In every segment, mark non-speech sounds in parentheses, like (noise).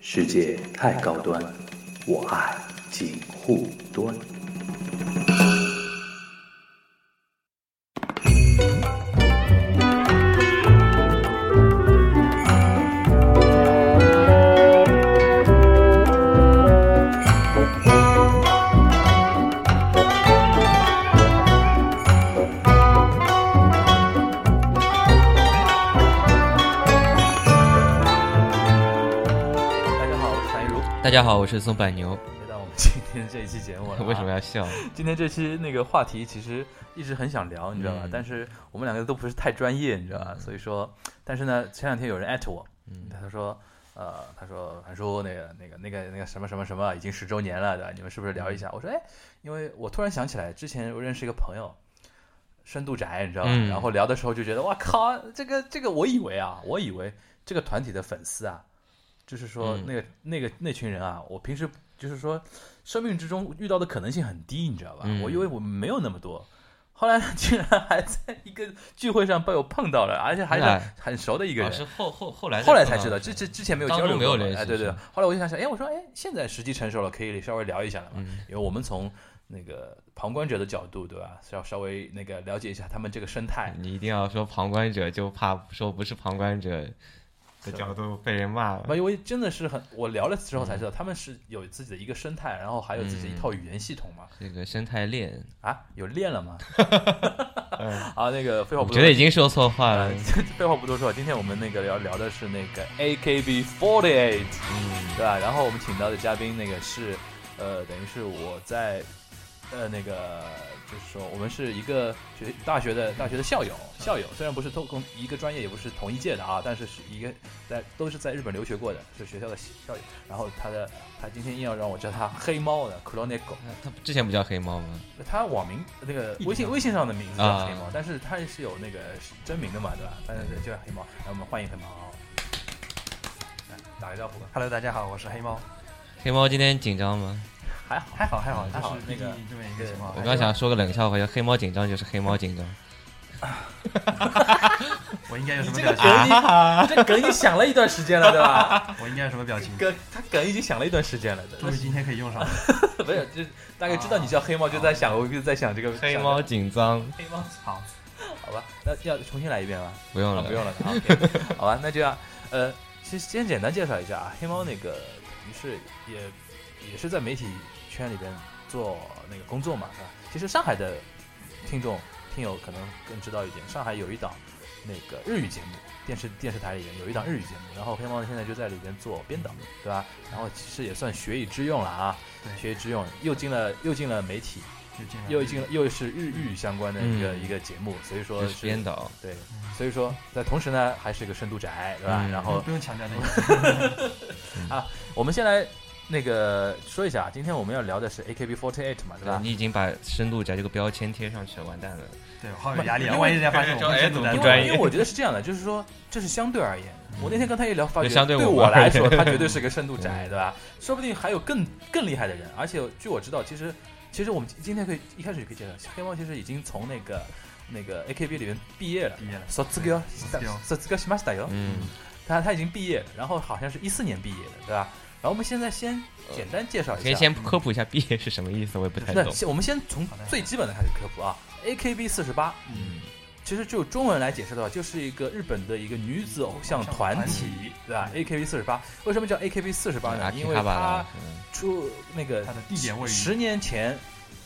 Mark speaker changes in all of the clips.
Speaker 1: 世界太高端，我爱锦护端。大家好，我是樊一茹，
Speaker 2: 大家好，我是松柏牛。
Speaker 1: 来到我们今天这一期节目了、啊
Speaker 2: (laughs) 为什么？要笑？
Speaker 1: (laughs) 今天这期那个话题其实一直很想聊，你知道吧？
Speaker 2: 嗯
Speaker 1: 但是我们两个都不是太专业，你知道吧？所以说，但是呢，前两天有人艾特我，
Speaker 2: 嗯
Speaker 1: 他说，呃，他说，韩叔，那个、那个、那个、那个什么什么什么，已经十周年了，对吧？你们是不是聊一
Speaker 2: 嗯
Speaker 1: 下？我说，哎，因为我突然想起来，之前我认识一个朋友，深度宅，你知道吧？
Speaker 2: 嗯
Speaker 1: 然后聊的时候就觉得，哇靠，这个这个，我以为啊，我以为这个团体的粉丝啊，就是说
Speaker 2: 嗯
Speaker 1: 那个、那个那群人啊，我平时就是说，生命之中遇到的可能性很低，你知道吧？
Speaker 2: 嗯
Speaker 1: 我以为我没有那么多。后来竟然还在一个聚会上被我碰到了，而且还
Speaker 2: 那
Speaker 1: 是很熟的一个人。
Speaker 2: 是后后后来
Speaker 1: 后来才知道，之之之前没有
Speaker 2: 当
Speaker 1: 交
Speaker 2: 初
Speaker 1: 流
Speaker 2: 没有
Speaker 1: 过嘛
Speaker 2: 联系
Speaker 1: 哎，对对
Speaker 2: 是
Speaker 1: 对
Speaker 2: 吧。
Speaker 1: 后来我就想想，哎，我说，哎，现在时机成熟了，可以稍微聊一下了嘛。
Speaker 2: 嗯
Speaker 1: 因为我们从那个旁观者的角度，对吧？稍稍微那个了解一下他们这个生态。
Speaker 2: 你一定要说旁观者，就怕说不是旁观者的角度被人骂了。
Speaker 1: 因为真的是很，我聊了
Speaker 2: 嗯
Speaker 1: 之后才知道，他们是有自己的一个生态，然后还有自己一套语言系统
Speaker 2: (laughs)
Speaker 1: 嘛。
Speaker 2: 这个生态链，
Speaker 1: 啊，有练了 (laughs) 吗？
Speaker 2: (laughs) 嗯，
Speaker 1: 啊，那个废话
Speaker 2: 我
Speaker 1: 不
Speaker 2: 觉
Speaker 1: 多
Speaker 2: 得
Speaker 1: 说
Speaker 2: 已。经说错话了
Speaker 1: 呃。， (laughs) 废话不多说，今天我们那个聊聊的是那个 AKB48。
Speaker 2: 嗯
Speaker 1: 对吧？然后我们请到的嘉宾那个是，呃，等于是我在，呃，那个就是说我们是一个学大学的大学的校友，校友虽然不是同同一个专业，也不是同一届的啊，但是是一个在都是在日本留学过的，是学校的校友。然后他的他今天硬要让我叫他黑猫的 c r o n i c o
Speaker 2: 他之前不叫黑猫吗？
Speaker 1: 他网名啊那个微信微信上的名字叫黑猫，但是他是有那个真名的嘛，对吧？但是就叫黑猫，然后我们欢迎黑猫。来打个招呼吧，
Speaker 3: Hello，大家好，我是黑猫。
Speaker 2: 黑猫今天紧张吗？
Speaker 1: 还好，嗯
Speaker 3: 还好，还好，
Speaker 1: 还好
Speaker 3: 就是
Speaker 1: 那个
Speaker 3: 毕竟这么一个情况。
Speaker 1: 哎
Speaker 2: 我刚想说个冷笑话，叫黑猫紧张就是黑猫紧张。
Speaker 3: 我应该有
Speaker 1: 你
Speaker 3: 什么
Speaker 1: 这
Speaker 3: 表
Speaker 1: 个
Speaker 3: 情？
Speaker 1: 梗， (laughs) 你这梗你想了一段时间了，对 (laughs) 吧？
Speaker 3: (laughs) 我应该有什么表情？
Speaker 1: 梗他梗已经想了一段时间了，
Speaker 3: 终
Speaker 1: (laughs)
Speaker 3: 于今天可以用上了。
Speaker 1: 不是，就是大概知道你叫黑猫，就在想，我就在想这个
Speaker 2: 黑猫，紧张，
Speaker 1: 黑猫，
Speaker 3: 好，
Speaker 1: 好吧，那要重新来一遍吧？
Speaker 2: 不用
Speaker 1: 啊，
Speaker 2: 了，
Speaker 1: 不用了，好，OK
Speaker 2: (laughs)
Speaker 1: 好吧，那这样，呃，先先简单介绍一下啊，黑猫那个于是也也是在媒体圈里边做那个工作嘛，是吧？其实上海的听众听友可能更知道一点，上海有一档那个日语节目，电视电视台里面有一档日语节目，然后黑猫现在就在里边做编导，对吧？然后其实也算学以致用了啊，
Speaker 3: 对
Speaker 1: 学以致用，又进了又进了媒体，
Speaker 3: 就这样。
Speaker 1: 又进了又是日日语相关的一个、
Speaker 2: 嗯
Speaker 1: 一个节目，所以说
Speaker 2: 就是是编导。
Speaker 1: 对，
Speaker 3: 嗯
Speaker 1: 所以说在同时呢，还是一个深度宅，对吧？
Speaker 2: 嗯
Speaker 1: 然后
Speaker 3: 哦不用强调这个。
Speaker 1: 我们先来那个说一下，今天我们要聊的是 AKB48 嘛，对吧？
Speaker 2: 你已经把深度宅这个标签贴上去了，完蛋了。
Speaker 3: 对，我好有压力
Speaker 1: 因
Speaker 3: 啊！
Speaker 1: 为
Speaker 3: 万一人家发现我们
Speaker 2: 哎
Speaker 3: 真的
Speaker 2: 怎么
Speaker 3: 来
Speaker 1: 因
Speaker 2: 不
Speaker 3: 做
Speaker 2: 专
Speaker 1: 为
Speaker 2: 业
Speaker 1: 因为我觉得是这样的，就是说这是相对而言。我那天跟他一聊，发觉
Speaker 2: 就相对
Speaker 1: 对
Speaker 2: 我嗯
Speaker 1: 我
Speaker 2: 们
Speaker 1: 来
Speaker 2: 而言
Speaker 1: 说，
Speaker 2: (laughs)
Speaker 1: 他绝对是个深度宅，对吧？说不定还有更更厉害的人。而且据我知道，其实其实我们今天可以一开始就可以介绍，黑猫其实已经从那个那个 AKB 里面毕业了。
Speaker 3: 毕业了。
Speaker 1: 说这个，
Speaker 3: 卒業
Speaker 1: 说这个しましたよ。
Speaker 2: 嗯，
Speaker 1: 他他已经毕业了，然后好像是一四年毕业的，对吧？然后我们现在先简单介绍一
Speaker 2: 可以
Speaker 1: 下，
Speaker 2: 呃先科普一下毕业是什么意思，我也不太
Speaker 1: 嗯那
Speaker 2: 懂。
Speaker 1: 先我们先从最基本的开始科普啊。AKB 四十八，
Speaker 2: 嗯，
Speaker 1: 其实就中文来解释的话，就是一个日本的一个女子偶像团体，对吧？AKB 四十八，为什么叫 AKB 四十八呢？因为它
Speaker 2: 吧，嗯
Speaker 1: 出那个
Speaker 3: 它的地点位于
Speaker 1: 十年前，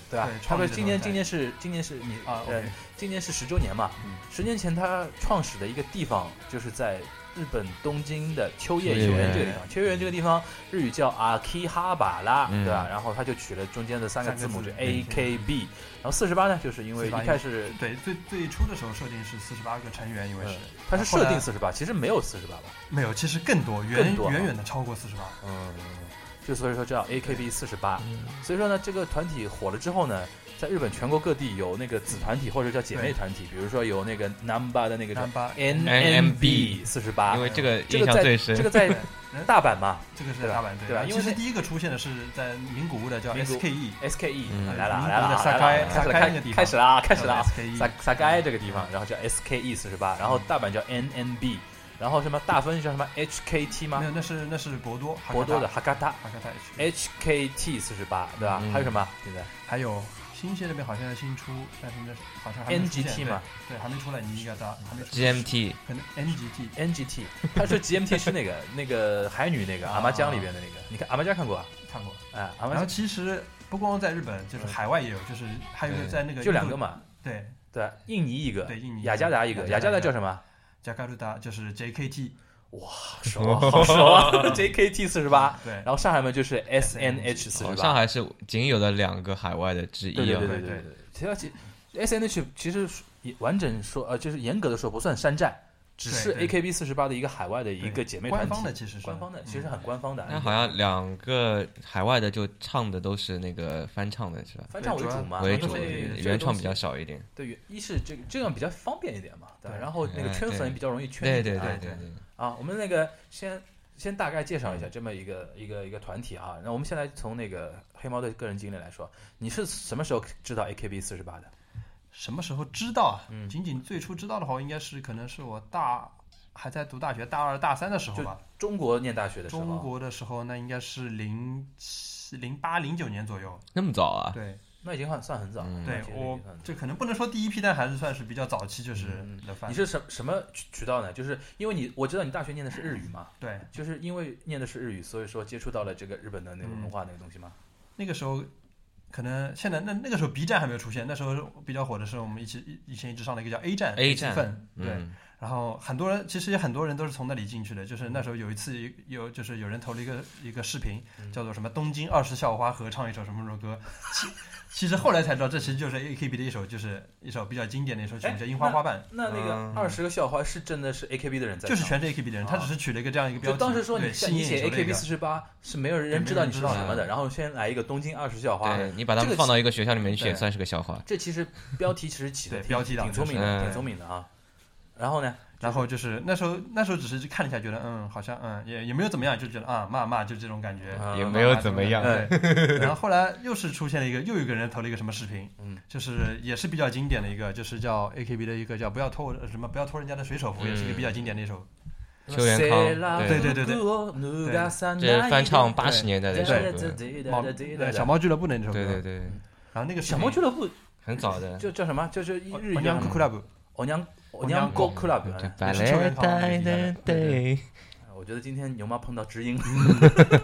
Speaker 1: 对吧
Speaker 3: 对？
Speaker 1: 差不
Speaker 3: 创
Speaker 1: 多
Speaker 3: 立的
Speaker 1: 今年
Speaker 3: 时候
Speaker 1: 今年是今年是你
Speaker 3: 啊
Speaker 1: 呃
Speaker 3: ，OK，
Speaker 1: 今年是十周年嘛
Speaker 3: 嗯，
Speaker 1: 十年前他创始的一个地方就是在日本东京的秋叶
Speaker 2: 秋叶
Speaker 1: 原
Speaker 2: 原
Speaker 1: 这个地方。秋叶原这个地方日语叫阿基哈巴拉，
Speaker 2: 嗯
Speaker 1: 对吧？然后他就取了中间的三个字母，
Speaker 3: 三
Speaker 1: 就
Speaker 3: 个字
Speaker 1: A K B。然后四十八呢，就是因为一
Speaker 3: 48
Speaker 1: 开始
Speaker 3: 对，最最初的时候设定是四十八个成员，因为是
Speaker 1: 嗯他是设
Speaker 3: 后
Speaker 1: 定
Speaker 3: 来
Speaker 1: 四十八，其实没有四十八吧？
Speaker 3: 没有，其实更多，
Speaker 1: 更
Speaker 3: 远
Speaker 1: 多啊
Speaker 3: 远远的超过四十八。
Speaker 1: 嗯，就所以说叫 A K B 四十八。
Speaker 2: 嗯
Speaker 1: 所以说呢，这个团体火了之后呢，在日本全国各地有那个子团体或者叫姐妹
Speaker 3: 对
Speaker 1: 团体，比如说有那个 Number 的那个叫
Speaker 3: 三八，
Speaker 1: N M B
Speaker 2: NMB
Speaker 1: 四十八
Speaker 2: 因，为这个
Speaker 1: 啊哎这
Speaker 2: 印
Speaker 1: 个
Speaker 2: 象最
Speaker 1: 在
Speaker 2: 深。
Speaker 1: 这个在大阪嘛。
Speaker 3: 这个是在大阪
Speaker 1: 对吧
Speaker 3: 然后
Speaker 1: 因为
Speaker 3: 其实
Speaker 1: 那
Speaker 3: 第一个出现的是在名古屋的叫 E，
Speaker 1: 名古屋
Speaker 3: SKE，
Speaker 1: SKE、
Speaker 2: 嗯
Speaker 1: E，来了
Speaker 3: 嗯
Speaker 1: 来了
Speaker 3: 在
Speaker 1: 来了，
Speaker 3: 萨
Speaker 1: 开始了
Speaker 3: 开萨开那个地方嗯
Speaker 1: 开始了
Speaker 3: E
Speaker 1: 啊，开始了啊，
Speaker 3: SKE
Speaker 1: E
Speaker 3: 嗯
Speaker 1: 萨萨该这个地方，然后叫 SKE 四十八，然后大阪叫 NNB，然后什么大分叫什么 HKT
Speaker 3: 没
Speaker 1: 吗？
Speaker 3: 有，那是那是博多，
Speaker 1: 博多的
Speaker 3: 哈
Speaker 1: 哈哎嘎达
Speaker 3: 卡塔 H，
Speaker 1: HKT 四十八，对吧？
Speaker 2: 嗯
Speaker 1: 还有什么？现在
Speaker 3: 还有新一些那边好像新出，但是那是好像还没出现
Speaker 1: NGT 嘛
Speaker 3: 对，对还没出来，你应该知道还没出来
Speaker 2: GMT
Speaker 3: 可能 NGT
Speaker 1: ，NGT，他说 GMT 是那个那个海女那个
Speaker 3: 啊
Speaker 1: 阿妈江里边的那个，你看阿妈江看过啊？
Speaker 3: 看过。
Speaker 1: 哎，阿
Speaker 3: 然后
Speaker 1: 妈
Speaker 3: 其实不光在日本，就是海外也有，就是还有一个
Speaker 2: 对
Speaker 3: 在那个
Speaker 1: 就两
Speaker 3: 印
Speaker 1: 个
Speaker 3: 度，
Speaker 1: 嘛，
Speaker 3: 对，
Speaker 1: 对，印尼一个，
Speaker 3: 对印尼一个
Speaker 1: 雅加达一个，雅
Speaker 3: 雅
Speaker 1: 加
Speaker 3: 加达一个
Speaker 1: 达叫什么？
Speaker 3: 加卡鲁达就是 JKT，
Speaker 1: 好熟啊， (laughs) 好熟啊，JKT 四十八。
Speaker 3: 对
Speaker 1: 然，后上海嘛就是 SNH 四
Speaker 2: 哦，
Speaker 1: 十八，
Speaker 2: 上海是仅有的两个海外的之一
Speaker 1: 对对
Speaker 2: 哦
Speaker 1: 对。对对对。其实其 SNH 其实也完整说呃，就是严格的说不算山寨，只是
Speaker 3: 对
Speaker 1: AKB 四十八的一个海外的一个姐妹团
Speaker 3: 官
Speaker 1: 体，
Speaker 3: 方的其实是
Speaker 1: 官方的，
Speaker 3: 嗯
Speaker 1: 其实很官方的。
Speaker 2: 那好像两个海外的就唱的都是那个翻唱的是吧？
Speaker 1: 翻唱为主嘛，
Speaker 2: 为
Speaker 1: 然后
Speaker 2: 主，
Speaker 1: 啊这个
Speaker 2: 原创比较少一点。
Speaker 1: 对，一是这个这样比较方便一点嘛，对吧。
Speaker 3: 对
Speaker 1: 然后那个
Speaker 2: 哎
Speaker 1: 圈粉
Speaker 2: 对
Speaker 1: 也比较容易圈
Speaker 2: 对
Speaker 1: 一点
Speaker 2: 对
Speaker 1: 啊
Speaker 2: 对
Speaker 3: 对
Speaker 2: 对对。
Speaker 1: 啊，我们那个先先大概介绍一下这么一个一个一个团体啊。那我们先来从那个黑猫的个人经历来说，你是什么时候知道 AKB 四十八的？
Speaker 3: 什么时候知道啊？
Speaker 1: 嗯
Speaker 3: 仅仅最初知道的话，应该是可能是我大还在读大学大二大三的时候
Speaker 1: 就
Speaker 3: 吧。
Speaker 1: 中国念大学的时候，
Speaker 3: 中国的时候，那应该是零七、零八、零九年左右。
Speaker 2: 那么早啊？
Speaker 3: 对，
Speaker 1: 那已经很算很早了。
Speaker 2: 嗯
Speaker 1: 那
Speaker 3: 对
Speaker 1: 其实已
Speaker 3: 我
Speaker 1: 经很早
Speaker 3: 这可能不能说第一批，但还是算是比较早期，就是
Speaker 1: 嗯
Speaker 3: 的
Speaker 1: 你
Speaker 3: 饭。
Speaker 1: 是什什么渠渠道呢？就是因为你我知道你大学念的是日语嘛，
Speaker 3: 对，
Speaker 1: 就是因为念的是日语，所以说接触到了这个日本的那个
Speaker 3: 嗯
Speaker 1: 文化那个东西嘛。
Speaker 3: 那个时候可能现在那那个时候 B 站还没有出现，那时候比较火的是我们一起以以前一直上的一个叫 A 站
Speaker 2: A
Speaker 3: 气
Speaker 2: 站
Speaker 3: 氛对。
Speaker 2: 嗯，
Speaker 3: 然后很多人，其实很多人都是从那里进去的。就是那时候有一次有有就是有人投了一个一个视频，
Speaker 1: 嗯
Speaker 3: 叫做什么“东京二十校花合唱一首什么什么歌”，其其实后来才知道这其实就是 AKB 的一首，就是一首比较经典的一首曲
Speaker 1: 哎
Speaker 3: 目叫《樱花花瓣
Speaker 1: 那那个
Speaker 2: 嗯
Speaker 1: 二十个校花是真的是 AKB 的人”，在
Speaker 3: 就
Speaker 1: 唱，
Speaker 3: 是全是 AKB 的人，
Speaker 1: 啊
Speaker 3: 他只是取了一个这样一个标
Speaker 1: 就
Speaker 3: 题。
Speaker 1: 当时说你
Speaker 3: 对
Speaker 1: 像
Speaker 3: 吸
Speaker 1: 你
Speaker 3: 引眼
Speaker 1: 写
Speaker 3: 球的一
Speaker 1: AKB
Speaker 3: 个嗯
Speaker 1: 四十八是没有
Speaker 3: 对
Speaker 1: 人
Speaker 3: 没
Speaker 1: 知道
Speaker 3: 人
Speaker 1: 你是
Speaker 3: 知道
Speaker 1: 什么的，
Speaker 2: 的
Speaker 1: 然后先来一个东京二十校花，
Speaker 2: 对你把他
Speaker 1: 啊这个
Speaker 2: 们放到一个学校里面去，
Speaker 3: 对
Speaker 2: 也算是个笑话。
Speaker 1: 这其实标题其实起的
Speaker 3: (laughs) 对标题党
Speaker 1: 挺聪明的，
Speaker 2: 嗯
Speaker 1: 挺聪明的啊。然后呢，
Speaker 3: 然后就是那时候那时候只是看了一下，觉得嗯好像嗯也也没有怎么样，就觉得啊骂骂就这种感觉。
Speaker 1: 啊
Speaker 2: 也没有怎么样 (laughs)
Speaker 3: 嗯对然后后来又是出现了一个又有一个人投了一个什么视频，
Speaker 1: 嗯，
Speaker 3: 就是也是比较经典的一个，就是叫 AKB 的一个叫不要脱我的什么不要脱人家的水手服，
Speaker 2: 嗯
Speaker 3: 也是一个比较经典的一首。
Speaker 2: 邱元康
Speaker 3: 对对对对
Speaker 1: 对
Speaker 2: 这翻唱八十年代的一首歌。
Speaker 1: 嗯
Speaker 3: 猫对小猫俱乐部的那首歌。
Speaker 2: 对对对，
Speaker 3: 然后那个哦
Speaker 1: 小
Speaker 2: 嗯
Speaker 1: 猫俱
Speaker 3: 乐
Speaker 1: 乐部
Speaker 2: 很早的。
Speaker 1: 就叫什么？就是一日语
Speaker 3: b
Speaker 1: 叫
Speaker 3: c l u
Speaker 1: 欧娘欧
Speaker 2: 嗯
Speaker 1: 娘 Go Club
Speaker 2: 对
Speaker 1: 哎。
Speaker 2: 本
Speaker 3: 是邱元
Speaker 2: 来
Speaker 3: 康的
Speaker 2: 呆
Speaker 3: 那
Speaker 2: 呆
Speaker 3: 个
Speaker 2: 呆，
Speaker 1: 我觉得今天牛妈碰到知音。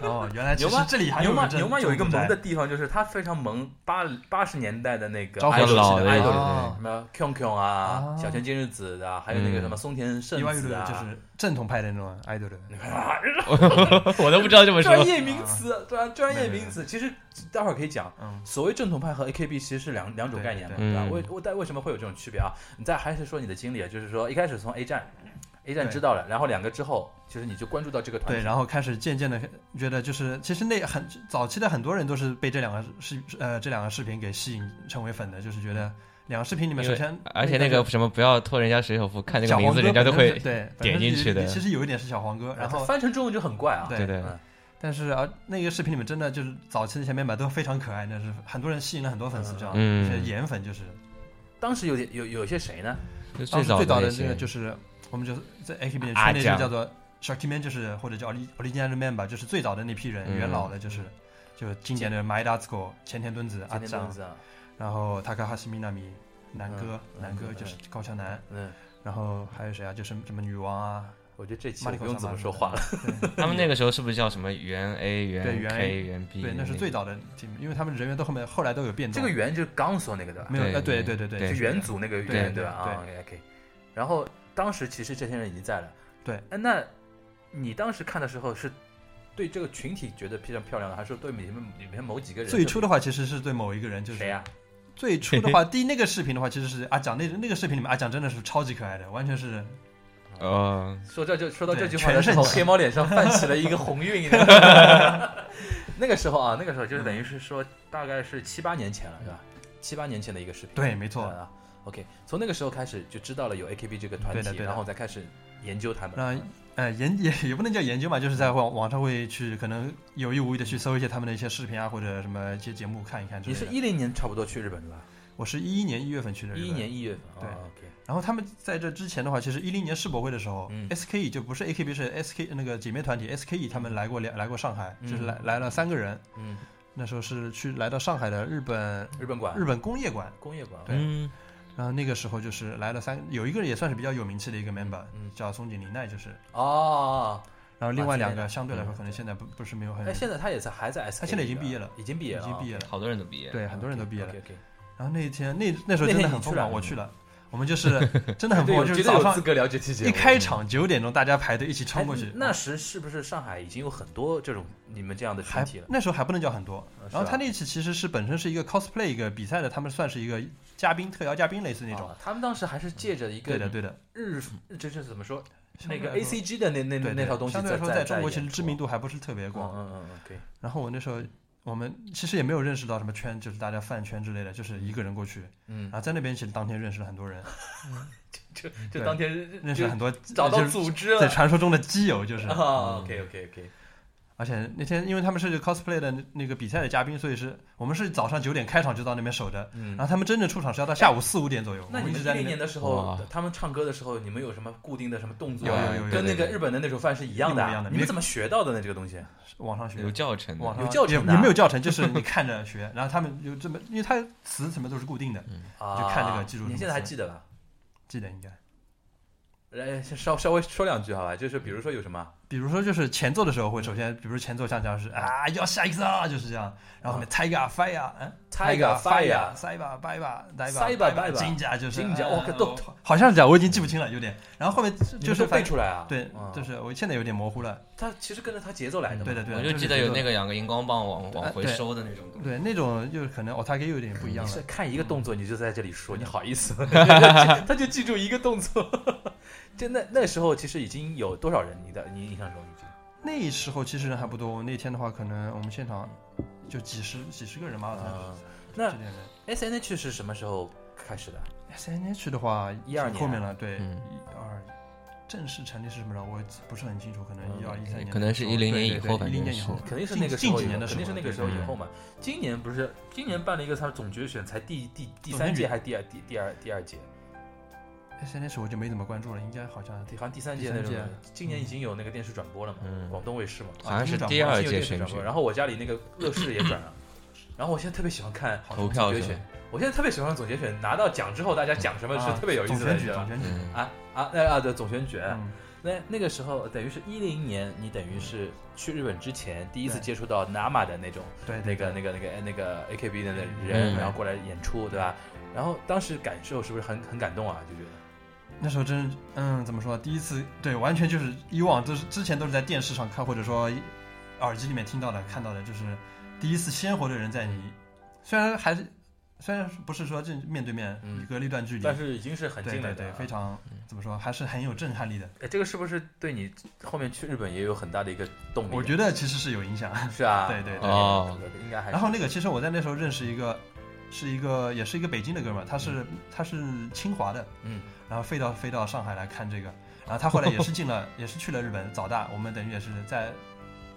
Speaker 3: 哦，原来其
Speaker 1: 牛
Speaker 3: 实
Speaker 1: 妈
Speaker 3: 这里还
Speaker 1: 牛
Speaker 3: 有
Speaker 1: 妈
Speaker 3: 这
Speaker 1: 牛妈有一个
Speaker 3: 这种
Speaker 1: 萌
Speaker 3: 在
Speaker 1: 的地方，就是她非常萌，八八十年代的那个
Speaker 3: 招
Speaker 2: 比
Speaker 3: 魂
Speaker 1: idol
Speaker 2: 较老
Speaker 1: 系
Speaker 2: 的
Speaker 1: 的
Speaker 2: 一
Speaker 1: idol
Speaker 2: 种。
Speaker 3: 哦
Speaker 1: 什么 Q Q 啊，
Speaker 3: 啊
Speaker 1: 小泉今日子的，还有那个
Speaker 2: 嗯
Speaker 1: 什么松田圣
Speaker 3: 意外
Speaker 1: 子
Speaker 3: 的
Speaker 1: 啊，
Speaker 3: 就是正统派的那种 idol 的。
Speaker 1: 啊
Speaker 2: 对 (laughs) 我都不知道这么说
Speaker 1: 专。业名词，专专业名词。其实待会儿可以讲，
Speaker 3: 嗯，
Speaker 1: 所谓正统派和 AKB 其实是两两种概念嘛，
Speaker 3: 对
Speaker 1: 对吧？
Speaker 2: 嗯
Speaker 1: 为我但为什么会有这种区别啊？你再还是说你的经历啊，就是说一开始从 A 站，A 站
Speaker 3: 对
Speaker 1: 知道了，然后两个之后，就是你就关注到这个团
Speaker 3: 对，
Speaker 1: 体，
Speaker 3: 然后开始渐渐的觉得，就是其实那很早期的很多人都是被这两个视呃这两个视频给吸引成为粉的，就是觉得两个视频里面
Speaker 2: 因
Speaker 3: 首
Speaker 2: 为
Speaker 3: 先
Speaker 2: 而且那
Speaker 3: 就
Speaker 2: 个什么不要脱人家水手服，看那个
Speaker 3: 小
Speaker 2: 名
Speaker 3: 黄
Speaker 2: 字
Speaker 3: 哥
Speaker 2: 人家都
Speaker 3: 本身
Speaker 2: 会
Speaker 3: 是。对
Speaker 2: 点进去的
Speaker 3: 本身是其实有一点是小黄哥，然
Speaker 1: 它
Speaker 2: (laughs)
Speaker 3: 后
Speaker 1: 翻成中文就很怪啊。
Speaker 3: 对
Speaker 2: 对对，
Speaker 1: 嗯
Speaker 3: 但是啊，那个视频里面真的就是早期的前辈们都非常可爱，那是很多人吸引了很多粉丝，这样，
Speaker 2: 嗯
Speaker 3: 是颜粉就是。
Speaker 1: 当时有点有有些谁呢？
Speaker 2: 就
Speaker 3: 当
Speaker 2: 最
Speaker 3: 时最早
Speaker 2: 的那
Speaker 3: 的那个
Speaker 2: 些
Speaker 3: 就是我们就是在 AKB 圈
Speaker 2: 阿
Speaker 3: 内就
Speaker 2: 酱
Speaker 3: 叫做 Shakti Man，就是或者叫 Ori- Original Man 吧，就是最早的那批人，
Speaker 2: 嗯
Speaker 3: 元老的就是。就经典的 My d a t s k o 前田敦子、
Speaker 1: 今
Speaker 3: 阿
Speaker 1: 天
Speaker 3: 张
Speaker 1: 名，字啊，
Speaker 3: 然后 Takahashi Minami、南哥、
Speaker 1: 嗯
Speaker 3: 南哥
Speaker 1: 嗯
Speaker 3: 就是高桥南，
Speaker 1: 嗯，
Speaker 3: 然后还有谁啊？就是什么女王啊，
Speaker 1: 我觉得这期
Speaker 3: 马
Speaker 1: 我
Speaker 3: 里
Speaker 1: 不
Speaker 3: 口
Speaker 1: 用怎么说话了。
Speaker 3: 了。
Speaker 2: 他们那个时候是不是叫什么原 A
Speaker 3: 对
Speaker 2: 原
Speaker 3: 原
Speaker 2: K 原 B？
Speaker 3: 对，那是最早的 team，因为他们人员都后面后来都有变
Speaker 1: 这
Speaker 3: 动。
Speaker 1: 个圆就是刚说那个对吧？
Speaker 3: 没有，
Speaker 2: 对
Speaker 3: 呃，对
Speaker 2: 对
Speaker 3: 对对
Speaker 2: 对
Speaker 1: 就元祖那个圆
Speaker 2: 对
Speaker 1: 对吧？
Speaker 3: 对
Speaker 1: 啊，OK。然后当时其实这些人已经在了。
Speaker 3: 对
Speaker 1: 哎，那你当时看的时候是对这个群体觉得非常漂亮的，还是对里面里面某几个人？
Speaker 3: 最初的话其实是对某一个人，就是
Speaker 1: 谁啊呀？
Speaker 3: 最初的话，第一那个视频的话，其实是阿蒋那那个视频里面阿蒋真的是超级可爱的，完全是
Speaker 2: 哦，
Speaker 1: 说这就说到这
Speaker 3: 对
Speaker 1: 句话的时
Speaker 3: 全
Speaker 1: 候，
Speaker 3: 盛期
Speaker 1: 黑猫脸上泛起了一个红晕。那个时候啊，那个时候就是等于是说，大概是七八年前了，是吧？七八年前的一个视频。
Speaker 3: 对，没错。
Speaker 1: 啊。OK，从那个时候开始就知道了有 AKB 这个团
Speaker 3: 对的
Speaker 1: 体，
Speaker 3: 对的
Speaker 1: 然后再开始研究他们。啊
Speaker 3: 那呃研 (laughs) 也也不能叫研究嘛，就是在网网上会去可能有意无意的去搜一些他们的一些视频啊，或者什么一些节目看一看之
Speaker 1: 你
Speaker 3: 类
Speaker 1: 是
Speaker 3: 的。
Speaker 1: 一零年差不多去日本的吧？
Speaker 3: 我是一一年一月份去的日本。
Speaker 1: 一一年一月份，
Speaker 3: 对
Speaker 1: 哦，OK，
Speaker 3: 然后他们在这之前的话，其实一零年世博会的时候、
Speaker 1: 嗯
Speaker 3: s k e 就不是 AKB，是 SK 那个姐妹团体 SKE，他们来过两来过上海，
Speaker 1: 嗯
Speaker 3: 就是来来了三个人。
Speaker 1: 嗯，
Speaker 3: 那时候是去来到上海的日本
Speaker 1: 日本馆，
Speaker 3: 日本工业馆，
Speaker 1: 工业馆，
Speaker 3: 对
Speaker 1: 嗯
Speaker 3: 然后那个时候就是来了三，有一个也算是比较有名气的一个 member，、
Speaker 1: 嗯
Speaker 3: 叫松井玲奈，就是。
Speaker 1: 哦，
Speaker 3: 然后另外两
Speaker 1: 啊
Speaker 3: 个
Speaker 1: 这
Speaker 3: 相对来说
Speaker 1: 嗯
Speaker 3: 可能现在不不是没有很
Speaker 1: 那，现在他也是还在 S，
Speaker 3: 他现在已经毕业了，
Speaker 1: 已经毕业
Speaker 3: 已
Speaker 1: 了，哦
Speaker 3: 经毕业了。
Speaker 2: 好多人都毕业。
Speaker 3: 对，很多人都毕业了。
Speaker 1: OK，
Speaker 3: 然后那一天那那时候真的很
Speaker 1: 那天你去
Speaker 3: 疯狂，
Speaker 1: 了
Speaker 3: 我去了，我们就是真的
Speaker 1: (laughs)
Speaker 3: 很疯
Speaker 1: 对，
Speaker 3: 狂，
Speaker 1: 我
Speaker 3: 就
Speaker 1: 觉得
Speaker 3: 是早
Speaker 1: 有
Speaker 3: 上
Speaker 1: 资格了解 T 节
Speaker 3: 一
Speaker 1: 目。
Speaker 3: 开场九点钟大家排队一起
Speaker 1: 哎
Speaker 3: 冲过去，嗯
Speaker 1: 那时是不是上海已经有很多这种你们这样的群
Speaker 3: 还
Speaker 1: 体了？
Speaker 3: 那时候还不能叫很多
Speaker 1: 啊。
Speaker 3: 然后
Speaker 1: 是啊
Speaker 3: 他那期其实是本身是一个 cosplay 一个比赛的，他们算是一个嘉宾特邀嘉宾类似那种。嗯
Speaker 1: 啊他们当时还是借着一
Speaker 3: 对
Speaker 1: 个
Speaker 3: 的对的，
Speaker 1: 日，这就是怎么说那
Speaker 3: 相对
Speaker 1: 个
Speaker 3: 来
Speaker 1: A
Speaker 3: 说
Speaker 1: C G 的那那
Speaker 3: 对
Speaker 1: 那套
Speaker 3: 对
Speaker 1: 东西，
Speaker 3: 相对来说
Speaker 1: 在
Speaker 3: 中国其实
Speaker 1: 演出
Speaker 3: 知名度还不是特别
Speaker 1: 嗯
Speaker 3: 广。
Speaker 1: 嗯嗯嗯，可以。
Speaker 3: 然后我那时候我们其实也没有认识到什么圈，就是大家饭圈之类的，就是一个人过去，
Speaker 1: 嗯
Speaker 3: 然，后在那边其实当天认识了很
Speaker 1: (laughs)
Speaker 3: 多人，
Speaker 1: 就就
Speaker 3: 对
Speaker 1: 当天
Speaker 3: 认识
Speaker 1: 就
Speaker 3: 了很多
Speaker 1: 找到
Speaker 3: 就是
Speaker 1: 组织了
Speaker 3: 在嗯传说中的基
Speaker 1: (laughs)
Speaker 3: 友就是。
Speaker 1: 啊，OK OK OK，
Speaker 3: 而且那天因为他们是这个 cosplay 的那个比赛的嘉宾，所以是我们是早上九点开场就到那边守着，
Speaker 1: 嗯
Speaker 3: 然后他们真正出场是要到下午四五点左右。
Speaker 1: 那
Speaker 3: 我
Speaker 1: 你们
Speaker 3: 们一直
Speaker 1: 一
Speaker 3: 在
Speaker 1: 零
Speaker 3: 那
Speaker 1: 年的
Speaker 3: 边
Speaker 1: 时候
Speaker 2: 哇，
Speaker 1: 他们唱歌的时候，你们有什么固定的什么动作
Speaker 3: 有
Speaker 1: 啊？
Speaker 3: 有有有
Speaker 1: 跟那
Speaker 2: 对
Speaker 1: 个
Speaker 2: 对
Speaker 1: 日本的那种饭是一样的啊
Speaker 3: 一模一样的
Speaker 1: 你们怎么学到的呢？这个东西
Speaker 3: 网上学
Speaker 2: 有教程
Speaker 3: 网
Speaker 2: 的，
Speaker 3: 上
Speaker 1: 有教程的啊
Speaker 3: 也也没有教程，就是你看着学，然后他们有这么，因为他词什么都是固定的，
Speaker 1: 啊，
Speaker 3: 就看这个技术
Speaker 1: 你
Speaker 3: 怎么
Speaker 1: 现在还
Speaker 3: 分
Speaker 1: 记得吧？
Speaker 3: 记得应该。
Speaker 1: 来，先稍稍微说两句好吧？就是比如说有什么
Speaker 3: 比如说就是前奏的时候会首先，比如前奏像像是啊要下一个啊就是这样，然后后面 Tiger Fire，嗯
Speaker 1: Tiger
Speaker 3: 啊
Speaker 1: Fire
Speaker 3: Cyber Byba
Speaker 1: Cyber Byba
Speaker 3: 金甲就是
Speaker 1: 金甲
Speaker 3: 呃
Speaker 1: 我靠都
Speaker 3: 好像是这样，我已经记不清了，有点。然后后面
Speaker 1: 你
Speaker 3: 就
Speaker 1: 们
Speaker 3: 是
Speaker 1: 都背
Speaker 3: 反正
Speaker 1: 出来啊？
Speaker 3: 对，就
Speaker 1: 嗯
Speaker 3: 是我现在有点模糊了，
Speaker 1: 他其实跟着他节奏来的嘛。
Speaker 3: 对的对的。
Speaker 2: 我就记得有那
Speaker 3: 个
Speaker 2: 个两个荧光棒往往回
Speaker 3: 对
Speaker 2: 收的那种东西。
Speaker 3: 对那种就是可能 Otake 有点不一样
Speaker 1: 你
Speaker 3: 了嗯
Speaker 1: 是。看一个动作你就在这里说，你好意
Speaker 3: (laughs)
Speaker 1: 思吗？他就记住一个动作。就那那时候其实已经有多少人？你的你印象中已经
Speaker 3: 那时候其实人还不多，我那天的话可能我们现场就几十几十个人吧，
Speaker 1: 啊
Speaker 3: 好像
Speaker 1: 那
Speaker 3: 这点人。
Speaker 1: S N H 是什么时候开始的？
Speaker 3: S N H 的话，
Speaker 1: 12
Speaker 3: 后面了，对，
Speaker 2: 嗯
Speaker 3: 一二正式成立是什么时候？我不是很清楚，可能
Speaker 1: 嗯
Speaker 3: 一二一三年，
Speaker 2: 可能是10年以后
Speaker 3: 一零
Speaker 2: 反正
Speaker 3: 年以后
Speaker 2: 是，
Speaker 1: 肯定是那个时
Speaker 3: 近
Speaker 1: 候
Speaker 3: 近
Speaker 1: 以
Speaker 3: 几
Speaker 1: 后，
Speaker 3: 年的时
Speaker 1: 肯
Speaker 3: 候嗯
Speaker 1: 定是那个时候以后嘛。今年不是今年办了一个他总决选，才第第第三届还是第二第第二第二届？
Speaker 3: S N H 我就没怎么关注了，应该好像
Speaker 1: 对，好像第三届那种的。今年已经有那个电视转播了嘛？
Speaker 2: 嗯
Speaker 1: 广东卫视嘛。
Speaker 2: 好像是
Speaker 3: 啊
Speaker 2: 第二
Speaker 1: 已经有
Speaker 2: 届
Speaker 1: 电视
Speaker 2: 选
Speaker 1: 转
Speaker 2: 举
Speaker 1: 播，然后我家里那个乐视也转了，然后我现在特别喜欢看
Speaker 2: 投票
Speaker 1: 总决
Speaker 2: 是
Speaker 1: 选
Speaker 2: 吧，
Speaker 1: 我现在特别喜欢总决选，拿到奖之后大家讲什么是
Speaker 3: 啊
Speaker 1: 特别有意思
Speaker 3: 总
Speaker 1: 的，
Speaker 3: 选
Speaker 1: 你
Speaker 3: 举，
Speaker 1: 知道
Speaker 3: 总
Speaker 1: 吗
Speaker 3: 选举，
Speaker 1: 啊啊那啊对总选举，
Speaker 3: 嗯，
Speaker 1: 那那个时候等于是一零年，你等于是去日本之前第一次
Speaker 3: 对
Speaker 1: 接触到 NAMA 的那种
Speaker 3: 对，
Speaker 1: 那
Speaker 3: 对
Speaker 1: 个那
Speaker 3: 对
Speaker 1: 个那个那个 AKB 的那人，
Speaker 2: 嗯
Speaker 1: 然后过来演出，对吧？然后当时感受是不是很很感动啊？就觉得
Speaker 3: 那时候真是，嗯，怎么说？第一次，对，完全就是以往都是之前都是在电视上看，或者说耳机里面听到的、看到的，就是第一次鲜活的人在你，虽然还是虽然不是说正面对面
Speaker 1: 嗯，
Speaker 3: 隔了一段距离，
Speaker 1: 但是已经是很
Speaker 3: 对
Speaker 1: 近了
Speaker 3: 对
Speaker 1: 的
Speaker 3: 对，
Speaker 1: 啊，
Speaker 3: 非常怎么说，还是很有震撼力的。
Speaker 1: 哎这个是不是对你后面去日本也有很大的一个动力？
Speaker 3: 我觉得其实是有影响。
Speaker 1: 是啊，
Speaker 3: 对对
Speaker 2: 对
Speaker 1: 哦，应该还是。
Speaker 3: 然后那个，其实我在那时候认识一个，是一个也是一个北京的哥们儿，他是他是清华的，
Speaker 1: 嗯，
Speaker 3: 然后飞到飞到上海来看这个，然后他后来也是进了， (laughs) 也是去了日本早大，我们等于也是在。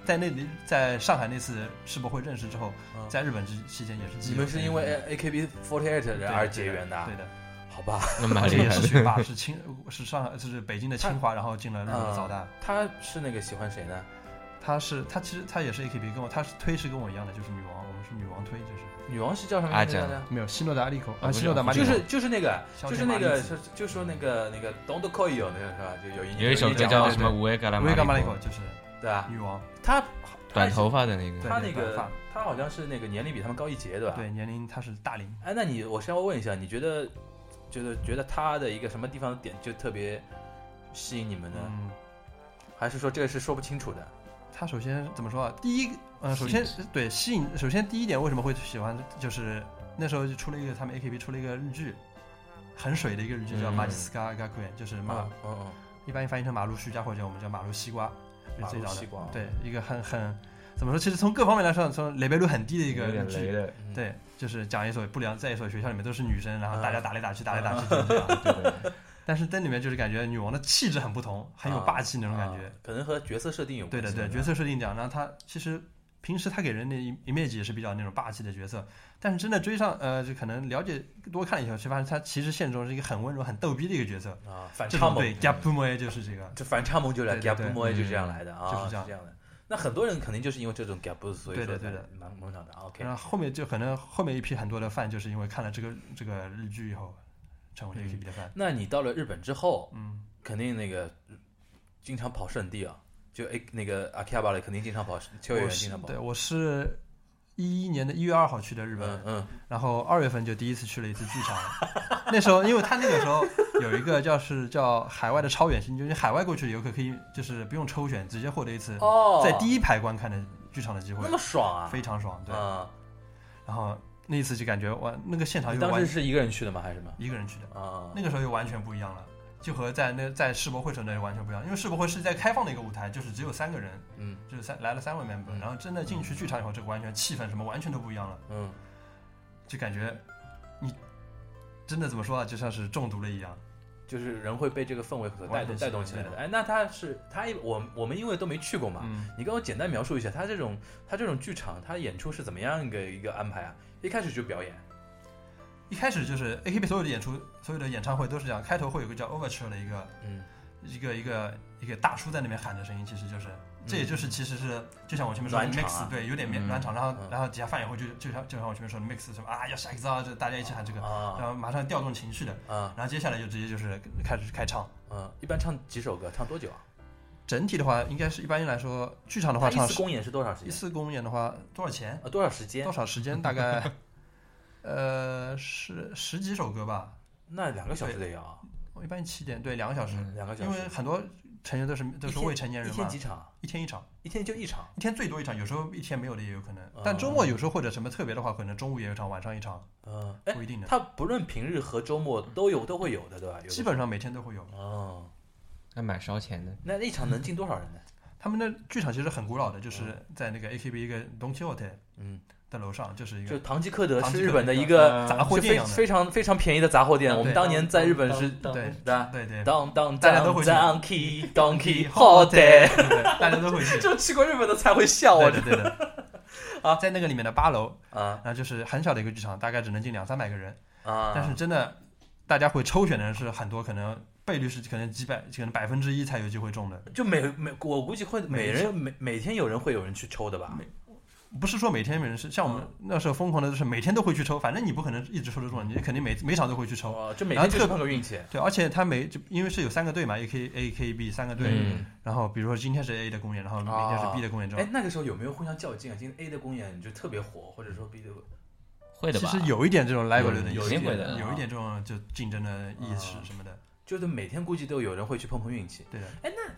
Speaker 3: 在那里，在上海那次世博会认识之后，
Speaker 1: 嗯
Speaker 3: 在日本之期间也是基
Speaker 1: 你
Speaker 3: 友
Speaker 1: 们是因为 A K B 4 8
Speaker 3: 对
Speaker 1: 人而结缘的啊，
Speaker 3: 嗯对的，
Speaker 1: 好吧？
Speaker 2: 那
Speaker 3: 而
Speaker 2: 蛮
Speaker 3: 且
Speaker 2: 厉
Speaker 3: 也
Speaker 2: 害
Speaker 3: 是
Speaker 2: 的。
Speaker 3: 学霸，是清是上海是北京的清华，然后进了日本的早大。
Speaker 1: 嗯他是那个喜欢谁呢？
Speaker 3: 他是他其实他也是 AKB，跟我他是推是跟我一样的，就是女王，我们是女王推，就是
Speaker 1: 女王是叫什么名字来
Speaker 2: 阿
Speaker 1: 着？
Speaker 3: 没有西诺达利口啊，
Speaker 2: 不是
Speaker 3: 西诺达马里
Speaker 1: 就
Speaker 3: 口
Speaker 1: 是就是那个
Speaker 3: 小
Speaker 1: 就是
Speaker 3: 田麻
Speaker 1: 那
Speaker 3: 里
Speaker 1: 个
Speaker 3: 子
Speaker 1: 就就说那个那个 Don't Call You 那个是吧？就有一
Speaker 2: 有一首
Speaker 1: 年
Speaker 2: 歌
Speaker 1: 讲
Speaker 2: 叫
Speaker 1: 的
Speaker 2: 什么《无畏嘎拉
Speaker 3: 维维
Speaker 2: 玛
Speaker 3: 伽马里
Speaker 2: 丽
Speaker 3: 口
Speaker 2: 口
Speaker 3: 就是
Speaker 1: 对吧？
Speaker 3: 女王，
Speaker 1: 他
Speaker 2: 短头发的那个，
Speaker 3: 对
Speaker 1: 他那
Speaker 3: 嗯短
Speaker 1: 个
Speaker 3: 发
Speaker 1: 他好像是那个年龄比他们高一截对吧？。
Speaker 3: 对，年龄她是大龄。
Speaker 1: 哎，那你我稍微问一下，你觉得觉得觉得他的一个什么地方点就特别吸引你们呢？
Speaker 3: 嗯，
Speaker 1: 还是说这个是说不清楚的？
Speaker 3: 她首先怎么说啊？第一，呃，首先对吸引，首先第一点为什么会喜欢，就是那时候就出了一个他们 AKB 出了一个日剧，很水的一个日剧叫《
Speaker 2: 嗯
Speaker 3: 马吉斯卡嘎库就是马，
Speaker 1: 嗯嗯
Speaker 3: 一般翻译成马路须加或者我们叫马路西瓜，
Speaker 1: 嗯，
Speaker 3: 是
Speaker 1: 马
Speaker 3: 最
Speaker 1: 路
Speaker 3: 早
Speaker 1: 西
Speaker 3: 的。
Speaker 1: 瓜，
Speaker 3: 对，一个很很怎么说？其实从各方面来说，从雷贝路很低的一个
Speaker 2: 有点
Speaker 3: 日
Speaker 2: 雷
Speaker 3: 剧。
Speaker 2: 的，
Speaker 1: 嗯，
Speaker 3: 对，就是讲一所不良，在一所学校里面都是女生，然后大家打来打去，打来打去，
Speaker 2: 对对对
Speaker 3: 但是在里面就是感觉女王的气质很不同，很有霸气那种感觉。
Speaker 1: 啊啊可能和角色设定有
Speaker 3: 对
Speaker 1: 关
Speaker 3: 啊的，
Speaker 1: 系。
Speaker 3: 对，角色设定讲，然后她其实平时他给人的 im- image 也是比较那种霸气的角色，但是真的追上呃，就可能了解多看了以后，却发现他其实现实中是一个很温柔、很逗逼的一个角色。
Speaker 1: 啊，反
Speaker 3: 这
Speaker 1: 差
Speaker 3: 种
Speaker 1: 萌
Speaker 3: 对 g a p m o 就是这个，
Speaker 1: 这反差萌就来 g
Speaker 3: 对
Speaker 1: a
Speaker 3: 对
Speaker 1: p
Speaker 3: 对
Speaker 1: 摸就这样来的
Speaker 3: 就
Speaker 1: 啊，
Speaker 3: 是
Speaker 1: 这
Speaker 3: 这样
Speaker 1: 样的。那很多人肯定就是因为这种 gap，所以
Speaker 3: 对
Speaker 1: 说
Speaker 3: 的对的
Speaker 1: 才蛮懵懂的。OK，
Speaker 3: 然后后面就可能后面一批很多的饭，就是因为看了这个这个日剧以后，成为了一批的饭。
Speaker 1: 那你到了日本之后，
Speaker 3: 嗯，
Speaker 1: 肯定那个经常跑圣地啊，就哎那个阿基亚巴里肯定经常跑，秋叶
Speaker 3: 我
Speaker 1: 原
Speaker 3: 是
Speaker 1: 经常跑。
Speaker 3: 对，我是一一年的一月二号去的日本，
Speaker 1: 嗯嗯，
Speaker 3: 然后二月份就第一次去了一次剧场。 (laughs) 那时候，因为他那个时候有一个叫是叫海外的超远星，就是海外过去的游客可以就是不用抽选，直接获得一次
Speaker 1: 哦，
Speaker 3: 在第一排观看的剧场的机会
Speaker 1: 那，么爽啊！
Speaker 3: 非常爽。对，
Speaker 1: 啊，
Speaker 3: 然后那一次就感觉哇，那个现场
Speaker 1: 你
Speaker 3: 又
Speaker 1: 当
Speaker 3: 完
Speaker 1: 时是一个人去的吗？还是什么？
Speaker 3: 一个人去的，
Speaker 1: 啊，
Speaker 3: 那个时候又完全不一样了。就和在那在世博会时候那就完全不一样，因为世博会是在开放的一个舞台，就是只有三个人，
Speaker 1: 嗯
Speaker 3: 就是三来了三位 member，然后真的进去剧场以后，这个完全气氛什么完全都不一样了。
Speaker 1: 嗯，
Speaker 3: 就感觉你真的怎么说啊，就像是中毒了一样。
Speaker 1: 就是人会被这个氛围所带
Speaker 3: 完
Speaker 1: 动
Speaker 3: 全是
Speaker 1: 带动起来的。
Speaker 3: 对
Speaker 1: 哎，那他是他一我我们因为都没去过嘛，
Speaker 3: 嗯，
Speaker 1: 你跟我简单描述一下，他这种他这种剧场，他演出是怎么样一个一个安排啊？一开始就表演，
Speaker 3: 一开始就是 AKB 所有的演出、所有的演唱会都是这样，开头会有个叫 Overture 的一个
Speaker 1: 嗯，
Speaker 3: 一个一个一个大叔在那边喊的声音，其实就是。这也就是其实是就像我前面说的
Speaker 1: 暖嗯场
Speaker 3: mix，、
Speaker 1: 啊
Speaker 3: 对，有点
Speaker 2: 嗯
Speaker 3: 暖场，然后、
Speaker 1: 嗯
Speaker 3: 然后底下饭友会就就像就像我前面说的 mix 什么啊要 shake 啊，就大家一起喊这个，然
Speaker 1: 啊
Speaker 3: 后马上调动情绪的，
Speaker 1: 啊
Speaker 3: 然后接下来就直接就是开始开唱。
Speaker 1: 嗯，一般唱几首歌，唱多久啊？
Speaker 3: 整体的话应该是一般来说，剧场的话
Speaker 1: 他
Speaker 3: 唱
Speaker 1: 一次
Speaker 3: 是
Speaker 1: 公演是多长时
Speaker 3: 一
Speaker 1: 间？
Speaker 3: 次公演的话多少钱？
Speaker 1: 啊，多少时间
Speaker 3: 多？少时间？大概呃十十几首歌吧。
Speaker 1: 那两个小时得要啊，
Speaker 3: 我一般七点对两个小时，
Speaker 1: 嗯两个小
Speaker 3: 因
Speaker 1: 时。
Speaker 3: 为很多成员都是都
Speaker 1: 一
Speaker 3: 是
Speaker 1: 天
Speaker 3: 未成年人
Speaker 1: 一
Speaker 3: 嘛
Speaker 1: 天，几场啊？
Speaker 3: 一天一场，
Speaker 1: 一天就一场
Speaker 3: 一天最多一场，有时候一天没有的也有可能
Speaker 1: 哦。
Speaker 3: 但周末有时候或者什么特别的话，可能中午也有一场，晚上一场，
Speaker 1: 嗯，哎，
Speaker 3: 不一定的。
Speaker 1: 他不论平日和周末都有，都会有的，对吧？有的
Speaker 3: 基本上每天都会有。
Speaker 1: 哦，
Speaker 2: 还蛮烧钱的。
Speaker 1: 那一场能进多少人呢？
Speaker 3: 他们的剧场其实很古老的，就是在那个 AKB 一个 Don Quixote
Speaker 1: 嗯，
Speaker 3: 的楼上，就是一
Speaker 1: 就
Speaker 3: 个
Speaker 1: 唐吉诃德
Speaker 3: 唐吉
Speaker 1: 是
Speaker 3: 诃德
Speaker 1: 日本的一
Speaker 3: 一
Speaker 1: 个
Speaker 3: 杂货
Speaker 1: 是
Speaker 3: 店
Speaker 1: 非
Speaker 3: 一样的。
Speaker 1: 非常非常便宜的杂货店。
Speaker 2: 啊
Speaker 1: 我们
Speaker 3: 对
Speaker 1: 当年在日本是，
Speaker 3: 对
Speaker 1: 对吧？
Speaker 3: 啊对对，
Speaker 1: 当当
Speaker 3: 大家都会去
Speaker 1: 当 key 当 key (laughs) 好
Speaker 3: 好
Speaker 1: 的，
Speaker 3: 对对大家都
Speaker 1: (laughs)
Speaker 3: 会去。
Speaker 1: 就去过日本的才会笑
Speaker 3: 对
Speaker 1: 我
Speaker 3: 的对的。
Speaker 1: (laughs) 啊
Speaker 3: 在那个里面的八楼，
Speaker 1: 啊
Speaker 3: 然后就是很小的一个剧场，大概只能进两三百个人，
Speaker 1: 啊！
Speaker 3: 但是真的，大家会抽选的人是很多，可能倍率是可能几百，可能百分之一才有机会中的。
Speaker 1: 就每每我估计会
Speaker 3: 每
Speaker 1: 每人每每天有人会有人去抽的吧？
Speaker 3: 不是说每天没人是，像我们
Speaker 1: 嗯
Speaker 3: 那时候疯狂的就是每天都会去抽，反正你不可能一直抽得中，你肯定每每场都会去抽。
Speaker 1: 哦，就每
Speaker 3: 然
Speaker 1: 天
Speaker 3: 后
Speaker 1: 就是
Speaker 3: 特
Speaker 1: 碰个运气。
Speaker 3: 对，而且他每就因为是有三个队嘛，A K A K B 三个队，
Speaker 2: 嗯
Speaker 3: 然后比如说今天是 A 的公演，然后明天是 B 的公演，这
Speaker 1: 哎
Speaker 3: 种，
Speaker 1: 那个时候有没有互相较劲啊？今天 A 的公演就特别火，或者说 B 的
Speaker 2: 会的
Speaker 3: 其
Speaker 2: 吧？
Speaker 3: 实有一点这种 level 的
Speaker 2: 嗯
Speaker 3: 意
Speaker 2: 有
Speaker 1: 哎一
Speaker 3: 思
Speaker 1: 点啊哦
Speaker 2: 会的，
Speaker 3: 有一点这种就竞争的意识什么的，
Speaker 1: 就是每天估计都有人会去碰碰运气。
Speaker 3: 对的。
Speaker 1: 哎，那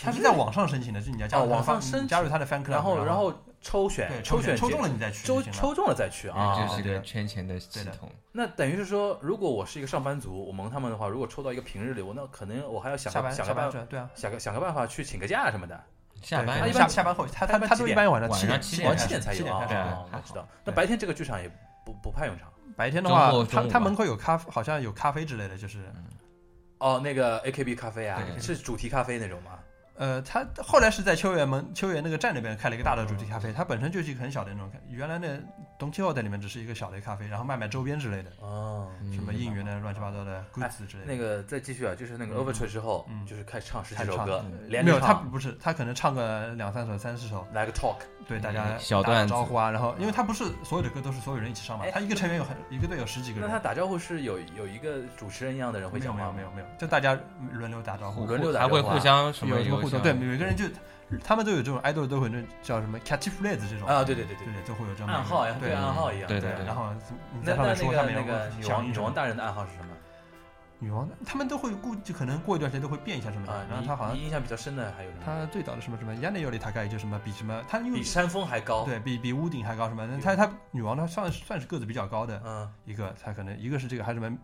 Speaker 3: 他是在网上申请的，就是你要加入
Speaker 1: 哦
Speaker 3: 他的
Speaker 1: 网上
Speaker 3: fan-
Speaker 1: 申请
Speaker 3: 加入他的 fan club，
Speaker 1: 然后然后抽
Speaker 3: 对
Speaker 1: 选
Speaker 3: 抽
Speaker 1: 选
Speaker 3: 抽中
Speaker 1: 了
Speaker 3: 了你再去就
Speaker 1: 抽
Speaker 3: 行了
Speaker 1: 抽中了再去
Speaker 2: 啊，
Speaker 1: 啊
Speaker 2: 这。是
Speaker 3: 对
Speaker 2: 个
Speaker 3: 的
Speaker 2: 圈钱的系统。
Speaker 1: 那等于是说，如果我是一个上班族，我蒙他们的话，如果抽到一个平日里，我那可能我还要想
Speaker 3: 下
Speaker 1: 个
Speaker 3: 班
Speaker 1: 想
Speaker 3: 下
Speaker 1: 个
Speaker 3: 班
Speaker 1: 办
Speaker 3: 是
Speaker 1: 法，
Speaker 3: 吧对啊，
Speaker 1: 想个想个办法去请个假什么的。
Speaker 2: 下
Speaker 3: 对
Speaker 2: 班
Speaker 3: 可
Speaker 1: 一
Speaker 3: 能
Speaker 2: 了
Speaker 1: 般
Speaker 3: 下下班后，他
Speaker 1: 下
Speaker 3: 他
Speaker 1: 班
Speaker 3: 他
Speaker 1: 几
Speaker 3: 都一
Speaker 1: 点
Speaker 3: 般晚上
Speaker 2: 晚
Speaker 3: 七
Speaker 2: 上
Speaker 3: 点
Speaker 2: 七
Speaker 1: 晚
Speaker 2: 点
Speaker 1: 上七
Speaker 3: 七
Speaker 1: 点才
Speaker 3: 七
Speaker 1: 有
Speaker 3: 点
Speaker 1: 啊，
Speaker 3: 开始。
Speaker 2: 对
Speaker 3: 对
Speaker 1: 哦我知道。那
Speaker 3: 对
Speaker 1: 白天这个剧场也不不派用场
Speaker 3: 白天的
Speaker 2: 周
Speaker 3: 话
Speaker 2: 末，
Speaker 3: 他
Speaker 2: 中午
Speaker 3: 他
Speaker 2: 吧
Speaker 3: 门口有咖，好像有咖啡之类的，就是
Speaker 1: 哦，那个 AKB 咖啡啊，
Speaker 2: 对
Speaker 1: 是主题咖啡那种吗？
Speaker 3: 呃，他后来是在秋园门秋园那个站那边开了一个大的主题咖啡，它本身就是一个很小的那种咖，原来的东七号在里面只是一个小的咖啡，然后卖卖周边之类的，
Speaker 1: 哦，
Speaker 3: 什么
Speaker 2: 嗯
Speaker 3: 应援的乱七八糟的 goods 之类的。
Speaker 1: 那个再继续啊，就是那个 Overture 之后，
Speaker 3: 嗯
Speaker 1: 就是开始唱十几
Speaker 3: 开始
Speaker 1: 首
Speaker 2: 嗯
Speaker 3: 唱嗯
Speaker 1: 歌，连
Speaker 3: 没
Speaker 1: 着
Speaker 3: 有，他
Speaker 1: 唱，
Speaker 3: 不是，他可能唱个两三首、三四首，
Speaker 1: 来个 Talk，
Speaker 3: 对大家
Speaker 2: 嗯小
Speaker 3: 打打
Speaker 2: 段子
Speaker 3: 招呼啊，然后因为他不是所有的歌都是所有人一起上嘛
Speaker 1: 哎，
Speaker 3: 他一个成员有很一个队有十几个
Speaker 1: 那
Speaker 3: 人
Speaker 1: 他，打招呼是有有一个主持人一样的人会
Speaker 3: 没有
Speaker 1: 讲
Speaker 3: 没
Speaker 1: 话
Speaker 3: 有
Speaker 1: 吗
Speaker 3: 没有没有，就大家轮流打招呼
Speaker 2: 互，
Speaker 1: 轮流打
Speaker 2: 还会
Speaker 1: 电话
Speaker 2: 互相什么
Speaker 3: 有什么互动？
Speaker 2: 相
Speaker 3: 对，每个人就他们都有这种 idol 都会那叫什么 catchphrase 这种
Speaker 1: 啊，对对对对
Speaker 3: 对对，都会有这样的
Speaker 1: 暗号呀，
Speaker 3: 对
Speaker 1: 暗号一样。
Speaker 2: 对
Speaker 3: 对，
Speaker 2: 对
Speaker 3: 然后你
Speaker 1: 那
Speaker 3: 在
Speaker 1: 那
Speaker 3: 上面
Speaker 1: 那
Speaker 3: 说
Speaker 1: 个
Speaker 3: 下面
Speaker 1: 那个
Speaker 3: 有
Speaker 1: 女
Speaker 3: 响
Speaker 1: 王
Speaker 3: 应
Speaker 1: 女
Speaker 3: 什
Speaker 1: 王
Speaker 3: 么
Speaker 1: 大人的暗号是什么？
Speaker 3: 女王，他们都会过，就可能过一段时间都会变一下什么
Speaker 1: 啊
Speaker 3: 的。，然后
Speaker 1: 你
Speaker 3: 他好像
Speaker 1: 你印象比较深的还有什么？
Speaker 3: 他最早的什么什么亚内尤里塔盖就什么比什么，他因为
Speaker 1: 比山峰还高。，
Speaker 3: 对比比屋顶还高什么，那他他女王她算算是个子比较高的
Speaker 1: 嗯，
Speaker 3: 一个，她可能一个是这个还有什么。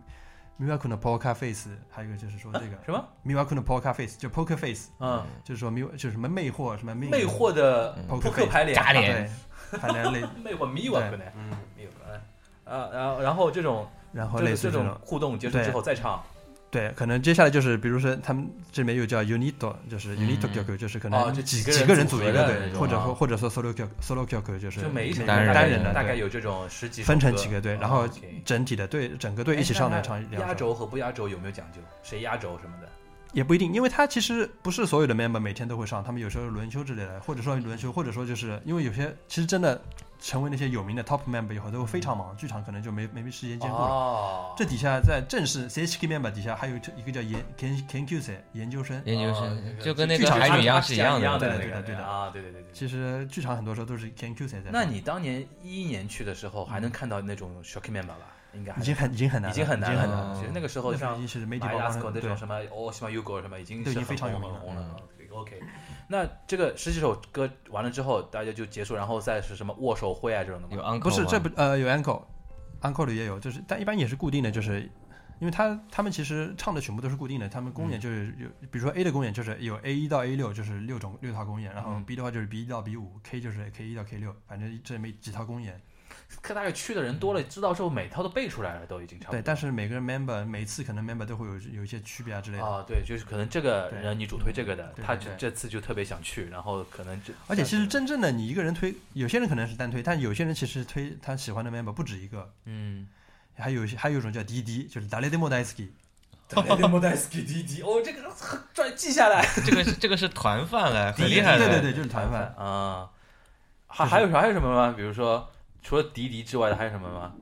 Speaker 3: Miracle 的 Poker Face，还有一个就是说这
Speaker 1: (laughs)
Speaker 3: 个
Speaker 1: 什么？
Speaker 3: Miracle 的 Poker Face，就 Poker Face，
Speaker 1: 嗯，
Speaker 3: 就是说 Mi 就是什么魅惑什么命运
Speaker 1: 魅惑的
Speaker 2: 嗯
Speaker 1: 扑
Speaker 3: Poker
Speaker 1: 克
Speaker 3: Face，
Speaker 1: 牌脸，
Speaker 2: 炸脸
Speaker 3: 啊对，反
Speaker 1: (laughs)
Speaker 3: 正类，
Speaker 1: 魅惑迷我可能，
Speaker 2: 嗯
Speaker 3: 嗯
Speaker 1: 迷我可能。啊，然后然后这种
Speaker 3: 然后
Speaker 1: 就
Speaker 3: 类
Speaker 1: 是
Speaker 3: 似
Speaker 1: 这
Speaker 3: 这
Speaker 1: 种
Speaker 3: 种，
Speaker 1: 互动结束之后再唱，
Speaker 3: 对，可能接下来就是，比如说他们这边又叫 unito，就是
Speaker 2: 嗯
Speaker 3: unito kyoko，就是可
Speaker 1: 哦
Speaker 3: 能
Speaker 1: 就几
Speaker 3: 几
Speaker 1: 个人
Speaker 3: 个人
Speaker 1: 组
Speaker 3: 组
Speaker 1: 合
Speaker 3: 一
Speaker 1: 的
Speaker 3: 个
Speaker 1: 那
Speaker 3: 队，
Speaker 1: 种
Speaker 3: 或者
Speaker 1: 啊
Speaker 3: 说或者说 solo kyoko solo kyoko 就是
Speaker 1: 就每一场
Speaker 2: 单人
Speaker 1: 单
Speaker 3: 单人的
Speaker 1: 大
Speaker 3: 对
Speaker 1: 概有这种十几首
Speaker 3: 分成
Speaker 1: 歌
Speaker 3: 几个队，
Speaker 1: 哦
Speaker 3: 然后
Speaker 1: OK
Speaker 3: 整体的队整个队一起
Speaker 1: 哎
Speaker 3: 上
Speaker 1: 那
Speaker 3: 来唱一两
Speaker 1: 压
Speaker 3: 首，
Speaker 1: 轴和不压轴有没有讲究？谁压轴什么的？
Speaker 3: 也不一定，因为他其实不是所有的 member 每天都会上，他们有时候轮休之类的，或者说轮休，或者说就是因为有些其实真的成为那些有名的 top member 以后都非常忙，剧场可能就没没时间兼顾了。
Speaker 1: 哦，
Speaker 3: 这底下在正式 CHK member 底下还有一个叫研研研究生研究生，
Speaker 2: 研究
Speaker 1: 哦
Speaker 2: 生
Speaker 1: 那个
Speaker 2: 就跟那
Speaker 3: 剧
Speaker 2: 个
Speaker 3: 场
Speaker 2: 韩语一样是
Speaker 1: 是
Speaker 2: 一样
Speaker 1: 的，
Speaker 2: 的，
Speaker 1: 那
Speaker 3: 对
Speaker 1: 个
Speaker 3: 的对的
Speaker 1: 啊，对对对对。
Speaker 3: 其实剧场很多时候都是 Ken Q 才在。
Speaker 1: 那你当年一一年去的时候，还能看到那种 shock member 吧？应该还
Speaker 3: 已经很已经很难
Speaker 1: 已
Speaker 3: 了，
Speaker 1: 经很难
Speaker 3: 已
Speaker 1: 了。
Speaker 3: 经很
Speaker 2: 难
Speaker 1: 了
Speaker 2: 了
Speaker 1: 其实那个时候
Speaker 3: 那时候
Speaker 1: 像
Speaker 3: 已经是媒体曝
Speaker 1: My
Speaker 3: 光
Speaker 1: Last
Speaker 3: 了
Speaker 1: Go 那
Speaker 3: 对
Speaker 1: 种什么 Oh Shima Yugo 什么，已经
Speaker 3: 对
Speaker 1: 是
Speaker 3: 已经
Speaker 1: 很
Speaker 3: 非常有
Speaker 1: 红
Speaker 3: 名
Speaker 1: 很
Speaker 3: 嗯
Speaker 1: 红
Speaker 2: 了
Speaker 1: 了。OK，那这个十几首歌完了之后，大家就结束，然后再是什么握手会啊这种的
Speaker 2: 有
Speaker 1: 吗？
Speaker 2: uncle
Speaker 3: 不是
Speaker 2: 吗
Speaker 3: 这不呃有 uncle，uncle 里也有，就是但一般也是固定的，就是因为他他们其实唱的曲目都是固定的，他们公演
Speaker 1: 嗯
Speaker 3: 就是有，比如说 A 的公演就是有 A 一到 A 六就是六种六套公演，然后
Speaker 1: 嗯
Speaker 3: B 的话就是 B 一到 B 五，K 就是 K 一到 K 六，反正这没几套公演。
Speaker 1: 可大概去的人多了，知道之后每套都背出来了，都已经差不多。
Speaker 3: 对，但是每个人 member 每次可能 member 都会有有一些区别啊之类的。
Speaker 1: 啊，对，就是可能这个
Speaker 3: 对
Speaker 1: 人你主推这个的，
Speaker 3: 对
Speaker 1: 他
Speaker 3: 对
Speaker 1: 就
Speaker 3: 对
Speaker 1: 这次就特别想去，然后可能这
Speaker 3: 而且其实
Speaker 1: 这
Speaker 3: 真正的你一个人推，有些人可能是单推，但有些人其实推他喜欢的 member 不止一个， (laughs)
Speaker 1: 嗯，
Speaker 3: 还有一些还有一种叫滴滴，就是 d a l e d e m o d a i s k i
Speaker 1: 哦，这个专记下来，
Speaker 2: 这个是这个是团饭嘞，很厉害的。
Speaker 3: 对对对，就是团饭。
Speaker 1: 哎啊，还还有啥还有什么吗？比如说除了迪迪之外的还有什么吗？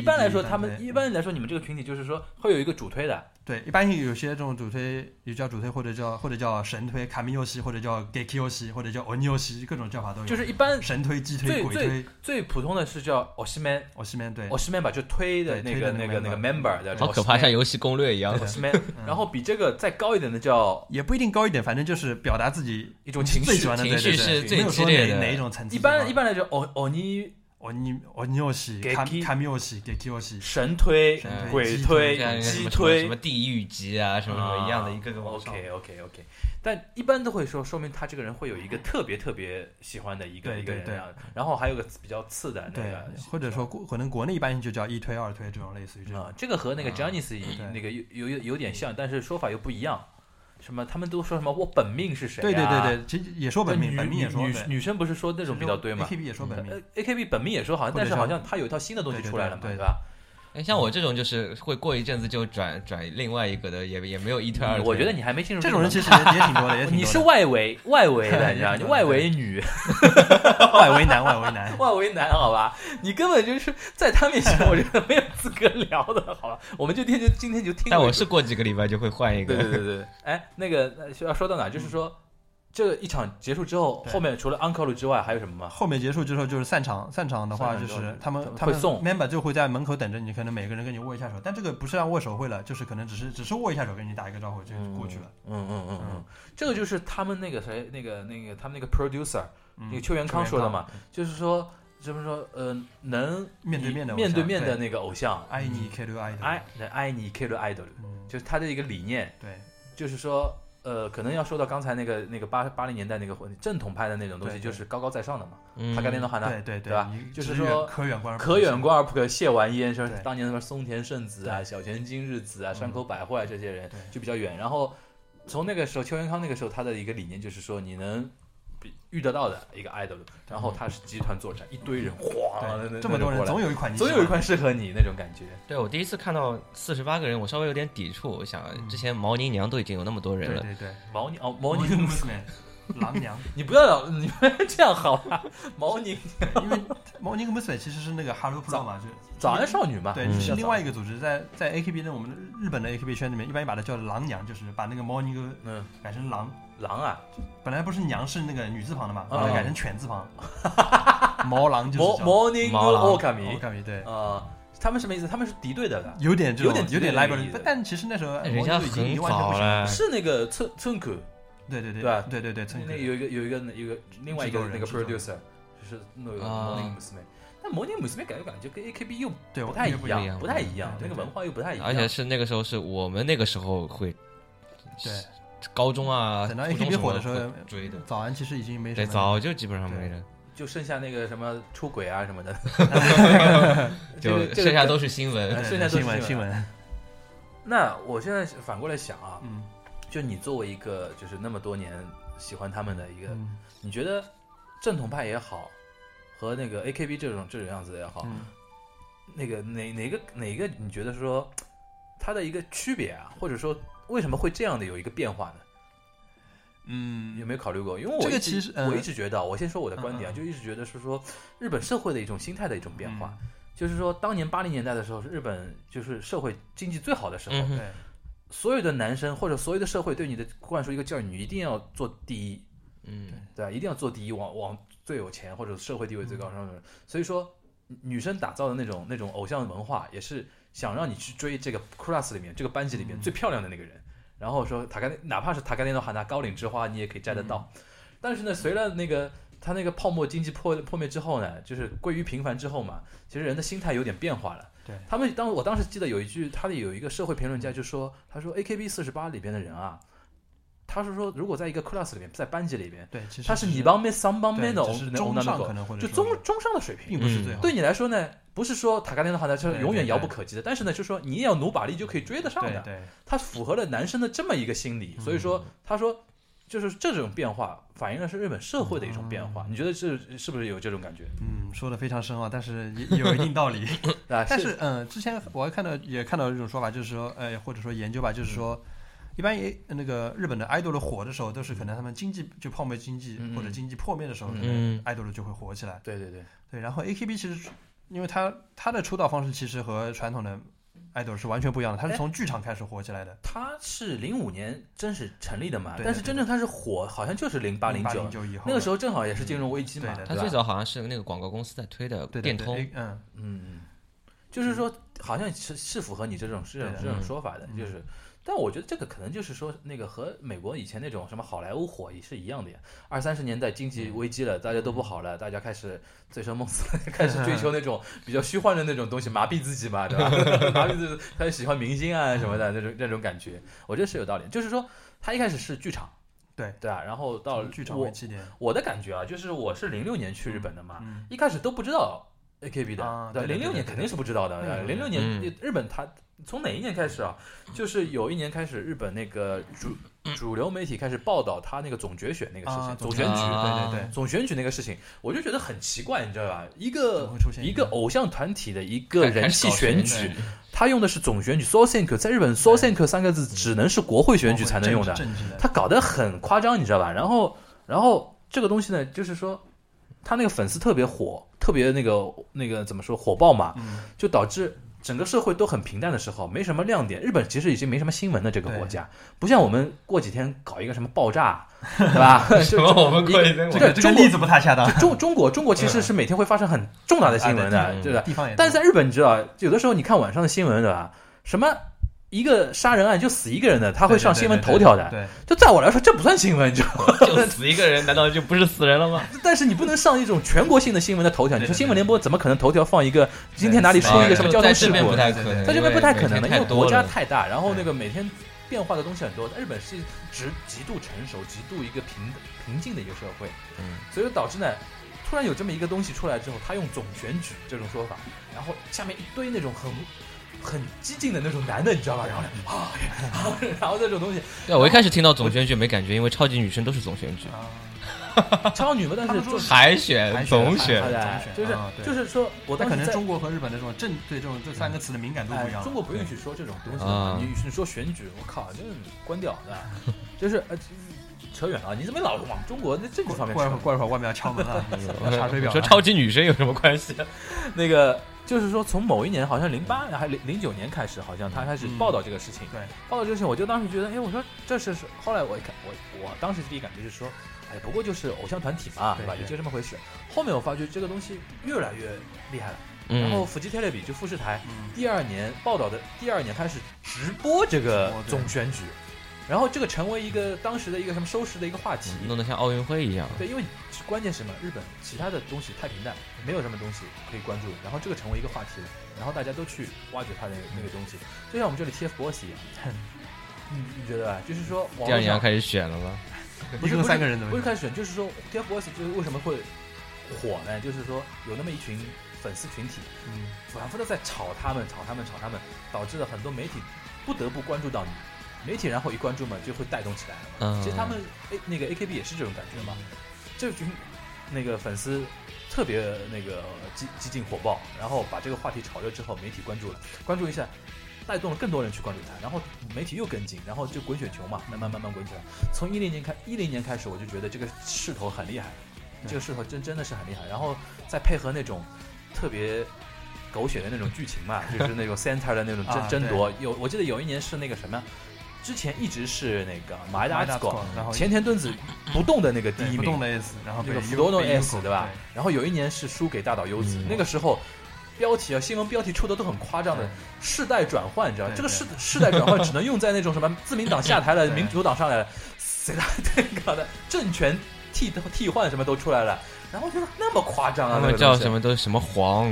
Speaker 1: 一
Speaker 3: 迪嗯
Speaker 1: 般来说，他
Speaker 3: 单
Speaker 1: 们
Speaker 3: 推
Speaker 1: 一般来说，你们这个群体就是说会有一个主推的，
Speaker 3: 对，一般有些这种主推，也叫主推，或者叫或者叫神推卡米优西，或者叫 g e k i 优西，或者叫 oni 优西，各种叫法都有。
Speaker 1: 就是一般
Speaker 3: 神推、鸡
Speaker 1: 最
Speaker 3: 推、鬼
Speaker 1: 最
Speaker 3: 推、
Speaker 1: 最普通的是叫 o s h i m a n
Speaker 3: 我西面对
Speaker 1: o，s h i m a n 吧，就推的
Speaker 3: 对
Speaker 1: 那
Speaker 3: 推
Speaker 1: 个
Speaker 3: 的
Speaker 1: 那
Speaker 3: 那
Speaker 1: 个
Speaker 3: 个嗯
Speaker 1: 那个 member 的，
Speaker 2: 好可怕，像游戏攻略一样
Speaker 1: o。s h i m a n 然后比这个再高一点的叫
Speaker 3: 也不一定高一点，反正就是表达自己
Speaker 1: 一种情
Speaker 3: 最
Speaker 1: 绪
Speaker 3: 喜，欢的
Speaker 2: 情绪
Speaker 3: 对对对
Speaker 2: 是最
Speaker 3: 没有说
Speaker 2: 激烈
Speaker 3: 哪
Speaker 2: 的
Speaker 3: 哪一种层次
Speaker 1: 一
Speaker 3: 最
Speaker 1: 般
Speaker 3: 高
Speaker 1: 一般来说，哦哦你
Speaker 3: oni oni 优西卡
Speaker 1: Geki
Speaker 3: 卡米优西 g e k i 优西，
Speaker 1: 神推、
Speaker 3: 神
Speaker 2: 推
Speaker 1: 鬼
Speaker 3: 击
Speaker 1: 推
Speaker 3: 推
Speaker 2: 像、那个什
Speaker 1: 击
Speaker 2: 么
Speaker 1: 推
Speaker 2: 什么地狱级啊，什么什么一样的，一个个往上。
Speaker 1: OK OK OK，但一般都会说，说明他这个人会有一个特别特别喜欢的一个
Speaker 3: 嗯对
Speaker 1: 一个
Speaker 3: 对
Speaker 1: 人啊，然后还有个比较次的那
Speaker 3: 对
Speaker 1: 个，，
Speaker 3: 或者说国可能国内一般就叫一推、二推这种类似于这种。
Speaker 1: 啊，这个和那个 j a n i c e
Speaker 3: 对
Speaker 1: 那个有有有有点像，但是说法又不一样。什么？他们都说什么我本命是谁、啊？
Speaker 3: 对对对，对，其实也说本命，
Speaker 1: 女
Speaker 3: 本命也说
Speaker 1: 女
Speaker 3: 对
Speaker 1: 女生不是说那种比较对吗
Speaker 3: a k b 也说本命，
Speaker 1: 呃？AKB 本命也说好像，
Speaker 3: 或
Speaker 1: 但是
Speaker 3: 者
Speaker 1: 好
Speaker 3: 像
Speaker 1: 像他有一套新的东西
Speaker 3: 对对
Speaker 1: 出来了嘛，
Speaker 3: 对对
Speaker 1: 吧？
Speaker 2: 哎，像我这种就是会过一阵子就转转另外一个的，也也没有一推二推。
Speaker 1: 嗯我觉得你还没进入
Speaker 3: 这
Speaker 1: 个
Speaker 3: 种人其实也也挺多的，
Speaker 1: (laughs)
Speaker 3: 也挺多的。
Speaker 1: 嗯你是外围外围的，
Speaker 3: 对
Speaker 1: 你知道吗？
Speaker 3: (laughs) 也
Speaker 1: 你
Speaker 3: 挺多的
Speaker 1: 外围女，
Speaker 3: 外为难，
Speaker 1: 啊
Speaker 3: 外
Speaker 1: (laughs)
Speaker 3: 为难。
Speaker 1: 外围男，好吧，你根本就是在他面前，我觉得没有资格聊的，好吧，我们就天就今天就听为主。
Speaker 2: 但我是过几个礼拜就会换一
Speaker 1: 对对
Speaker 2: 个。
Speaker 1: 对对对， (laughs) 哎，那个呃要说到哪儿？就是说，这一场结束之后，
Speaker 3: 对
Speaker 1: 后面除了 Uncle 之外，还有什么吗？
Speaker 3: 后面结束之后就是散场，散场的话就
Speaker 1: 散场之
Speaker 3: 是
Speaker 1: 后
Speaker 3: 他们
Speaker 1: 他
Speaker 3: 他
Speaker 1: 们会
Speaker 3: 们
Speaker 1: 送
Speaker 3: member 就会在门口等着你，可能每个人跟你握一下手，但这个不是让握手会了，就是可能只是只是握一下手，跟你打一个招呼就过去了。
Speaker 1: 嗯嗯嗯嗯
Speaker 3: 嗯，
Speaker 1: 这个就是他们那个谁，那个那个他们那个 producer，
Speaker 3: 嗯
Speaker 1: 那个邱元康说的嘛，就是说，就是说，呃，能
Speaker 3: 面对
Speaker 1: 你
Speaker 3: 面的偶
Speaker 1: 面对
Speaker 3: 像
Speaker 1: 面的
Speaker 3: 对
Speaker 1: 那个偶像，嗯
Speaker 3: 爱你 K 六爱的，
Speaker 1: 爱爱你 K 的 idol，
Speaker 3: 嗯，
Speaker 1: 就是他的一个理念。
Speaker 3: 对
Speaker 1: 就是说，呃，可能要说到刚才那个那个八八零年代那个正统派的那种东西，
Speaker 3: 对对
Speaker 1: 就是高高在上的嘛。
Speaker 2: 嗯
Speaker 1: 他干那的话呢，
Speaker 3: 对对
Speaker 1: 对吧
Speaker 3: 你
Speaker 1: 就是
Speaker 3: 只
Speaker 1: 说
Speaker 3: 远可远观而不
Speaker 1: 可远观而不可亵玩焉，说
Speaker 3: 对
Speaker 1: 当年什么松田圣子啊、小泉今日子啊、
Speaker 3: 嗯
Speaker 1: 山口百惠啊这些人
Speaker 3: 对
Speaker 1: 就比较远。然后从那个时候，邱元康那个时候他的一个理念就是说，你能比遇得到的一个 idol，然后他是集团作战，一堆人哗，啊那
Speaker 3: 嗯对，
Speaker 1: 那
Speaker 3: 这么多
Speaker 1: 那就过
Speaker 3: 人，总
Speaker 1: 来
Speaker 3: 有一嗯款你啊
Speaker 1: 总有一款适合你那种感觉。
Speaker 2: 对我第一次看到四十八个人，我稍微有点抵触。我想
Speaker 3: 嗯
Speaker 2: 之前毛宁娘都已经有那么多
Speaker 3: 喜
Speaker 2: 人
Speaker 3: 欢
Speaker 1: 啊
Speaker 2: 了，
Speaker 3: 对对对，
Speaker 1: 毛宁哦，毛
Speaker 3: 宁
Speaker 1: 宁， (laughs)
Speaker 3: 狼娘，
Speaker 1: 你不要老 (laughs) 你不要这样好吧？毛宁
Speaker 3: 因为毛宁 Musme 其实是那个 Hello Pro 嘛，就
Speaker 1: 早安少女嘛，
Speaker 3: 对，
Speaker 2: 嗯
Speaker 3: 是另外一个组织，在在 AKB 的我们日本的 AKB 圈里面，一般把它叫狼娘，就是把那个 morning
Speaker 1: 嗯，
Speaker 3: 改成狼，
Speaker 1: 狼啊，
Speaker 3: 本来不是娘是那个女字旁的嘛，
Speaker 1: 嗯
Speaker 3: 把它改成犬字旁，毛狼就
Speaker 1: 魔
Speaker 3: 是叫
Speaker 1: 魔宁
Speaker 2: 猫狼
Speaker 1: 奥卡米
Speaker 3: 我，感觉对，
Speaker 1: 呃，他们什么意思？他们是敌对的吧？
Speaker 3: 有点这种
Speaker 1: 有点
Speaker 3: 有
Speaker 1: 有
Speaker 3: 点
Speaker 1: 点这个
Speaker 3: library，
Speaker 1: 意思
Speaker 3: 但其实那时候
Speaker 2: 哎人家
Speaker 3: Morning 已经已
Speaker 2: 很
Speaker 3: 经完全不
Speaker 2: 早
Speaker 3: 是了，
Speaker 2: 了。
Speaker 1: 是那个村村口，
Speaker 3: 对对
Speaker 1: 对吧
Speaker 3: 对对对对，
Speaker 1: 那
Speaker 3: 村
Speaker 1: 个
Speaker 3: 口
Speaker 1: 有一个有一个有一个另外一个
Speaker 3: 制作人
Speaker 1: 那个
Speaker 3: 制作人
Speaker 1: producer，就是那个
Speaker 2: 啊
Speaker 1: 魔宁姆斯妹。但魔宁姆斯妹感觉感觉跟 AKB 又
Speaker 3: 对
Speaker 1: 不太
Speaker 3: 我
Speaker 1: 一
Speaker 3: 觉得
Speaker 2: 一
Speaker 1: 样，
Speaker 2: 样
Speaker 1: 不太一样，那
Speaker 3: 对对
Speaker 1: 个
Speaker 3: 对
Speaker 1: 文化又不太一样。
Speaker 2: (laughs) 而且是那个时候是我们那个时候会，
Speaker 3: 对，
Speaker 2: 高中啊，
Speaker 3: 等到
Speaker 2: 初中
Speaker 3: AKB 火的时候
Speaker 2: 什么会追的，
Speaker 3: 早安其实已经没什
Speaker 2: 对，
Speaker 3: 么
Speaker 2: 早就基本上没人，
Speaker 1: 就剩下那个什么出轨啊什么的，这
Speaker 2: 就
Speaker 1: 个这个
Speaker 2: 剩下都是新闻。 (laughs)
Speaker 1: 哎剩下都是
Speaker 3: 新闻
Speaker 1: 新
Speaker 3: 新闻，
Speaker 1: 那我现在反过来想啊，
Speaker 3: 嗯
Speaker 1: 就你作为一个就是那么多年喜欢他们的一个，
Speaker 3: 嗯
Speaker 1: 你觉得正统派也好，和那个 AKB 这种这种样子也好，
Speaker 3: 嗯，
Speaker 1: 那个哪哪个哪个你觉得说它的一个区别啊，或者说为什么会这样的有一个变化呢？
Speaker 3: 嗯
Speaker 1: 有没有考虑过？因为我
Speaker 3: 这个
Speaker 1: 一直
Speaker 3: 其实呃
Speaker 1: 我一直觉得啊，我先说我的观点啊，
Speaker 3: 嗯嗯嗯
Speaker 1: 就一直觉得是说日本社会的一种心态的一种变化。，
Speaker 3: 嗯
Speaker 1: 就是说，当年八零年代的时候，是日本就是社会经济最好的时候，
Speaker 2: 嗯哼
Speaker 3: 对，
Speaker 1: 所有的男生或者所有的社会对你的灌输一个教育，你一定要做第一，
Speaker 2: 嗯
Speaker 1: 对吧？啊一定要做第一，往往最有钱或者社会地位最
Speaker 3: 嗯
Speaker 1: 高上的人。所以说，女生打造的那种那种偶像文化，也是想让你去追这个 class 里面这个班级里面
Speaker 3: 嗯
Speaker 1: 最漂亮的那个人。然后说塔甘，哪怕是塔甘内诺哈纳高岭之花，你也可以摘得到。
Speaker 3: 嗯
Speaker 1: 但是呢，随着那个他那个泡沫经济破破灭之后呢，就是归于平凡之后嘛，其实人的心态有点变化了。
Speaker 3: 对
Speaker 1: 他们当我当时记得有一句，他的有一个社会评论家就说，他说 A K B 四十八里边的人啊，他是说如果在一个 class 里面，在班级里边，
Speaker 3: 对，其实
Speaker 1: 他是
Speaker 3: 只
Speaker 1: 你帮妹三帮妹的
Speaker 3: 对只是中上可能或者
Speaker 1: 就
Speaker 3: 说嗯
Speaker 1: 中中上的水
Speaker 3: 并
Speaker 1: 平。
Speaker 3: 不是最好，
Speaker 1: 对你来说呢，不是说塔甘内诺哈纳就是
Speaker 3: 对
Speaker 1: 永远
Speaker 3: 对
Speaker 1: 遥
Speaker 3: 对
Speaker 1: 不可及的，但是呢，就是说你也要努把力就可以追得上
Speaker 3: 对
Speaker 1: 的。
Speaker 3: 对，
Speaker 1: 它符合了男生的这么一个心理，所以说他说就是这种变化反映的是日本社会的一种变化。你觉得这是不是有这种感觉？
Speaker 3: 嗯，说的非常深奥，但是也也有一定道 (laughs) 理。
Speaker 1: 啊，
Speaker 3: 但是嗯，之前我还看到也看到一种说法，就是说，呃，或者说研究吧，就是说，一般也那个日本的 idol 火的时候，都是可能他们经济就泡沫经济
Speaker 1: 嗯嗯
Speaker 3: 或者经济破灭的时候，可能
Speaker 2: 嗯
Speaker 3: idol 就会火起来。
Speaker 1: 对对对，
Speaker 3: 对，然后 AKB 其实因为它它的出道方式其实和传统的 idol 是完全不一样
Speaker 1: 哎
Speaker 3: 的，它是从剧场开始火起来的。
Speaker 1: 它是零五年真是成立的嘛，
Speaker 3: 对
Speaker 1: 但是真正它是火，好像就是零八零
Speaker 3: 八
Speaker 1: 九
Speaker 3: 零，九以后
Speaker 1: 那个时候正好也是金融危机嘛，
Speaker 3: 对的
Speaker 2: 他
Speaker 1: 吧
Speaker 2: 最早好像是那个广告公司在推的
Speaker 3: 对对
Speaker 2: 电
Speaker 3: 对
Speaker 2: 通，
Speaker 3: A- 嗯，
Speaker 1: 嗯，嗯，就是说，好像是是符合你这种这种
Speaker 3: 对的
Speaker 1: 这种
Speaker 2: 嗯
Speaker 1: 说法的，就是，但我觉得这个可能就是说，那个和美国以前那种什么好莱坞火也是一样的呀。二三十年代经济危机了，
Speaker 3: 嗯
Speaker 1: 大家都不好了，大家开始醉生梦死
Speaker 3: (laughs)
Speaker 1: 了，开始追求那种比较虚幻的那种东西，麻痹自己嘛，对
Speaker 3: (laughs)
Speaker 1: 吧？麻痹自己，开始喜欢明星啊什么的那种那种感觉，我觉得是有道理。就是说，他一开始是剧场，
Speaker 3: 对
Speaker 1: 对啊，然后到
Speaker 3: 从剧场
Speaker 1: 我
Speaker 3: 为起点。
Speaker 1: 我的感觉啊，就是我是零六年去日本的嘛，
Speaker 3: 嗯，
Speaker 1: 一开始都不知道 AKB 的，
Speaker 3: 啊
Speaker 1: 对，
Speaker 3: 对
Speaker 1: 零
Speaker 3: 对
Speaker 1: 六
Speaker 3: 对
Speaker 1: 年
Speaker 3: 对嗯
Speaker 1: 肯定是不知道
Speaker 3: 对
Speaker 1: 的。
Speaker 3: 对
Speaker 1: 零六
Speaker 3: 对
Speaker 2: 对
Speaker 1: 年日本它从哪一年开始啊？就是有一年开始，日本那个主主流媒体开始报道他那个总决选那个事情，
Speaker 3: 啊
Speaker 1: 总
Speaker 3: 总
Speaker 1: 选
Speaker 3: 决
Speaker 1: 举，
Speaker 2: 选
Speaker 1: 对
Speaker 2: 啊
Speaker 1: 对对，总选举那个事情，我就觉得很奇怪，你知道吧？一
Speaker 3: 怎
Speaker 1: 个
Speaker 3: 么会出现
Speaker 1: 一
Speaker 3: 个
Speaker 1: 个偶像团体的一个人气选
Speaker 2: 选
Speaker 1: 举，，他用的是总选举 s o s e n k 在日本 s o s e n k 三个字只能是国会选举才能用的，
Speaker 3: 政治的
Speaker 1: 他搞得很夸张，你知道吧？然后，然后这个东西呢，就是说，他那个粉丝特别火，特别那个那个怎么说火爆嘛，
Speaker 3: 嗯
Speaker 1: 就导致整个社会都很平淡的时候，没什么亮点。日本其实已经没什么新闻的这个国家，不像我们过几天搞一个什么爆炸，对吧？
Speaker 2: (laughs)
Speaker 1: (laughs)
Speaker 2: 什
Speaker 3: (laughs)
Speaker 1: 就
Speaker 2: 么我们过一
Speaker 1: 这
Speaker 2: 阵
Speaker 1: 个
Speaker 2: 我
Speaker 3: 这个
Speaker 1: 中国
Speaker 3: 例子不太恰当，
Speaker 1: 中中国中国其实是每天会发生很重大的新闻
Speaker 3: 啊
Speaker 1: 的，
Speaker 2: 对
Speaker 1: 对吧？
Speaker 3: 地方也
Speaker 1: 但是在日本，你知道，有的时候你看晚上的新闻，对吧？什么一个杀人案就死一个人的，他
Speaker 3: 他
Speaker 1: 会上新闻头条的。
Speaker 3: 对，
Speaker 1: 就在我来说，这不算新闻，你知道吗
Speaker 2: 就死一个人，难道就不是死人了吗？
Speaker 1: 但是你不能上一种全国性的新闻的头条。你
Speaker 3: 对
Speaker 1: 说
Speaker 3: 对
Speaker 1: 新闻联播怎么可能头条放一个今天哪 (laughs) 里出了一个什么交通事
Speaker 2: 啊在这边
Speaker 1: 故
Speaker 2: 不？太可能，
Speaker 1: 在这边不太可能的，
Speaker 2: 的，
Speaker 1: 因为国家
Speaker 2: 太多了
Speaker 1: 太大，然后那个每天变化的东西很多。但日本是极极度成熟、极度一个平平静的一个社会，
Speaker 2: 嗯
Speaker 1: 所以导致呢，突然有这么一个东西出来之后，他用总选举这种说法，然后下面一堆那种很。很激进的那种男的，你知道吧？然后呢，啊， (laughs) 然后然后这种东西，
Speaker 2: 对，我一开始听到总选举没感觉，因为超级女生都是总选举，
Speaker 3: 啊
Speaker 1: 超女嘛，但
Speaker 3: 他
Speaker 1: 是
Speaker 3: 们
Speaker 1: 就
Speaker 3: 说
Speaker 1: 是
Speaker 2: 海选、
Speaker 3: 海选
Speaker 2: 总
Speaker 1: 好
Speaker 2: 选，
Speaker 1: 的，
Speaker 3: 选
Speaker 1: 就是
Speaker 3: 啊对
Speaker 1: 就是说，我
Speaker 3: 那
Speaker 1: 当
Speaker 3: 可
Speaker 1: 时
Speaker 3: 能
Speaker 1: 在
Speaker 3: 中国和日本的这种政对这种这三个词的敏感度不
Speaker 1: 哎
Speaker 3: 一样。
Speaker 1: 中国不允许说这种东西的
Speaker 2: 啊
Speaker 1: 你你说选举，我靠，就是关掉的，就是呃，扯远了。你怎么老往中国那政治方面哎
Speaker 3: 过一会
Speaker 1: 扯
Speaker 3: 儿？过一会儿外面要敲门了，要查水
Speaker 1: 啊
Speaker 3: 表了。
Speaker 2: 说超级女生有什么关系？啊
Speaker 1: 那个就是说，从某一年，好像零八还零零九年开始，好像他开始
Speaker 3: 嗯
Speaker 1: 报道这个事情。
Speaker 3: 对，
Speaker 1: 报道这个事情，我就当时觉得，哎，我说这是是。后来我一看，我我当时第一感觉就是说，哎，不过就是偶像团体嘛，
Speaker 3: 对
Speaker 1: 吧？
Speaker 3: 对
Speaker 1: 也就这么回事。后面我发觉这个东西越来越厉害了，然后
Speaker 2: 嗯，
Speaker 1: 腹肌 t e 比就富士台，
Speaker 3: 嗯，
Speaker 1: 第二年报道的第二年开始直播这个
Speaker 3: 直播对
Speaker 1: 总选举，然后这个成为一个当时的一个什么收视的一个话题。
Speaker 2: 嗯
Speaker 3: 嗯
Speaker 2: 弄得像奥运会一样，
Speaker 1: 对，因为关键是什么？日本其他的东西太平淡，没有什么东西可以关注，然后这个成为一个话题，然后大家都去挖掘它的那个东西，
Speaker 3: 嗯
Speaker 1: 就像我们这里 TFBOYS 一样。
Speaker 3: (laughs)
Speaker 1: 你啊你觉得吧？就是说网
Speaker 2: 第
Speaker 1: 络
Speaker 2: 二年要
Speaker 1: 上
Speaker 2: 开始选了吗？
Speaker 1: 不
Speaker 3: 一
Speaker 1: 是
Speaker 3: 共
Speaker 1: 不
Speaker 3: 三
Speaker 1: 是
Speaker 3: 个人怎
Speaker 1: 不
Speaker 3: 么
Speaker 1: 是？开始选，就是说 TFBOYS 就是为什么会火呢？就是说有那么一群粉丝群体，
Speaker 3: 嗯，
Speaker 1: 反复的在炒他们、炒他们、炒他们，导致了很多媒体不得不关注到你，媒体然后一关注嘛，就会带动起来。
Speaker 2: 嗯，
Speaker 1: 其实他们 A 那个 AKB 也是这种感觉嘛，这群那个粉丝特别那个激激进火爆，然后把这个话题炒热之后，媒体关注了，关注一下，带动了更多人去关注他，然后媒体又跟进，然后就滚雪球嘛，慢慢慢慢滚起来。从一零年开一零年开始，我就觉得这个势头很厉害，
Speaker 3: 对
Speaker 1: 这个势头真真的是很厉害，然后再配合那种特别。狗血的那种剧情
Speaker 3: (laughs)
Speaker 1: 嘛，就是那种 center 的那种
Speaker 3: 啊
Speaker 1: 争争夺。有我记得有一年是那个什么呀，之前一直是那个马达
Speaker 3: My
Speaker 1: 斯
Speaker 3: Dad
Speaker 1: 狗，
Speaker 3: Squad，然后
Speaker 1: 前田敦子不动的那个第
Speaker 3: 对
Speaker 1: 一
Speaker 3: 不
Speaker 1: 名
Speaker 3: 动，的 S，然后
Speaker 1: 那
Speaker 3: 被
Speaker 1: 个
Speaker 3: U-
Speaker 1: 福多诺
Speaker 3: 被
Speaker 1: S 对吧？然后有一年是输给大岛优子
Speaker 2: 嗯，
Speaker 1: 那个时候标题啊新闻标题出的都很夸张的
Speaker 3: 对，
Speaker 1: 世代转换，你知道
Speaker 3: 对
Speaker 1: 这个
Speaker 3: 对
Speaker 1: 世 (laughs) 世代转换只能用在那种什
Speaker 3: (laughs)
Speaker 1: 么自民党下台了，
Speaker 3: 对
Speaker 1: 民主党上来了，谁来这个的政权替替换什么都出来了，然后觉得那么夸张啊，
Speaker 2: 他
Speaker 1: 那
Speaker 2: 们
Speaker 1: 个
Speaker 2: 叫
Speaker 1: 东西
Speaker 2: 什？么都是什么黄，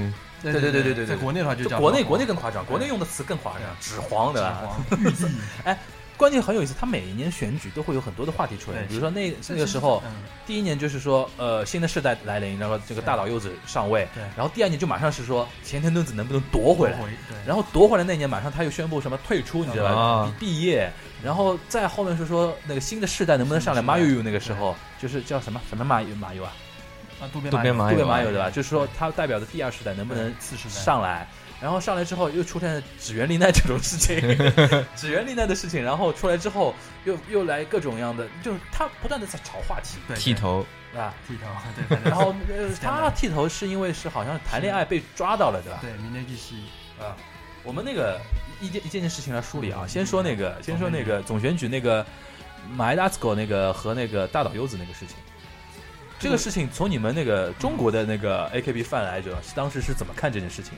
Speaker 3: 对
Speaker 1: 对对对
Speaker 3: 对
Speaker 1: 对对
Speaker 3: 在国内的话就
Speaker 1: 就
Speaker 3: 叫
Speaker 1: 国内
Speaker 3: 黄
Speaker 1: 国内更夸张，国内用的词更夸张，纸黄对
Speaker 3: 纸
Speaker 1: 吧？
Speaker 3: 黄寓意，
Speaker 1: 关键很有意思，他每一年选举都会有很多的话题出来，
Speaker 3: 对
Speaker 1: 比如说那
Speaker 3: 这
Speaker 1: (laughs) 那个时候，
Speaker 3: 其实嗯
Speaker 1: 第一年就是说，呃，新的世代来临，然后这个大岛柚子上位，
Speaker 3: 对
Speaker 1: 然后第二年就马上是说前田敦子能不能夺回来，
Speaker 3: 回对
Speaker 1: 然后夺回来那年马上他又宣布什么退出，你知道吧？
Speaker 2: 啊
Speaker 1: 毕业，然后再后面是说那个新的世代能不能上来？
Speaker 3: 新的
Speaker 1: 马
Speaker 3: 世代
Speaker 1: 友友那个时候就是叫什么什么马友马友啊，
Speaker 3: 啊渡边
Speaker 2: 渡边
Speaker 3: 麻
Speaker 2: 麻
Speaker 1: 渡
Speaker 2: 友
Speaker 1: 边
Speaker 2: 啊
Speaker 1: 马友对吧？嗯就是说他代表的第二世代能不能
Speaker 3: 四十代
Speaker 1: 上来？然后上来之后又出现了指原丽奈这种事情， (laughs) 指原丽奈的事情，然后出来之后又又来各种样的，就是他不断的在炒话题，
Speaker 3: 对
Speaker 2: 剃
Speaker 3: 对
Speaker 2: 头，
Speaker 1: 对吧？
Speaker 3: 剃头
Speaker 1: (laughs)
Speaker 3: 对，反正
Speaker 1: 然后呃
Speaker 3: 这样的
Speaker 1: 他剃头是因为是好像谈恋爱被抓到了，对吧？
Speaker 3: 对明内技是
Speaker 1: 啊，我们那个一件一件件事情来梳理啊，先说那个，先说那个总选举那个马伊达斯狗那个和那个大岛优子那个事情。这个事情从你们那个中国的那个 AKB 范来着，当时是怎么看这件事情？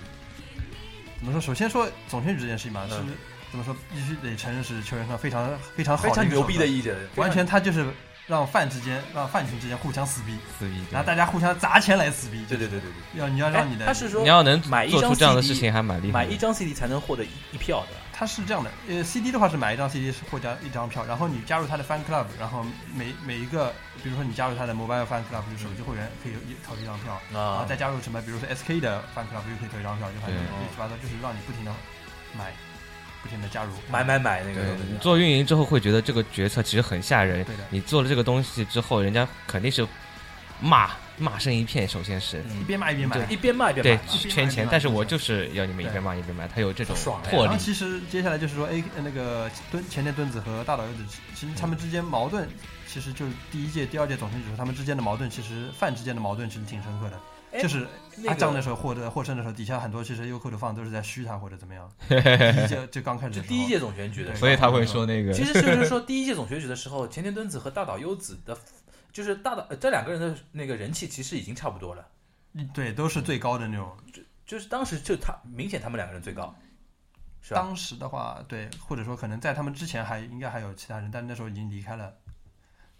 Speaker 3: 怎么说？首先说总选举这件事情嘛，是
Speaker 1: 嗯
Speaker 3: 怎么说？必须得承认是邱元康非常非常好
Speaker 1: 非常
Speaker 3: 一个
Speaker 1: 牛逼
Speaker 3: 手
Speaker 1: 的
Speaker 3: 段
Speaker 1: 意见，
Speaker 3: 完全他就是让饭之间让饭群之间互相撕逼，
Speaker 2: 撕逼
Speaker 3: 然
Speaker 2: 对。
Speaker 3: 后大家互相砸钱来撕逼，
Speaker 1: 对
Speaker 3: 就是
Speaker 1: 对对对对。
Speaker 3: 要你要让你的
Speaker 1: 哎他是说
Speaker 2: 你要能
Speaker 1: 买一
Speaker 2: 做
Speaker 1: 张
Speaker 2: 出这样的
Speaker 1: CD
Speaker 2: 事情，还蛮厉害
Speaker 1: 买
Speaker 2: 的。
Speaker 1: 一张 CD 才能获得一一票的，
Speaker 3: 它是这样的，呃，CD 的话是买一张 CD 是获加一张票，然后你加入他的 fan club，然后每每一个，比如说你加入他的 mobile fan club，就是手机会员可以一投一张票，然后
Speaker 1: 啊
Speaker 3: 再加入什么，比如说 SK 的 fan club 又可以投一张票，就反正
Speaker 2: 对
Speaker 3: 乱七八糟，就是让你不停的买，不停的加入，
Speaker 1: 买买买那个
Speaker 2: 对
Speaker 1: 东西啊
Speaker 2: 你做运营之后，会觉得这个决策其实很吓人
Speaker 3: 对的。
Speaker 2: 你做了这个东西之后，人家肯定是骂骂声一片，首先是
Speaker 1: 嗯
Speaker 3: 一边卖一边买。
Speaker 1: 一边卖一边
Speaker 2: 对
Speaker 1: 买嘛，哎
Speaker 2: 圈钱
Speaker 3: 一边骂一边，买
Speaker 2: 但是我就是要你们一边骂一边买，他有这种
Speaker 1: 爽呀
Speaker 2: 魄
Speaker 3: 然
Speaker 2: 力 (laughs)
Speaker 3: 后。其实接下来就是说，A 呃那个敦前田敦子和大岛优子，其实他们之间矛盾，其实就是第一届、第二届总选举时候，他们之间的矛盾，其实饭之间的矛盾其实挺深刻的。
Speaker 1: 哎
Speaker 3: 就是
Speaker 1: 那个
Speaker 3: 阿仗的时候或者获胜的时候，底下很多其实优酷的放都是在虚他或者怎么样。第一届就刚开始
Speaker 1: 就
Speaker 3: 的时候，
Speaker 1: 第一届总选举的时候
Speaker 2: 所以他会说那个
Speaker 1: 其实就是说，第一届总选举的时候，前田敦子和大岛优子的，就是大岛呃这两个人的那个人气其实已经差不多了，
Speaker 3: 嗯对都是最高的那种。
Speaker 1: 就是当时就他明显他们两个人最高，是吧？
Speaker 3: 当时的话，对，或者说可能在他们之前还应该还有其他人，但那时候已经离开了。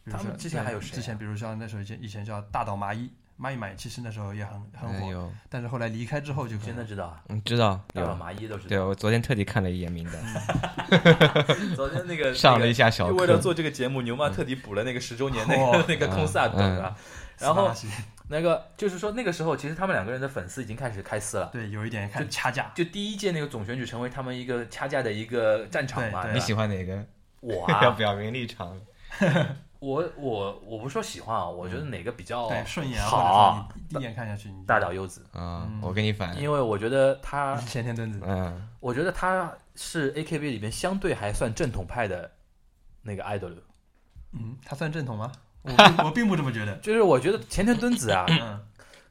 Speaker 3: 比如说
Speaker 1: 他们之前
Speaker 3: 对
Speaker 1: 还有谁啊
Speaker 3: 之前比如像那时候以前以前叫大岛麻衣，麻衣麻衣，其实那时候也很很
Speaker 2: 哎
Speaker 3: 火，
Speaker 2: 呦，
Speaker 3: 但是后来离开之后就可
Speaker 1: 真的
Speaker 3: 能
Speaker 1: 知道啊，
Speaker 2: 嗯，知道
Speaker 1: 大岛
Speaker 2: 有。
Speaker 1: 麻衣都是
Speaker 2: 对，我昨天特地看了一眼名单，
Speaker 1: 昨天
Speaker 2: (laughs)
Speaker 1: 那个
Speaker 2: 上了一
Speaker 1: 下
Speaker 2: 下小
Speaker 1: 为了
Speaker 2: 课。
Speaker 1: 做这个节目，牛妈特地补了那个十周年那
Speaker 3: 哦
Speaker 1: 个那个空萨啊懂
Speaker 2: 嗯
Speaker 1: 吧？然后
Speaker 3: 斯巴达西
Speaker 1: 那个就是说那个时候，其实他们两个人的粉丝已经开始开撕了。
Speaker 3: 对有一点看掐架，
Speaker 1: 就第一届那个总选举成为他们一个掐架的一个战场嘛，
Speaker 3: 对
Speaker 1: 对啊
Speaker 2: 你
Speaker 1: 吧
Speaker 2: 喜欢哪个？
Speaker 1: 我
Speaker 2: (laughs)
Speaker 1: 啊，
Speaker 2: 要表明立场。
Speaker 1: 我我我不说喜欢啊，我觉
Speaker 2: 嗯
Speaker 1: 得哪个比较
Speaker 3: 对顺眼啊，
Speaker 1: 好
Speaker 3: 或者说你第一眼看下去，你
Speaker 1: 大岛优子，
Speaker 2: 啊
Speaker 3: 嗯，
Speaker 2: 我跟你反。
Speaker 1: 因为我觉得他
Speaker 3: 你是，前田敦子，
Speaker 2: 嗯，
Speaker 1: 我觉得他是 AKB 里面相对还算正统派的那个 idol，，
Speaker 3: 嗯，他算正统吗？我并我并不这么觉得
Speaker 1: 就是我觉得前田敦子啊，
Speaker 3: 嗯，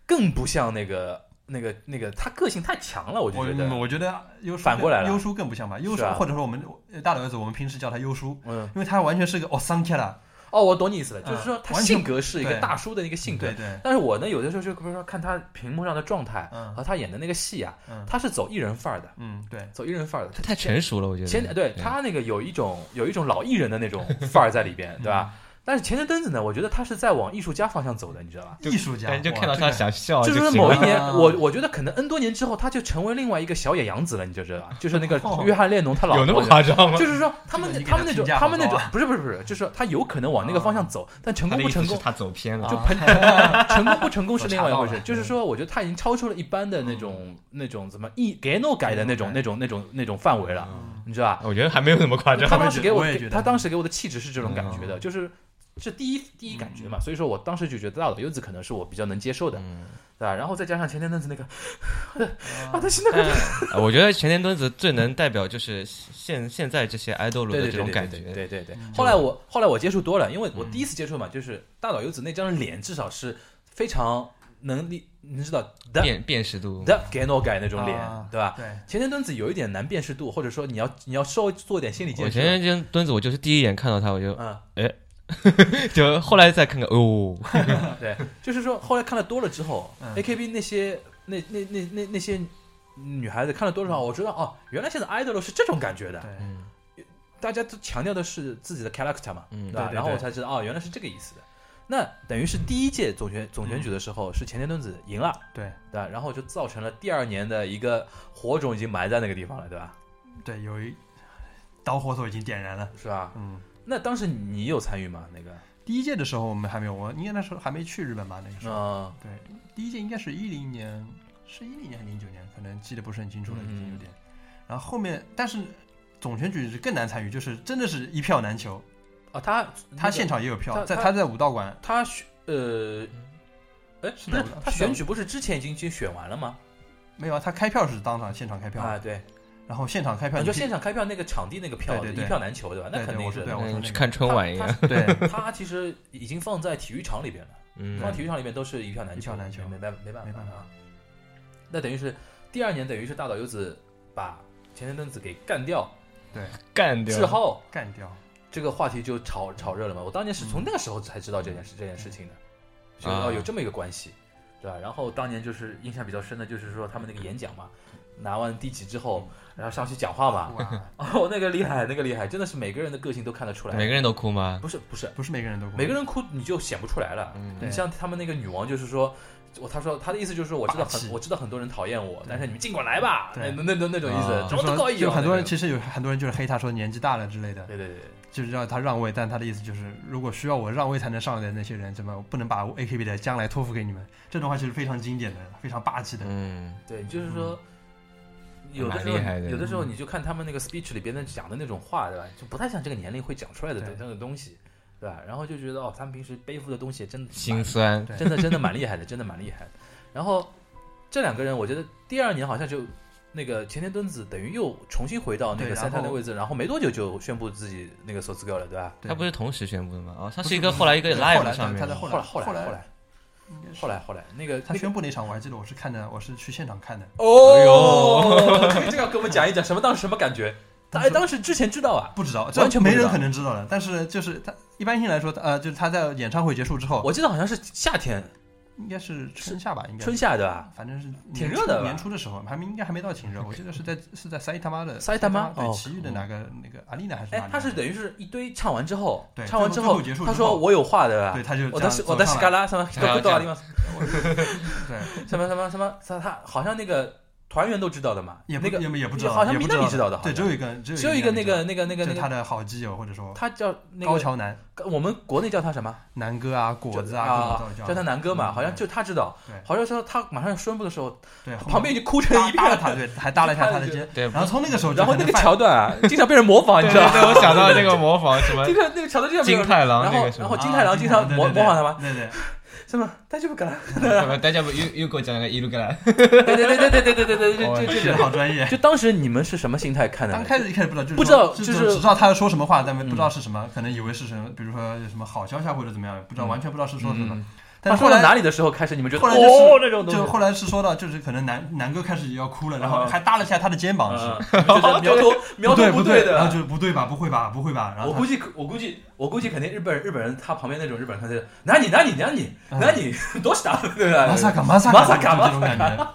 Speaker 1: 更不像那个那个那个，他个性太强了，我就
Speaker 3: 我
Speaker 1: 觉
Speaker 3: 嗯
Speaker 1: 得，
Speaker 3: 我觉得优叔
Speaker 1: 反过来了
Speaker 3: 优叔更不像吧，优
Speaker 1: 是
Speaker 3: 叔
Speaker 1: 啊
Speaker 3: 或者说我们呃大岛优子，我们平时叫他优叔，
Speaker 1: 嗯，
Speaker 3: 因为他完全是个哦桑切拉，
Speaker 1: 哦，我懂你意思了，
Speaker 3: 嗯
Speaker 1: 就是说他
Speaker 3: 完全
Speaker 1: 性格是一个
Speaker 3: 对
Speaker 1: 大叔的一个性格
Speaker 3: 对，对，
Speaker 1: 但是我呢，有的时候就比如说看他屏幕上的状态
Speaker 3: 嗯
Speaker 1: 和他演的那个戏啊，
Speaker 3: 嗯
Speaker 1: 他是走艺人范儿的，
Speaker 3: 嗯对，
Speaker 1: 走艺人范儿的，
Speaker 2: 他太成熟了，我觉得。
Speaker 1: 前对
Speaker 2: 嗯
Speaker 1: 他那个有一种有一种老艺人的那种范儿在里边，对 (laughs) 吧？但是前田敦子呢，我觉得他是在往艺术家方向走的，你知道吧？
Speaker 3: 艺术家，
Speaker 2: 但就
Speaker 3: 哇
Speaker 2: 看到
Speaker 3: 这
Speaker 2: 他
Speaker 3: 个
Speaker 2: 想笑
Speaker 1: 就是
Speaker 2: 哦行
Speaker 1: 说
Speaker 2: 了。
Speaker 1: 某一年，
Speaker 3: 啊
Speaker 1: 我我觉得可能 N 多年之后，他就成为另外一个小野洋子了，你就知道吧？就是那个
Speaker 3: 哦
Speaker 1: 约翰列侬他老
Speaker 2: 有
Speaker 1: 婆，
Speaker 2: 那么夸张吗？
Speaker 1: 就是说他们
Speaker 3: 这个你给
Speaker 1: 他们那
Speaker 3: 他
Speaker 1: 种
Speaker 3: 评价
Speaker 1: 他们那
Speaker 3: 好
Speaker 1: 种
Speaker 3: 高啊
Speaker 1: 不是不是不是，就是说他有可能往那个方向走，但成
Speaker 2: 他
Speaker 1: 功不
Speaker 2: 的意思
Speaker 1: 成
Speaker 2: 是
Speaker 1: 功，
Speaker 2: 他走偏了。
Speaker 1: 就
Speaker 3: 啊
Speaker 1: 喷
Speaker 3: (laughs)
Speaker 1: 成功不成功是另外一回
Speaker 3: 我查到
Speaker 1: 事
Speaker 3: 了。
Speaker 1: 就是说，我觉得他已经超出了一般的那种那种怎么一 g a 改的那种那种那种那种范围了。
Speaker 2: 嗯
Speaker 1: 你你知道吧？
Speaker 2: 我觉得还没有那么夸张
Speaker 1: 他。当时给我
Speaker 3: 我也觉得
Speaker 1: 他当时给我的气质是这种感觉的，
Speaker 2: 嗯
Speaker 1: 就是这第一第一感觉嘛，所以说我当时就觉得大岛优子可能是我比较能接受的，
Speaker 2: 嗯，
Speaker 1: 对吧？然后再加上前田敦子那个，(laughs)
Speaker 3: 啊
Speaker 1: 啊，他现在
Speaker 3: 嗯
Speaker 2: 但呃我觉得前田敦子最能代表就是现现在这些 idol
Speaker 1: 对
Speaker 2: 的
Speaker 1: 对
Speaker 2: 这
Speaker 1: 对
Speaker 2: 种
Speaker 1: 对
Speaker 2: 感
Speaker 1: 对
Speaker 2: 觉。嗯
Speaker 1: 对对对。
Speaker 3: 嗯
Speaker 1: 后来我后来我接触多了，因为我第一次接触嘛，就是大岛优子那张脸至少是非常能力，你知道的
Speaker 2: 辨辨识度，
Speaker 1: 的 g a n o 改那种脸
Speaker 3: 啊，
Speaker 1: 对吧？
Speaker 3: 对，
Speaker 1: 前田敦子有一点难辨识度，或者说你要你要稍微做点心理
Speaker 2: 我
Speaker 1: 建
Speaker 2: 前
Speaker 1: 设。
Speaker 2: 田敦敦子，我就是第一眼看到他，我就 (laughs)
Speaker 1: 嗯，
Speaker 2: 就后来再看看，
Speaker 3: (laughs)
Speaker 2: 哦，
Speaker 1: 对，就是说后来看的多了之后、
Speaker 3: 嗯
Speaker 1: a k b 那些那那那那那些女孩子看了多少，我知道哦，原来现在 idol 是这种感觉的，
Speaker 3: 对
Speaker 2: 嗯
Speaker 1: 大家都强调的是自己的 character 嘛，
Speaker 2: 嗯
Speaker 1: 对吧？
Speaker 3: 对对啊
Speaker 1: 然后我
Speaker 3: 对
Speaker 1: 才知道哦，原来是这个意思的。那等于是第一届总选总
Speaker 3: 嗯
Speaker 1: 选举的时候，是前田敦子赢了，
Speaker 3: 对
Speaker 1: 对吧？然后就造成了第二年的一个火种已经埋在那个地方了，对吧？
Speaker 3: 对，有一导火索已经点燃了。
Speaker 1: 是吧？
Speaker 3: 嗯，
Speaker 1: 那当时你有参与吗？那个，
Speaker 3: 第一届的时候我们还没有，我应该那时候还没去日本吧？那个时候，
Speaker 1: 嗯，
Speaker 3: 对，第一届应该是一零年，是一零年还是零九年，可能记得不是很清楚了，已经有点。
Speaker 1: 嗯
Speaker 3: 然后后面，但是总选举是更难参与，就是真的是一票难求。
Speaker 1: 啊，他
Speaker 3: 他现场也有
Speaker 1: 他
Speaker 3: 票，在
Speaker 1: 他
Speaker 3: 他在武道馆，
Speaker 1: 他选呃，哎，
Speaker 3: 是
Speaker 1: 不是
Speaker 3: 的
Speaker 1: 他
Speaker 3: 是的
Speaker 1: 选举不是之前已经已经选完了吗？
Speaker 3: 没有啊，他开票是当场现场开票，
Speaker 1: 啊，对，
Speaker 3: 然后现场开票
Speaker 1: 你
Speaker 3: 你
Speaker 1: 说
Speaker 3: 可以
Speaker 1: 现场开票那个场地那个票
Speaker 3: 对对
Speaker 1: 一
Speaker 3: 对
Speaker 1: 票难求，对吧？那
Speaker 3: 对
Speaker 1: 肯
Speaker 3: 对
Speaker 1: 定
Speaker 3: 我
Speaker 1: 是
Speaker 3: 对我
Speaker 1: 的。
Speaker 3: 说
Speaker 2: 嗯
Speaker 3: 那
Speaker 2: 去
Speaker 3: 个
Speaker 2: 看春晚一样，
Speaker 1: 他
Speaker 3: 对 (laughs)
Speaker 1: 他他其实已经放在体育场里边了，
Speaker 2: 嗯
Speaker 1: 放在体育场里边都是一票难
Speaker 3: 一
Speaker 1: 求，
Speaker 3: 票难求
Speaker 1: 没办没办
Speaker 3: 没办
Speaker 1: 法啊。那等于是第二年，等于是大岛优子把前田敦子给干掉
Speaker 2: 干掉
Speaker 1: 之后，
Speaker 3: 干掉。
Speaker 1: 这个话题就炒炒热了嘛。我当年是从那个时候才知道这件事、这件事情的，就
Speaker 2: 嗯啊
Speaker 1: 哦有这么一个关系，对吧？然后当年就是印象比较深的，就是说他们那个演讲嘛，拿完第几之后，然后上去讲话嘛，
Speaker 3: 哇，
Speaker 1: (laughs) 哦，那个厉害，那个厉害，真的是每个人的个性都看得出来。
Speaker 2: 每个人都哭吗？
Speaker 1: 不是不是，
Speaker 3: 不是每个人都过
Speaker 1: 每个人哭你就显不出来了。
Speaker 2: 嗯
Speaker 3: 对
Speaker 1: 你像他们那个女王，就是说。我他说他的意思就是说，我知道
Speaker 3: 霸
Speaker 1: 很
Speaker 3: 气
Speaker 1: 我知道很多人讨厌我，但是你们尽管来吧，那
Speaker 3: 对
Speaker 1: 那那那种意思
Speaker 2: 啊，
Speaker 1: 怎么
Speaker 3: 就
Speaker 1: 都搞
Speaker 3: 说
Speaker 1: 一样
Speaker 3: 就很多人
Speaker 1: 那种
Speaker 3: 其实有很多人就是黑他说年纪大了之类的，
Speaker 1: 对对对对，
Speaker 3: 就是让他让位，但他的意思就是如果需要我让位才能上来的那些人，怎么不能把 AKB 的将来托付给你们？这段话其实非常经典的，非常霸气的。
Speaker 2: 嗯，
Speaker 1: 对，就是说，有的
Speaker 2: 蛮
Speaker 1: 时候
Speaker 2: 厉害的
Speaker 1: 有的时候
Speaker 3: 嗯
Speaker 1: 你就看他们那个 speech 里边的讲的那种话，对吧？就不太像这个年龄会讲出来的
Speaker 3: 对
Speaker 1: 那种东西，对吧？然后就觉得哦，他们平时背负的东西真的
Speaker 2: 心酸，
Speaker 3: 对
Speaker 1: 真的真的蛮厉害的，真的蛮厉害的。然后这两个人，我觉得第二年好像就那个前田敦子等于又重新回到那
Speaker 3: 对
Speaker 1: 个
Speaker 3: 然
Speaker 1: 三探的
Speaker 3: 后
Speaker 1: 位置，然后没多久就宣布自己那个 sots girl 了，对吧？
Speaker 3: 对
Speaker 2: 他不是同时宣布的吗？哦，他
Speaker 3: 不
Speaker 2: 是
Speaker 3: 是
Speaker 2: 一个
Speaker 3: 不是
Speaker 2: 后来一个
Speaker 3: 不是后
Speaker 2: live
Speaker 3: 来
Speaker 2: 上
Speaker 3: 他
Speaker 2: 面
Speaker 3: 他在
Speaker 2: 的，
Speaker 1: 后
Speaker 3: 后
Speaker 1: 来后
Speaker 3: 来
Speaker 1: 来
Speaker 3: 后
Speaker 1: 后
Speaker 3: 来
Speaker 1: 来
Speaker 3: 应该是
Speaker 1: 后来后来那个
Speaker 3: 他
Speaker 1: 那个
Speaker 3: 宣布那哎场我还记得，我是看的，我是去现场看的。
Speaker 1: 哦，这个这个要跟我们讲一讲，什么当时什么感觉？哎，当时之前知道啊，
Speaker 3: 不知道，
Speaker 1: 完全不
Speaker 3: 没
Speaker 1: 知道
Speaker 3: 人可能知道了。但是就是他一般性来说，呃，就是他在演唱会结束之后，
Speaker 1: 我记得好像是夏天
Speaker 3: 应该是春夏吧，应该
Speaker 1: 春夏对吧？
Speaker 3: 反正是
Speaker 1: 挺
Speaker 3: 年
Speaker 1: 热
Speaker 3: 初
Speaker 1: 的吧
Speaker 3: 年初的时候还没应该还没到挺热，我记得是在是在埼玉的
Speaker 1: 埼玉
Speaker 3: 对
Speaker 1: 哦
Speaker 3: 埼玉的哪个那个阿丽娜还是哪
Speaker 1: 哎，
Speaker 3: 里？
Speaker 1: 他是等于是一堆唱完之后，
Speaker 3: 对
Speaker 1: 唱完之后
Speaker 3: 最后结束之后
Speaker 1: 他说我有话对吧？
Speaker 3: 对，他就
Speaker 1: 我的
Speaker 3: 这样
Speaker 1: 我
Speaker 3: 走
Speaker 1: 的
Speaker 3: 上
Speaker 1: 斯卡
Speaker 3: 来
Speaker 1: 拉什么
Speaker 2: 还要
Speaker 1: 都多少地方 (laughs)
Speaker 3: 对，
Speaker 1: 什么什么什么，他他好像那个团员都知道的嘛，
Speaker 3: 也不
Speaker 1: 那个
Speaker 3: 也没也不知道，
Speaker 1: 好像
Speaker 3: 也
Speaker 1: 米
Speaker 3: 不
Speaker 1: 娜
Speaker 3: 道
Speaker 1: 你知道的，
Speaker 3: 对，只
Speaker 1: 好像
Speaker 3: 有一个只有
Speaker 1: 只有一个那
Speaker 3: 米
Speaker 1: 个
Speaker 3: 娜
Speaker 1: 那个那
Speaker 3: 你
Speaker 1: 个
Speaker 3: 知道
Speaker 1: 那
Speaker 3: 就是他
Speaker 1: 个，
Speaker 3: 的好基友或者说
Speaker 1: 他叫那
Speaker 3: 高
Speaker 1: 个
Speaker 3: 桥南
Speaker 1: 我们国内叫他什么？
Speaker 3: 南哥啊果子啊
Speaker 1: 啊
Speaker 3: 各种，
Speaker 1: 叫他南哥嘛，
Speaker 3: 嗯
Speaker 1: 好像就他知道
Speaker 3: 对。
Speaker 1: 好像说他马上宣布的时候，
Speaker 3: 对后面
Speaker 1: 旁边就哭成
Speaker 3: 搭
Speaker 1: 一
Speaker 3: 搭
Speaker 1: 片。
Speaker 3: 了他，对，还搭了一下他
Speaker 1: (laughs)
Speaker 3: 的肩。
Speaker 2: 对，
Speaker 3: 然后从那个时候就
Speaker 1: 然后
Speaker 3: 可
Speaker 1: 那
Speaker 3: 能
Speaker 1: 个
Speaker 3: 发
Speaker 1: 桥段啊，经常被人模
Speaker 3: (laughs)
Speaker 1: 仿，你
Speaker 2: 对
Speaker 1: 知道
Speaker 2: 对
Speaker 1: 吗？
Speaker 2: 对，我想到这个模仿什
Speaker 1: (laughs)
Speaker 2: 么
Speaker 1: 经常那个桥段经常被
Speaker 2: 金
Speaker 1: 人模仿。
Speaker 2: 太郎
Speaker 1: 然
Speaker 2: 那
Speaker 1: 后
Speaker 2: 个什
Speaker 1: 然
Speaker 2: 么
Speaker 1: 后，金太郎经常
Speaker 3: 啊对对
Speaker 1: 模
Speaker 3: 对对
Speaker 1: 模仿他吗？
Speaker 3: 对对，
Speaker 1: 什么？大丈夫
Speaker 3: (laughs)
Speaker 1: かな？
Speaker 2: 对大家不又又给我讲了个一路过来，
Speaker 1: 对对对对对对对对对对对
Speaker 3: 学
Speaker 1: 对
Speaker 3: 的好专业。
Speaker 1: 就当时你们是什么心态看的
Speaker 3: 哦啊刚
Speaker 1: 呢？
Speaker 3: 开始一开始不知道，就是
Speaker 1: 不知道
Speaker 3: 说
Speaker 1: 就
Speaker 3: 只
Speaker 1: 是嗯
Speaker 3: 只知道他要说什么话，但没不知道是什么，可能以为是什么，比如说有什么好消息啊或者怎么样，不知道
Speaker 1: 嗯
Speaker 3: 完全不知道是说什么
Speaker 1: 嗯。
Speaker 3: 但
Speaker 1: 他
Speaker 3: 是
Speaker 1: 说
Speaker 3: 后
Speaker 1: 到
Speaker 3: 来
Speaker 1: 哪里的时候开始，你们觉得
Speaker 3: 后来就是
Speaker 1: 哦那种东
Speaker 3: 就
Speaker 1: 西，
Speaker 3: 后来是说到，就是可能南南哥开始要哭了，然后
Speaker 1: 嗯
Speaker 3: 还搭了一下他的肩膀，是
Speaker 1: 嗯就是苗
Speaker 3: (laughs)
Speaker 1: 头苗
Speaker 3: 不
Speaker 1: 头
Speaker 3: 对
Speaker 1: 不
Speaker 3: 对然后
Speaker 1: 的。
Speaker 3: 就不对吧，不会吧，不会吧，然后
Speaker 1: 我
Speaker 3: 他
Speaker 1: 估计，我估计，我估计肯定日本日本人，他旁边那种日本人，他就哪里哪里哪里哪里多傻，对
Speaker 3: 嗯马萨
Speaker 1: 吧？
Speaker 3: 卡马萨
Speaker 1: 马萨卡
Speaker 3: 就这种感
Speaker 1: (laughs)
Speaker 3: 觉。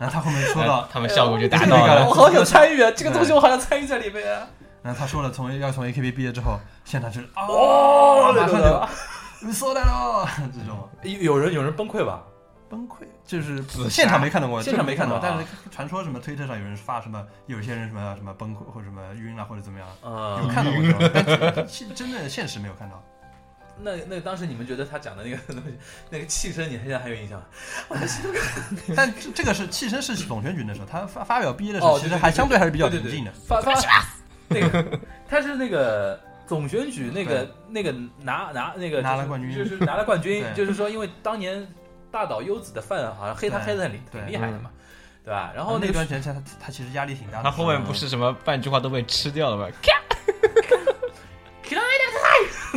Speaker 3: 然后他后面说到，
Speaker 2: 他们效果就达
Speaker 3: 打
Speaker 2: 到
Speaker 3: 那个嗯
Speaker 2: 了。
Speaker 1: 我好想参与啊！这个东西我好想参与在里面啊！
Speaker 3: 然后他说了从要从 AKB 毕业之后，现场就是啊，
Speaker 1: 哦，
Speaker 3: 马
Speaker 1: 那
Speaker 3: 上
Speaker 1: 种
Speaker 3: 就
Speaker 1: 的
Speaker 3: 你说的喽，这种
Speaker 1: 有有人有人崩溃吧？
Speaker 3: 崩溃就是
Speaker 2: 自杀
Speaker 3: 现场没看到过，
Speaker 1: 现场没看到
Speaker 3: 到
Speaker 1: 啊，
Speaker 3: 但是传说什么推特上有人发什么，有些人什么什么崩溃或者什么晕了或者怎么样，
Speaker 1: 嗯，
Speaker 3: 有看到过这种，但是真正现实没有看到。
Speaker 1: 那那当时你们觉得他讲的那个东西，那个气声，你现在还有印象吗？
Speaker 3: 但这这个是气声是总选举的时候，他发发表毕业的时
Speaker 1: 哦
Speaker 3: 候，
Speaker 1: 对
Speaker 3: 其实还相对还是比较
Speaker 1: 对
Speaker 3: 平
Speaker 1: 对
Speaker 3: (laughs)
Speaker 1: 对
Speaker 3: 静的。
Speaker 1: 发发 (laughs) 那个他是那个总选举那个
Speaker 3: 对
Speaker 1: 那个拿拿那个
Speaker 3: 拿了
Speaker 1: 就是
Speaker 3: 冠军
Speaker 1: 就是拿了冠军，
Speaker 3: 对
Speaker 1: 就是说因为当年大岛优子的饭好像黑他
Speaker 3: 对
Speaker 1: 黑的很厉
Speaker 3: 对嗯啊
Speaker 1: 挺厉害的嘛，对吧？然后
Speaker 3: 那
Speaker 1: 个
Speaker 3: 段时间他他其实压力挺大的。
Speaker 2: 他后面不是什么半句话都被吃掉了
Speaker 3: 嗯
Speaker 2: 吧？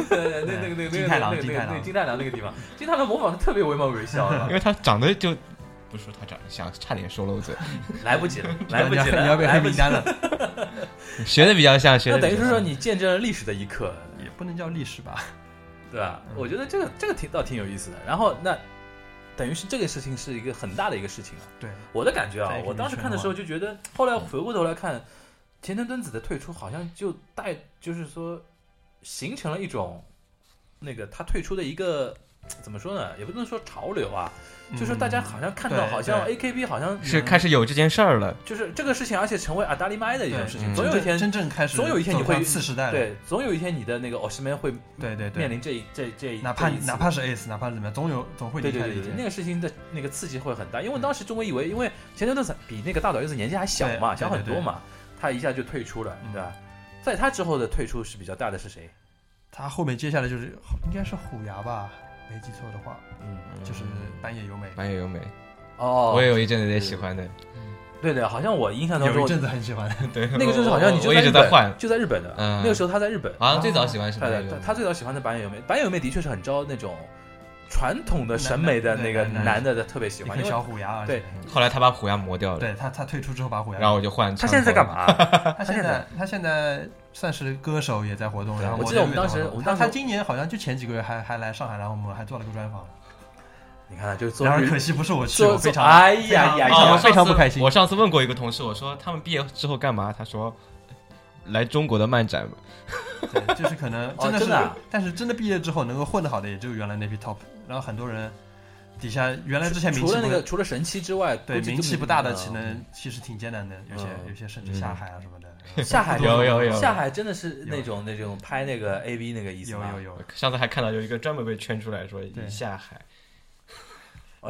Speaker 1: 呃那那个那个那个那个
Speaker 3: 金太郎
Speaker 1: 那个
Speaker 3: 金
Speaker 1: 那
Speaker 3: 太
Speaker 1: 个那
Speaker 3: 郎
Speaker 1: 个金太郎那个地方，金太郎模仿的特别惟妙惟肖的
Speaker 3: (laughs)
Speaker 2: 因，为他长得就不是说他长得像，差点说漏嘴，
Speaker 1: 来不及了，来不及了，
Speaker 3: 你要被
Speaker 1: 来
Speaker 3: 黑
Speaker 1: 不
Speaker 3: 名
Speaker 1: 及
Speaker 3: 单
Speaker 1: 了。
Speaker 3: 了，
Speaker 2: 学的比较像，学
Speaker 1: 那
Speaker 2: 的
Speaker 1: 等于
Speaker 3: 嗯
Speaker 1: 是说你见证了历史的一刻，
Speaker 3: 也不能叫历史吧？
Speaker 1: 对吧？
Speaker 3: 嗯
Speaker 1: 我觉得这个这个挺倒挺有意思的。然后那等于是这个事情是一个很大的一个事情啊。
Speaker 3: 对，
Speaker 1: 我的感觉啊
Speaker 3: 在，于
Speaker 1: 我当时看的时候就觉得，后
Speaker 3: 嗯
Speaker 1: 来回过头来看，田村敦子的退出好像就带就是说形成了一种那个他退出的一个。怎么说呢？也不能说潮流啊，就是大家好像看到，
Speaker 3: 嗯对
Speaker 1: 好像
Speaker 3: 对
Speaker 1: A K B 好像
Speaker 2: 是开始有这件事儿了。
Speaker 1: 就是这个事情，而且成为阿达利麦的一种
Speaker 3: 对
Speaker 1: 事情。
Speaker 2: 嗯
Speaker 1: 总有一天，
Speaker 3: 真正开始，
Speaker 1: 总有一天你会
Speaker 3: 次时代了。
Speaker 1: 对，总有一天你的那个 o s m a n 会
Speaker 3: 对对
Speaker 1: 面
Speaker 3: 对，
Speaker 1: 临这一这这一
Speaker 3: 哪怕
Speaker 1: 这一次
Speaker 3: 哪怕是 ace，哪怕是怎么样，总有总会
Speaker 1: 对
Speaker 3: 离
Speaker 1: 对
Speaker 3: 开的
Speaker 1: 对
Speaker 3: 一
Speaker 1: 对，那
Speaker 3: 天。嗯
Speaker 1: 个事情的那个刺激会很大，因为当时中国以为，因为前田敦子比那个大岛优子年纪还小嘛，
Speaker 3: 对
Speaker 1: 小很
Speaker 3: 对对
Speaker 1: 多嘛，他一下就退出了，
Speaker 3: 嗯
Speaker 1: 对吧？在他之后的退出是比较大的是谁？
Speaker 3: 他后面接下来就是应该是虎牙吧，没记错的话，
Speaker 1: 嗯，
Speaker 3: 就是半野由美。
Speaker 2: 板野由美，
Speaker 1: 哦，
Speaker 2: 我也有一阵子也喜欢的，
Speaker 1: 对对，好像我印象当
Speaker 3: 有一
Speaker 1: 中
Speaker 3: 阵子很喜欢，
Speaker 2: (laughs) 对，
Speaker 1: 那个就是好像你
Speaker 2: 我
Speaker 1: 就
Speaker 2: 我
Speaker 1: 在
Speaker 2: 一
Speaker 1: 日
Speaker 2: 直
Speaker 1: 本
Speaker 2: 在换，
Speaker 1: 就在日本的，
Speaker 2: 嗯
Speaker 1: 那个时候他在日
Speaker 3: 啊
Speaker 1: 本，
Speaker 2: 好像最早喜欢是
Speaker 1: 他
Speaker 2: 板野
Speaker 1: 的
Speaker 2: 由美，
Speaker 1: 他最早喜欢的板野由美，板野由美的确是很招那种传统的审美的
Speaker 3: 男
Speaker 1: 那个
Speaker 3: 男男
Speaker 1: 男的的特别喜
Speaker 3: 一
Speaker 1: 欢，
Speaker 3: 颗
Speaker 1: 因为
Speaker 3: 小虎牙啊。
Speaker 1: 对
Speaker 2: 后来他把虎牙磨掉了，
Speaker 3: 对他他退出之后把虎牙，
Speaker 2: 然后我就换。
Speaker 1: 他现在在干？嘛？
Speaker 3: 他现在他现在算是歌手也在活动，
Speaker 2: 对
Speaker 3: 然后
Speaker 1: 我记
Speaker 3: 乐
Speaker 1: 得我
Speaker 3: 队
Speaker 1: 们当时
Speaker 3: 也在活动
Speaker 1: 我们当时
Speaker 3: 他他今年好像就前几个月还还来上海，然后我们还做了个专访，
Speaker 1: 你看，
Speaker 3: (laughs)
Speaker 1: 就是做
Speaker 3: 然而
Speaker 1: 日
Speaker 3: 可惜不是我去，
Speaker 1: 做
Speaker 3: 我非常
Speaker 1: 做哎呀
Speaker 3: 非常
Speaker 1: 呀呀
Speaker 2: 哦，我
Speaker 3: 非
Speaker 2: 上
Speaker 3: 常
Speaker 2: 次
Speaker 3: 不开心
Speaker 2: 我。上次问过一个同事，我说他们毕业之后干嘛？他说来中国的漫展吧。
Speaker 3: 对，就是可能
Speaker 1: 哦
Speaker 3: 真的是，
Speaker 1: 真的啊
Speaker 3: 但是真的毕业之后能够混得好的也就原来那批 top，然后很多人底下原来之前名
Speaker 1: 除
Speaker 3: 气
Speaker 1: 了那
Speaker 3: 不
Speaker 1: 个除了神七之外，
Speaker 3: 对
Speaker 1: 估计
Speaker 3: 名气
Speaker 1: 根本
Speaker 3: 不大的，
Speaker 1: 嗯
Speaker 3: 其能其实挺艰难的，有些
Speaker 1: 嗯
Speaker 3: 有些甚至下海啊什么的。
Speaker 2: (laughs)
Speaker 1: 下
Speaker 3: (laughs)
Speaker 1: 海
Speaker 2: 有有有
Speaker 1: 下海真的是那种那种拍那个 A V 那个意思
Speaker 3: 有
Speaker 2: 啊
Speaker 1: 吗？
Speaker 3: 有有，
Speaker 2: 上次还看到有一个专门被圈出来说
Speaker 3: 对
Speaker 2: 一下海，呃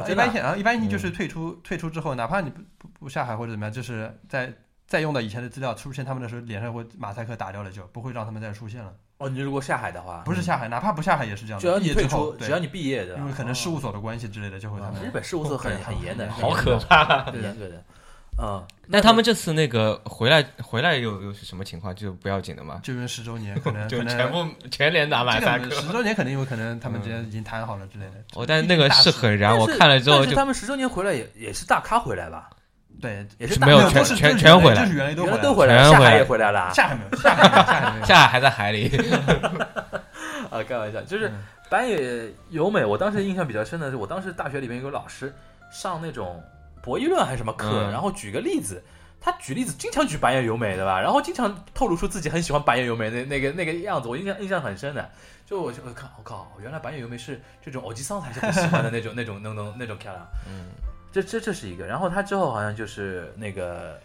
Speaker 1: 哦，
Speaker 3: 呃一
Speaker 1: 真的
Speaker 3: 般
Speaker 1: 啊
Speaker 3: 想，然后一般你
Speaker 2: 嗯
Speaker 3: 就是退出、退出之后，哪怕你不不不下海或者怎么样，就是在再用到以前的资料出现他们的时候，脸上会马赛克打掉了就，不会让他们再出现了。
Speaker 1: 哦，你如果下海的话，
Speaker 3: 不是下海，哪怕不下海也是这样的。
Speaker 1: 只要
Speaker 3: 毕
Speaker 1: 你
Speaker 3: 业
Speaker 1: 退
Speaker 3: 之后
Speaker 1: 出，
Speaker 3: 对
Speaker 1: 只要你毕业的，
Speaker 3: 因为可能事务
Speaker 1: 所
Speaker 3: 所的关系之类的，就
Speaker 2: 嗯
Speaker 3: 会他们
Speaker 1: 日本事务所很
Speaker 3: 对
Speaker 1: 很严的，
Speaker 3: 好
Speaker 2: 好可怕。
Speaker 1: 很严格的，
Speaker 3: (laughs)
Speaker 1: 嗯。
Speaker 2: 那他们这次那个回来回来又又是什么情况？就不要紧的吗？
Speaker 3: 就因为十
Speaker 2: (laughs)
Speaker 3: 周年，可能
Speaker 2: 就
Speaker 3: 可能
Speaker 2: 全部全脸打马
Speaker 3: 这
Speaker 2: 赛
Speaker 3: 个十
Speaker 2: 克。嗯
Speaker 3: 周年肯定因为可能他们之间已经谈好了之类的。
Speaker 2: 哦，但那个是很燃，我
Speaker 1: 但是
Speaker 2: 看了之后
Speaker 1: 但是
Speaker 2: 就
Speaker 1: 他们十周年回来也也是大咖回来吧，
Speaker 3: 对，
Speaker 1: 也是
Speaker 2: 是
Speaker 1: 大
Speaker 2: 没有
Speaker 1: 没
Speaker 2: 全
Speaker 3: 都是
Speaker 2: 全
Speaker 3: 就是
Speaker 2: 全回来
Speaker 3: 就是原来都
Speaker 1: 原
Speaker 3: 回
Speaker 1: 来
Speaker 3: 来
Speaker 1: 都回
Speaker 2: 全
Speaker 1: 来，
Speaker 2: 回
Speaker 1: 下
Speaker 2: 来
Speaker 1: 海也回来了啊。
Speaker 3: 下海没有，下海没有，下
Speaker 1: (laughs)
Speaker 3: 海没有。
Speaker 2: 下海还在海
Speaker 3: (laughs)
Speaker 2: 里。
Speaker 1: 啊，开玩笑，就是
Speaker 3: 嗯
Speaker 1: 板野由美，我当时印象比较深的是，我当时大学里面有个老师上那种博弈论还是什么课，
Speaker 2: 嗯
Speaker 1: 然后举个例子。他举例子经常举板野由美，对吧？然后经常透露出自己很喜欢板野由美那那个那个样子，我印象印象很深的。就我就我靠我靠，原来板野由美是这种偶吉桑才是很喜欢的那种那种那种那种漂亮。
Speaker 2: 嗯，
Speaker 1: 这这这是一个。然后他之后好像就是那个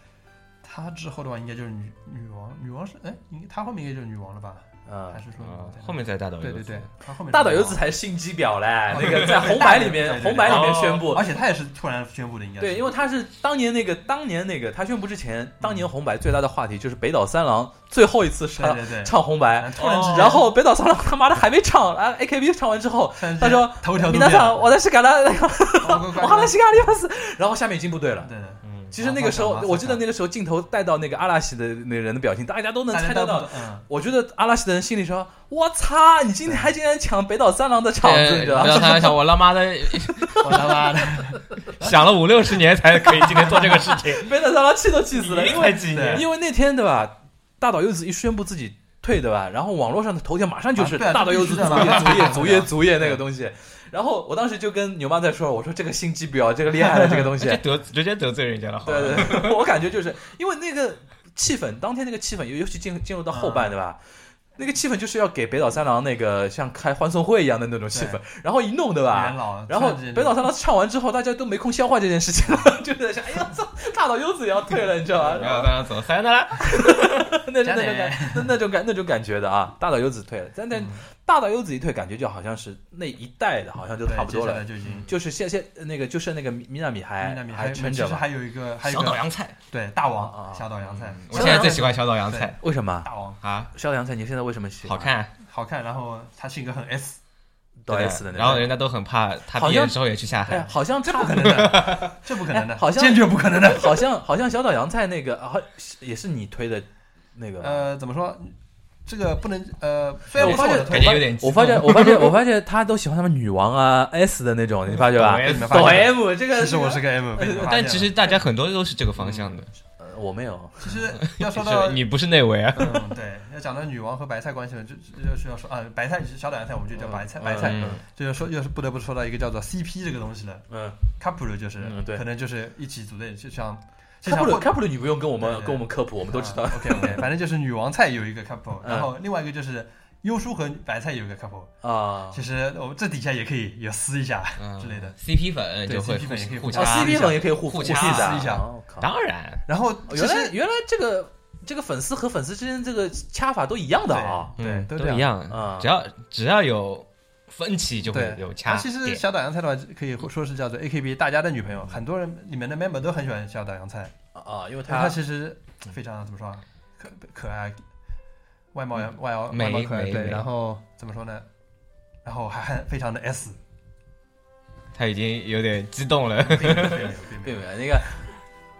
Speaker 3: 她之后的话，应该就是女女王，女王是哎，应她后面应该就是女王了吧？
Speaker 1: 呃
Speaker 3: 还是说
Speaker 2: 啊后面再大岛
Speaker 3: 嗯对
Speaker 2: 游
Speaker 3: 对
Speaker 2: 子
Speaker 3: 对，她后面
Speaker 1: 大岛由子才是心机 (laughs) 婊嘞，那个在红白里面
Speaker 3: 对对对
Speaker 1: 红白里面
Speaker 2: 哦
Speaker 1: 宣布，
Speaker 3: 而且她也是突然宣布的，应该是
Speaker 1: 对，因为他是当年那个，当年那个，他宣布之前，当年红白最大的话题就是北岛三郎最后一次
Speaker 3: 对
Speaker 1: 唱
Speaker 3: 对对，
Speaker 1: 唱红白，
Speaker 3: 突然之间，
Speaker 1: 哦然后北岛三郎他妈的还没唱，啊 AKB 唱完之后，
Speaker 3: 突然之
Speaker 1: 他
Speaker 3: 间
Speaker 1: 说
Speaker 3: 头条都
Speaker 1: 米
Speaker 3: 变
Speaker 1: 娜
Speaker 3: 了，哦
Speaker 1: 桑，我在是橄榄，我
Speaker 3: 我
Speaker 1: 哈拉西卡利亚斯， (laughs) 然后下面已经不对了。
Speaker 3: 对的，
Speaker 2: (laughs) 嗯，
Speaker 1: 其实那个时候
Speaker 3: 马萨卡马萨，卡
Speaker 1: 我记得那个时候镜头带到那个阿拉西的那个人的表情，大家都能
Speaker 3: 大家
Speaker 1: 猜
Speaker 3: 都
Speaker 1: 得
Speaker 3: 不
Speaker 1: 到。
Speaker 3: 懂，
Speaker 1: (laughs)
Speaker 3: 嗯，
Speaker 1: 我觉得阿拉西的人心里说：“我操，你今天还竟然抢北岛三郎的场子，你知道
Speaker 2: 不
Speaker 1: 吗
Speaker 2: 要开玩笑，我他妈 (laughs) 的
Speaker 3: 我他妈的，
Speaker 2: 想了五六十年才可以今天做这个事 (laughs) 情，？”
Speaker 1: 北岛三郎气都气死了，因为
Speaker 2: 几
Speaker 3: 对
Speaker 1: 因为那天对吧，大岛优子一宣布自己退对吧，然后网络上的头条马上就是
Speaker 3: 啊对啊
Speaker 1: 大岛优子
Speaker 3: 这
Speaker 1: 足
Speaker 3: 必须的
Speaker 1: 业
Speaker 3: 嘛
Speaker 1: 足
Speaker 3: (laughs)
Speaker 1: 业足业
Speaker 3: 对啊
Speaker 1: 足业那个东西。然后我当时就跟牛妈在说，我说这个心机婊，这个厉害的这个东
Speaker 3: (laughs)
Speaker 1: 西
Speaker 2: 这，得直接得罪人家了，好吧
Speaker 1: 对对，对我感觉就是因为那个气氛，当天那个气氛，尤尤其进进入到后半对吧。那个气氛就是要给北岛三郎那个像开欢送会一样的那种气氛
Speaker 3: 对，哎
Speaker 1: 然后一弄对吧
Speaker 3: 元？老，
Speaker 1: 然后
Speaker 3: 突之间
Speaker 1: 北岛三郎唱完之后，大家都没空消化这件事情了， (laughs) 就在想，哎呀，操大岛优子也要退了，你知道吧？
Speaker 2: 然后当然走，三的啦，
Speaker 1: (laughs) 那那
Speaker 3: 加
Speaker 1: 种
Speaker 3: 点
Speaker 1: 感那那种感那种感觉的啊，大岛优子退了，但但
Speaker 3: 嗯
Speaker 1: 大岛优子一退，感觉就好像是那一代的，好像就
Speaker 3: 对
Speaker 1: 差不多
Speaker 3: 接下来
Speaker 1: 了。
Speaker 3: 就已经。
Speaker 1: 就是现现那个就剩那个米米娜米还
Speaker 3: 那米
Speaker 1: 还
Speaker 3: 还
Speaker 1: 撑
Speaker 3: 其
Speaker 1: 着
Speaker 3: 实
Speaker 1: 吧？
Speaker 3: 还有一个，还有
Speaker 4: 小
Speaker 3: 一
Speaker 4: 岛
Speaker 3: 个嗯
Speaker 4: 洋菜，
Speaker 3: 对大
Speaker 1: 啊啊
Speaker 3: 王小岛洋菜，
Speaker 2: 嗯我现在最喜欢小岛洋菜
Speaker 1: 为什么？
Speaker 3: 大王
Speaker 2: 啊，
Speaker 1: 肖阳菜，你现在为什么喜
Speaker 2: 好
Speaker 1: 欢
Speaker 2: 看，
Speaker 3: 好看，然后他性格很 S，
Speaker 1: 抖
Speaker 2: 对
Speaker 1: S 的那
Speaker 2: 然后
Speaker 1: 种
Speaker 2: 人家都很怕他
Speaker 1: 好
Speaker 2: 毕业
Speaker 1: 像
Speaker 2: 之后也去下
Speaker 1: 哎呀
Speaker 2: 海，，
Speaker 1: 好像这
Speaker 3: 不可能的，这不可能的，
Speaker 1: 哎好像
Speaker 3: 坚决不可能
Speaker 1: (laughs)
Speaker 3: 的。
Speaker 1: 好像好像小岛洋菜那个，好也是你推的那个吧。
Speaker 3: 呃，怎么说？这个不能呃，虽然不是我的
Speaker 1: 我
Speaker 3: 推
Speaker 2: 感
Speaker 3: 荐
Speaker 2: 觉有点激
Speaker 1: 我发
Speaker 2: 动
Speaker 1: 现，我发现，我发现他都喜欢什么女王啊、S 的那种，你发觉吧
Speaker 2: 抖？S
Speaker 3: 你们发
Speaker 1: 抖
Speaker 3: 现
Speaker 1: M 这个，
Speaker 3: 其实我是个呃 M，被你们发现
Speaker 2: 但
Speaker 3: 了
Speaker 2: 其实大家很多都是这个方向的，
Speaker 1: 呃我没有，
Speaker 3: 其实
Speaker 2: (laughs)
Speaker 3: 要
Speaker 2: 嗯就
Speaker 3: 说到
Speaker 2: 是你不是内围啊，
Speaker 3: 嗯，对，要讲到女王和白菜关系呢，就就就是要说啊，白菜小岛洋菜，我们就叫白菜，白菜
Speaker 2: 嗯
Speaker 3: 这就说又是不得不说到一个叫做 CP 这个东西了
Speaker 1: 嗯，
Speaker 3: ，couple 就是、
Speaker 1: 嗯对
Speaker 3: 可能就是一起组队，就像就
Speaker 1: 开
Speaker 3: 像
Speaker 1: 普鲁
Speaker 3: 或
Speaker 1: 开普鲁，你不用跟我们
Speaker 3: 对对
Speaker 1: 跟我们科普，我们都知道。
Speaker 3: OK OK，反正就是女王菜有一个 couple，、
Speaker 1: 嗯
Speaker 3: 然后另外一个就是优叔和白菜有一个 couple，、
Speaker 1: 啊
Speaker 3: 其实我们这底下也可以也撕一下、
Speaker 2: 嗯
Speaker 3: 之类的，
Speaker 2: CP 粉
Speaker 3: 对
Speaker 2: 就会
Speaker 3: CP 粉也可以
Speaker 2: 互互
Speaker 3: 互
Speaker 1: 哦
Speaker 3: 啊
Speaker 2: 掐
Speaker 3: 掐一下
Speaker 1: ，CP 粉也可以互
Speaker 2: 互
Speaker 1: 相
Speaker 2: 掐
Speaker 1: 的
Speaker 3: 一下
Speaker 1: 哦靠
Speaker 2: 当然，
Speaker 3: 然后
Speaker 1: 哦原来
Speaker 3: 其实
Speaker 1: 原来这个这个粉丝和粉丝之间这个掐法都一样的啊
Speaker 3: 对
Speaker 2: 嗯
Speaker 3: 都
Speaker 2: 都
Speaker 3: 这
Speaker 2: 一
Speaker 1: 啊
Speaker 2: 样，只要只要有分歧就会
Speaker 3: 对
Speaker 2: 有掐
Speaker 3: 那其实
Speaker 2: 点，
Speaker 3: 小岛洋菜的话，可以说是叫做 AKB 大家的女朋
Speaker 1: 嗯
Speaker 3: 友，很多人里面的 member 都很喜欢小岛洋菜。
Speaker 1: 啊，因为
Speaker 3: 他
Speaker 1: 他
Speaker 3: 其实非常怎么说啊，可可爱，外貌也
Speaker 1: 嗯
Speaker 3: 外貌
Speaker 2: 美
Speaker 3: 外貌可爱，
Speaker 2: 美
Speaker 3: 对，
Speaker 2: 美
Speaker 3: 然后怎么说呢？然后还还非常的
Speaker 1: (laughs)
Speaker 3: S，
Speaker 2: 他已经有点激动
Speaker 3: (laughs)
Speaker 2: 了。
Speaker 3: 并没有并没有并没
Speaker 1: 并
Speaker 3: 有
Speaker 1: 没有那个。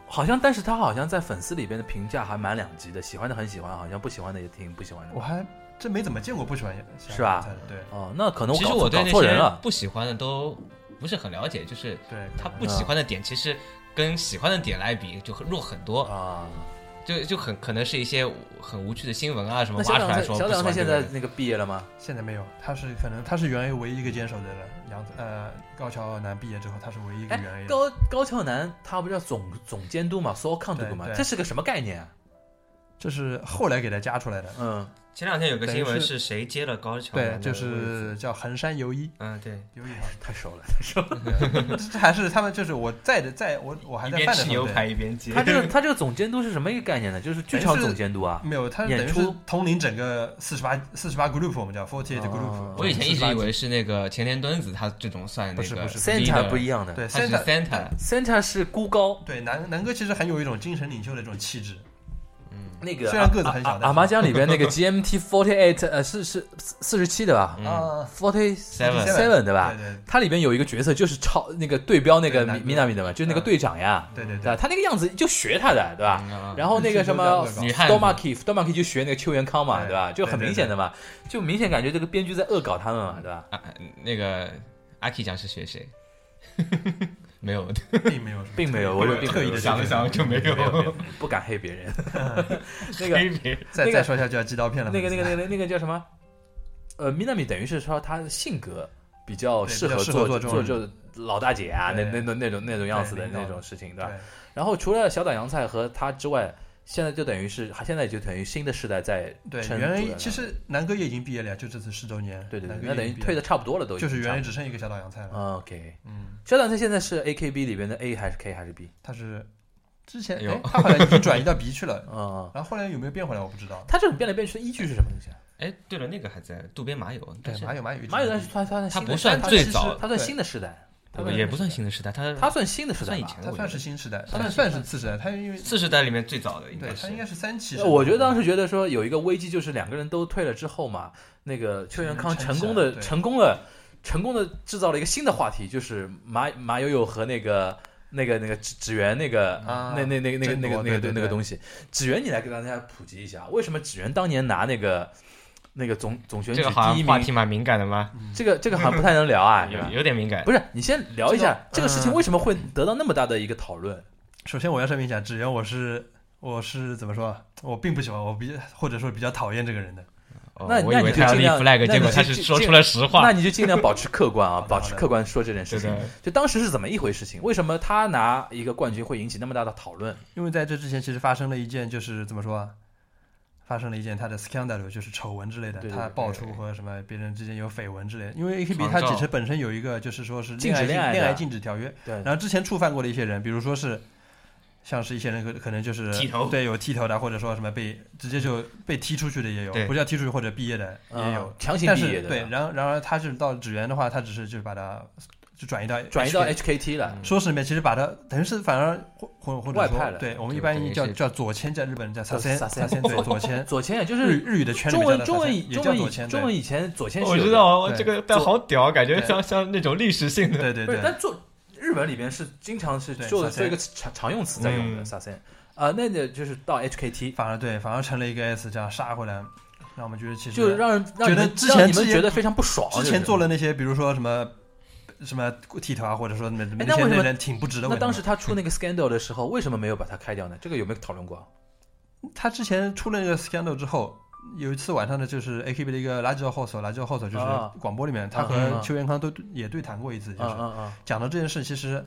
Speaker 1: 好像，但是他好像在粉丝里边的评价还蛮两极的，喜欢的很喜欢，好像不喜欢的也挺不喜欢的
Speaker 3: 我。还真没怎么见过不喜欢
Speaker 1: 是吧
Speaker 3: 小白菜的对
Speaker 1: 哦，那可能我
Speaker 2: 其实
Speaker 1: 搞
Speaker 2: 我
Speaker 1: 错
Speaker 2: 对
Speaker 1: 搞
Speaker 2: 那
Speaker 1: 错人
Speaker 2: 些
Speaker 1: 了。
Speaker 2: 不喜欢的都不是很了解，就是
Speaker 3: 对，
Speaker 2: 他不喜欢的点，其实跟喜欢的点来比就很弱很多，
Speaker 1: 啊，
Speaker 2: 就就很可能是一些很无趣的新闻啊什么
Speaker 1: 那小
Speaker 2: 挖出
Speaker 1: 两
Speaker 2: 来
Speaker 1: 菜
Speaker 2: 说
Speaker 1: 小
Speaker 2: 不喜
Speaker 1: 两菜
Speaker 2: 欢这
Speaker 1: 现
Speaker 2: 个
Speaker 1: 在
Speaker 2: 人。
Speaker 1: 那个毕业了吗？
Speaker 3: 现在没有，他是可能他是原 A 唯一一个坚守的人，杨呃高桥男毕业之后他是唯一一个
Speaker 1: 哎
Speaker 3: 原 A，的
Speaker 1: 高高桥南他不叫总总监督嘛，so count 嘛
Speaker 3: 对，对
Speaker 1: 这是个什么概念啊？
Speaker 3: 这是后来给他加出来的，
Speaker 1: 嗯，
Speaker 2: 前两天有个新
Speaker 3: 等于
Speaker 2: 闻
Speaker 3: 是
Speaker 2: 是谁接了高桥
Speaker 3: 对
Speaker 2: 南，的
Speaker 3: 就
Speaker 2: 位置
Speaker 3: 是叫横山由一，
Speaker 2: 嗯对，
Speaker 3: 由一嘛， (laughs)
Speaker 1: 太熟了，太熟了。
Speaker 3: 这还是他们就是我在的在我我还
Speaker 2: 一
Speaker 3: 在
Speaker 2: 边
Speaker 3: 饭的
Speaker 2: 吃
Speaker 3: 时候
Speaker 2: 牛
Speaker 3: 对
Speaker 2: 排一边接，
Speaker 1: 他这 (laughs) 个他这个总监督是什么一个概念呢？就是剧场总监督啊。
Speaker 3: 没有，他
Speaker 1: 演
Speaker 3: 等于
Speaker 1: 出
Speaker 3: 是统领整个四十八四十八 group，我们叫 forty eight
Speaker 1: 哦
Speaker 3: group。
Speaker 2: 我以前一直以为是那个前田敦子，他这种算那
Speaker 3: 不是
Speaker 2: 个
Speaker 3: 不是
Speaker 1: Santa 不一样的
Speaker 3: 对
Speaker 2: 他是
Speaker 3: Santa
Speaker 2: Santa，
Speaker 1: ，Santa 是孤高，
Speaker 3: 对南南哥其实很有一种精神领袖的一种气质，
Speaker 2: 嗯
Speaker 1: 那个
Speaker 3: 虽然个子很小
Speaker 1: 啊啊
Speaker 3: 但是
Speaker 1: 阿麻将里边那个 GMT forty eight 呃是是四十七的吧
Speaker 2: 嗯
Speaker 3: 啊
Speaker 1: ，forty
Speaker 2: Seven
Speaker 1: seven 对吧
Speaker 3: 对？对
Speaker 1: 它里边有一个角色就是超那个对标那个
Speaker 3: 对南
Speaker 1: 米
Speaker 3: 哥
Speaker 1: 米娜米的嘛，就是那个队长呀，
Speaker 3: 对对
Speaker 1: 对
Speaker 3: 对
Speaker 1: 吧？他那个样子就学他的，对吧？
Speaker 2: 嗯啊
Speaker 1: 然后那个什么
Speaker 3: 嗯
Speaker 2: 女汉子
Speaker 1: Stomaki Stomaki 就学那个邱元康嘛，
Speaker 3: 对
Speaker 1: 对吧？就很明显的嘛，就明显感觉这个编剧在恶搞他们嘛，对吧？
Speaker 2: 啊那个阿 K 讲是学谁？ (laughs) 没有，
Speaker 3: 对，并没有什么
Speaker 1: 并没有，我就并
Speaker 3: 特
Speaker 1: 没
Speaker 3: 意
Speaker 1: 有
Speaker 3: 的
Speaker 2: 想了想就没有
Speaker 1: 没有没有不敢黑别人。 (laughs) (laughs) 那个
Speaker 2: 黑别人
Speaker 3: 再
Speaker 1: 那个
Speaker 3: 再说下就要寄刀片了。
Speaker 1: 那个那个那个那个叫什么？呃，米娜米等于是说她的性格比较
Speaker 3: 对
Speaker 1: 适
Speaker 3: 比
Speaker 1: 合
Speaker 3: 较适合
Speaker 1: 做
Speaker 3: 做这
Speaker 1: 做
Speaker 3: 种
Speaker 1: 这老大姐啊，那那
Speaker 3: 对
Speaker 1: 那那种那种样子的
Speaker 3: 领导
Speaker 1: 那种事情，对吧？
Speaker 3: 对
Speaker 1: 然后除了小岛洋菜和她之外，现在就等于是现在就等于新的时代在
Speaker 3: 对
Speaker 1: 撑
Speaker 3: 原
Speaker 1: 住
Speaker 3: 来
Speaker 1: 了
Speaker 3: 其实南哥也已经毕业了呀，就这次十周年，
Speaker 1: 对对对
Speaker 3: 南，哥
Speaker 1: 那等
Speaker 3: 也
Speaker 1: 于
Speaker 3: 已经毕业
Speaker 1: 退的差不多了都已
Speaker 3: 就
Speaker 1: 经，
Speaker 3: 是原来只剩一个小岛洋菜了。
Speaker 1: 啊 OK。
Speaker 3: 嗯，
Speaker 1: 小岛洋菜现在是 AKB 里边的 A 还是 K 还是 B？
Speaker 3: 他是之前
Speaker 2: 有
Speaker 3: 哎，他好像已经转移到 B 去了，
Speaker 1: 啊，
Speaker 3: 然后后来有没有变回来我不知道。
Speaker 1: 他这种变来变去的依据是什么东西啊？
Speaker 2: 哎，对了，那个还在渡边麻友，
Speaker 3: 对
Speaker 2: 但，是
Speaker 3: 马友马友一直
Speaker 1: 马友但是他他
Speaker 2: 他不算最早
Speaker 1: 他算
Speaker 3: 对
Speaker 1: 新的时代，他
Speaker 2: 呃也不算新的时代，他
Speaker 1: 他算新的时代
Speaker 2: 算以
Speaker 1: 吧
Speaker 2: 前的
Speaker 3: 他
Speaker 2: 我
Speaker 3: 算
Speaker 2: 觉
Speaker 3: 是
Speaker 2: 得
Speaker 3: 新时代，
Speaker 2: 算
Speaker 3: 他
Speaker 2: 是
Speaker 3: 算是次时代，他因为
Speaker 2: 四十代里面最早的应
Speaker 3: 对
Speaker 2: 该
Speaker 3: 他
Speaker 2: 是
Speaker 3: 应该是三期
Speaker 1: 呃
Speaker 3: 生。
Speaker 1: 我觉得当时觉得说有一个危机，就是两个人都退了之后嘛，那个邱
Speaker 3: 嗯
Speaker 1: 元康成功的
Speaker 3: 对
Speaker 1: 成功了，成功的制造了一个新的话题，就是马马友友和那个那个那个指指原那个、
Speaker 3: 啊
Speaker 1: 那那那那个那
Speaker 3: 争
Speaker 1: 个
Speaker 3: 夺
Speaker 1: 那个
Speaker 3: 对对
Speaker 1: 那个
Speaker 3: 对
Speaker 1: 东西，指原你来给大家普及一下，为什么指原当年拿那个那个总总选举
Speaker 2: 这个好
Speaker 1: 第一
Speaker 2: 像话题
Speaker 1: 名？
Speaker 2: 蛮敏感的吗？
Speaker 1: 这个这个好像不太能聊啊，对吧
Speaker 2: (laughs) 有有点敏感
Speaker 1: 不。是，你先聊一下这
Speaker 3: 这
Speaker 1: 个
Speaker 3: 个
Speaker 1: 事情
Speaker 3: 嗯
Speaker 1: 为什么会得到那么大的一个讨论？
Speaker 3: 首先我要声明一下，只言我是我是怎么说啊，我并不喜欢，我比或者说比较讨厌这个人的。
Speaker 2: 哦
Speaker 1: 那
Speaker 2: 我
Speaker 1: 那
Speaker 2: 以
Speaker 1: 你
Speaker 2: 为
Speaker 1: 就
Speaker 2: 他要
Speaker 1: 尽
Speaker 2: 立
Speaker 1: 量那
Speaker 2: flag，
Speaker 1: 你
Speaker 2: 结果
Speaker 1: 就
Speaker 2: 他
Speaker 1: 尽
Speaker 2: 是说出了实
Speaker 1: 那
Speaker 2: 话。
Speaker 1: 你就尽量保持客观啊，
Speaker 3: 好的
Speaker 1: 保持
Speaker 3: 好的
Speaker 1: 客观说这件事
Speaker 2: 对
Speaker 1: 情。
Speaker 2: 的，
Speaker 1: 就当时是怎么一回事情？为什么他拿一个冠军会引起那么大的讨论？
Speaker 3: 因为在这之前，其实发生了一件，就是怎么说啊，发生了一件他的 scandal，就是丑闻之类的，
Speaker 1: 对对对
Speaker 3: 他爆出
Speaker 2: 对
Speaker 3: 和什么别人之间有绯闻之类的。因为 AKB
Speaker 2: 床
Speaker 3: 它
Speaker 2: 照
Speaker 3: 其实本身有一个就是说是
Speaker 1: 禁
Speaker 3: 恋
Speaker 1: 止
Speaker 3: 爱
Speaker 1: 恋爱的
Speaker 3: 恋爱禁止条约，
Speaker 1: 对
Speaker 3: 然后之前触犯过的一些人，比如说是像是一些人可可能就是
Speaker 2: 剃头
Speaker 3: 对有剃头的，或者说什么被直接就被踢出去的也有
Speaker 2: 对，
Speaker 3: 不叫踢出去或者毕业的也有
Speaker 1: 嗯，强行
Speaker 3: 但
Speaker 1: 毕
Speaker 3: 是
Speaker 1: 业的，
Speaker 3: 对，，然然而他就是到职员的话，他只是就是把他就转移到
Speaker 1: 转移到
Speaker 3: HK
Speaker 1: HKT 了，
Speaker 3: 说是里面其实把他等于是反而或或者
Speaker 1: 外派
Speaker 3: 说
Speaker 1: 了
Speaker 3: 对我们
Speaker 2: 就
Speaker 3: 一般
Speaker 2: 等于
Speaker 3: 叫
Speaker 2: 是
Speaker 3: 叫左迁，在日本人叫
Speaker 1: 叫
Speaker 3: 萨仙
Speaker 1: 左
Speaker 3: 萨
Speaker 1: 迁
Speaker 3: 仙对左迁，
Speaker 1: 左迁也就
Speaker 3: 日
Speaker 1: 是
Speaker 3: 日语的圈里
Speaker 1: 中
Speaker 3: 面
Speaker 1: 文
Speaker 3: 叫
Speaker 1: 中
Speaker 3: 左
Speaker 1: 文
Speaker 3: 迁
Speaker 1: 以
Speaker 3: 也
Speaker 1: 中
Speaker 3: 叫
Speaker 1: 文
Speaker 3: 左
Speaker 1: 以
Speaker 3: 迁，
Speaker 1: 中文以前左迁是
Speaker 2: 哦我
Speaker 1: 有
Speaker 2: 知
Speaker 1: 的
Speaker 2: 道，我
Speaker 3: 对
Speaker 2: 这个但
Speaker 1: 做
Speaker 2: 好屌，感觉
Speaker 3: 对
Speaker 2: 像像那种历史性的。 (laughs)
Speaker 3: 对对
Speaker 1: 对，
Speaker 3: 对，
Speaker 1: 但做日本里边是经常是
Speaker 3: 对
Speaker 1: 做
Speaker 3: 萨
Speaker 1: 做
Speaker 3: 森
Speaker 1: 一个常常用词在用的
Speaker 2: 嗯
Speaker 1: 萨森啊，那个就是到 HKT，
Speaker 3: 反而对反而成了一个 S 这样杀回来，让我们觉得其实
Speaker 1: 就是让人让
Speaker 3: 觉
Speaker 1: 你
Speaker 3: 得
Speaker 1: 们
Speaker 3: 之
Speaker 1: 让
Speaker 3: 前
Speaker 1: 你们
Speaker 3: 之前
Speaker 1: 觉得非常不爽。啊
Speaker 3: 之
Speaker 1: 哦就是
Speaker 3: 前做了那些比如说什么什么剃头啊，或者说什么
Speaker 1: 那
Speaker 3: 那些
Speaker 1: 为什么
Speaker 3: 人挺不值得
Speaker 1: 那
Speaker 3: 问的嘛。
Speaker 1: 当时他出那个 Scandal 的时候，为什么没有把他开掉呢？这个有没有讨论过？
Speaker 3: 他之前出了那个 Scandal 之后，有一次晚上呢，就是 AKB 的一个辣椒 host，辣椒 host 就是
Speaker 1: 啊
Speaker 3: 广播里面，他
Speaker 1: 嗯嗯
Speaker 3: 和
Speaker 1: 嗯
Speaker 3: 邱元康都对也对谈过一次，就
Speaker 1: 嗯
Speaker 3: 是
Speaker 1: 嗯嗯，
Speaker 3: 讲到这件事，其实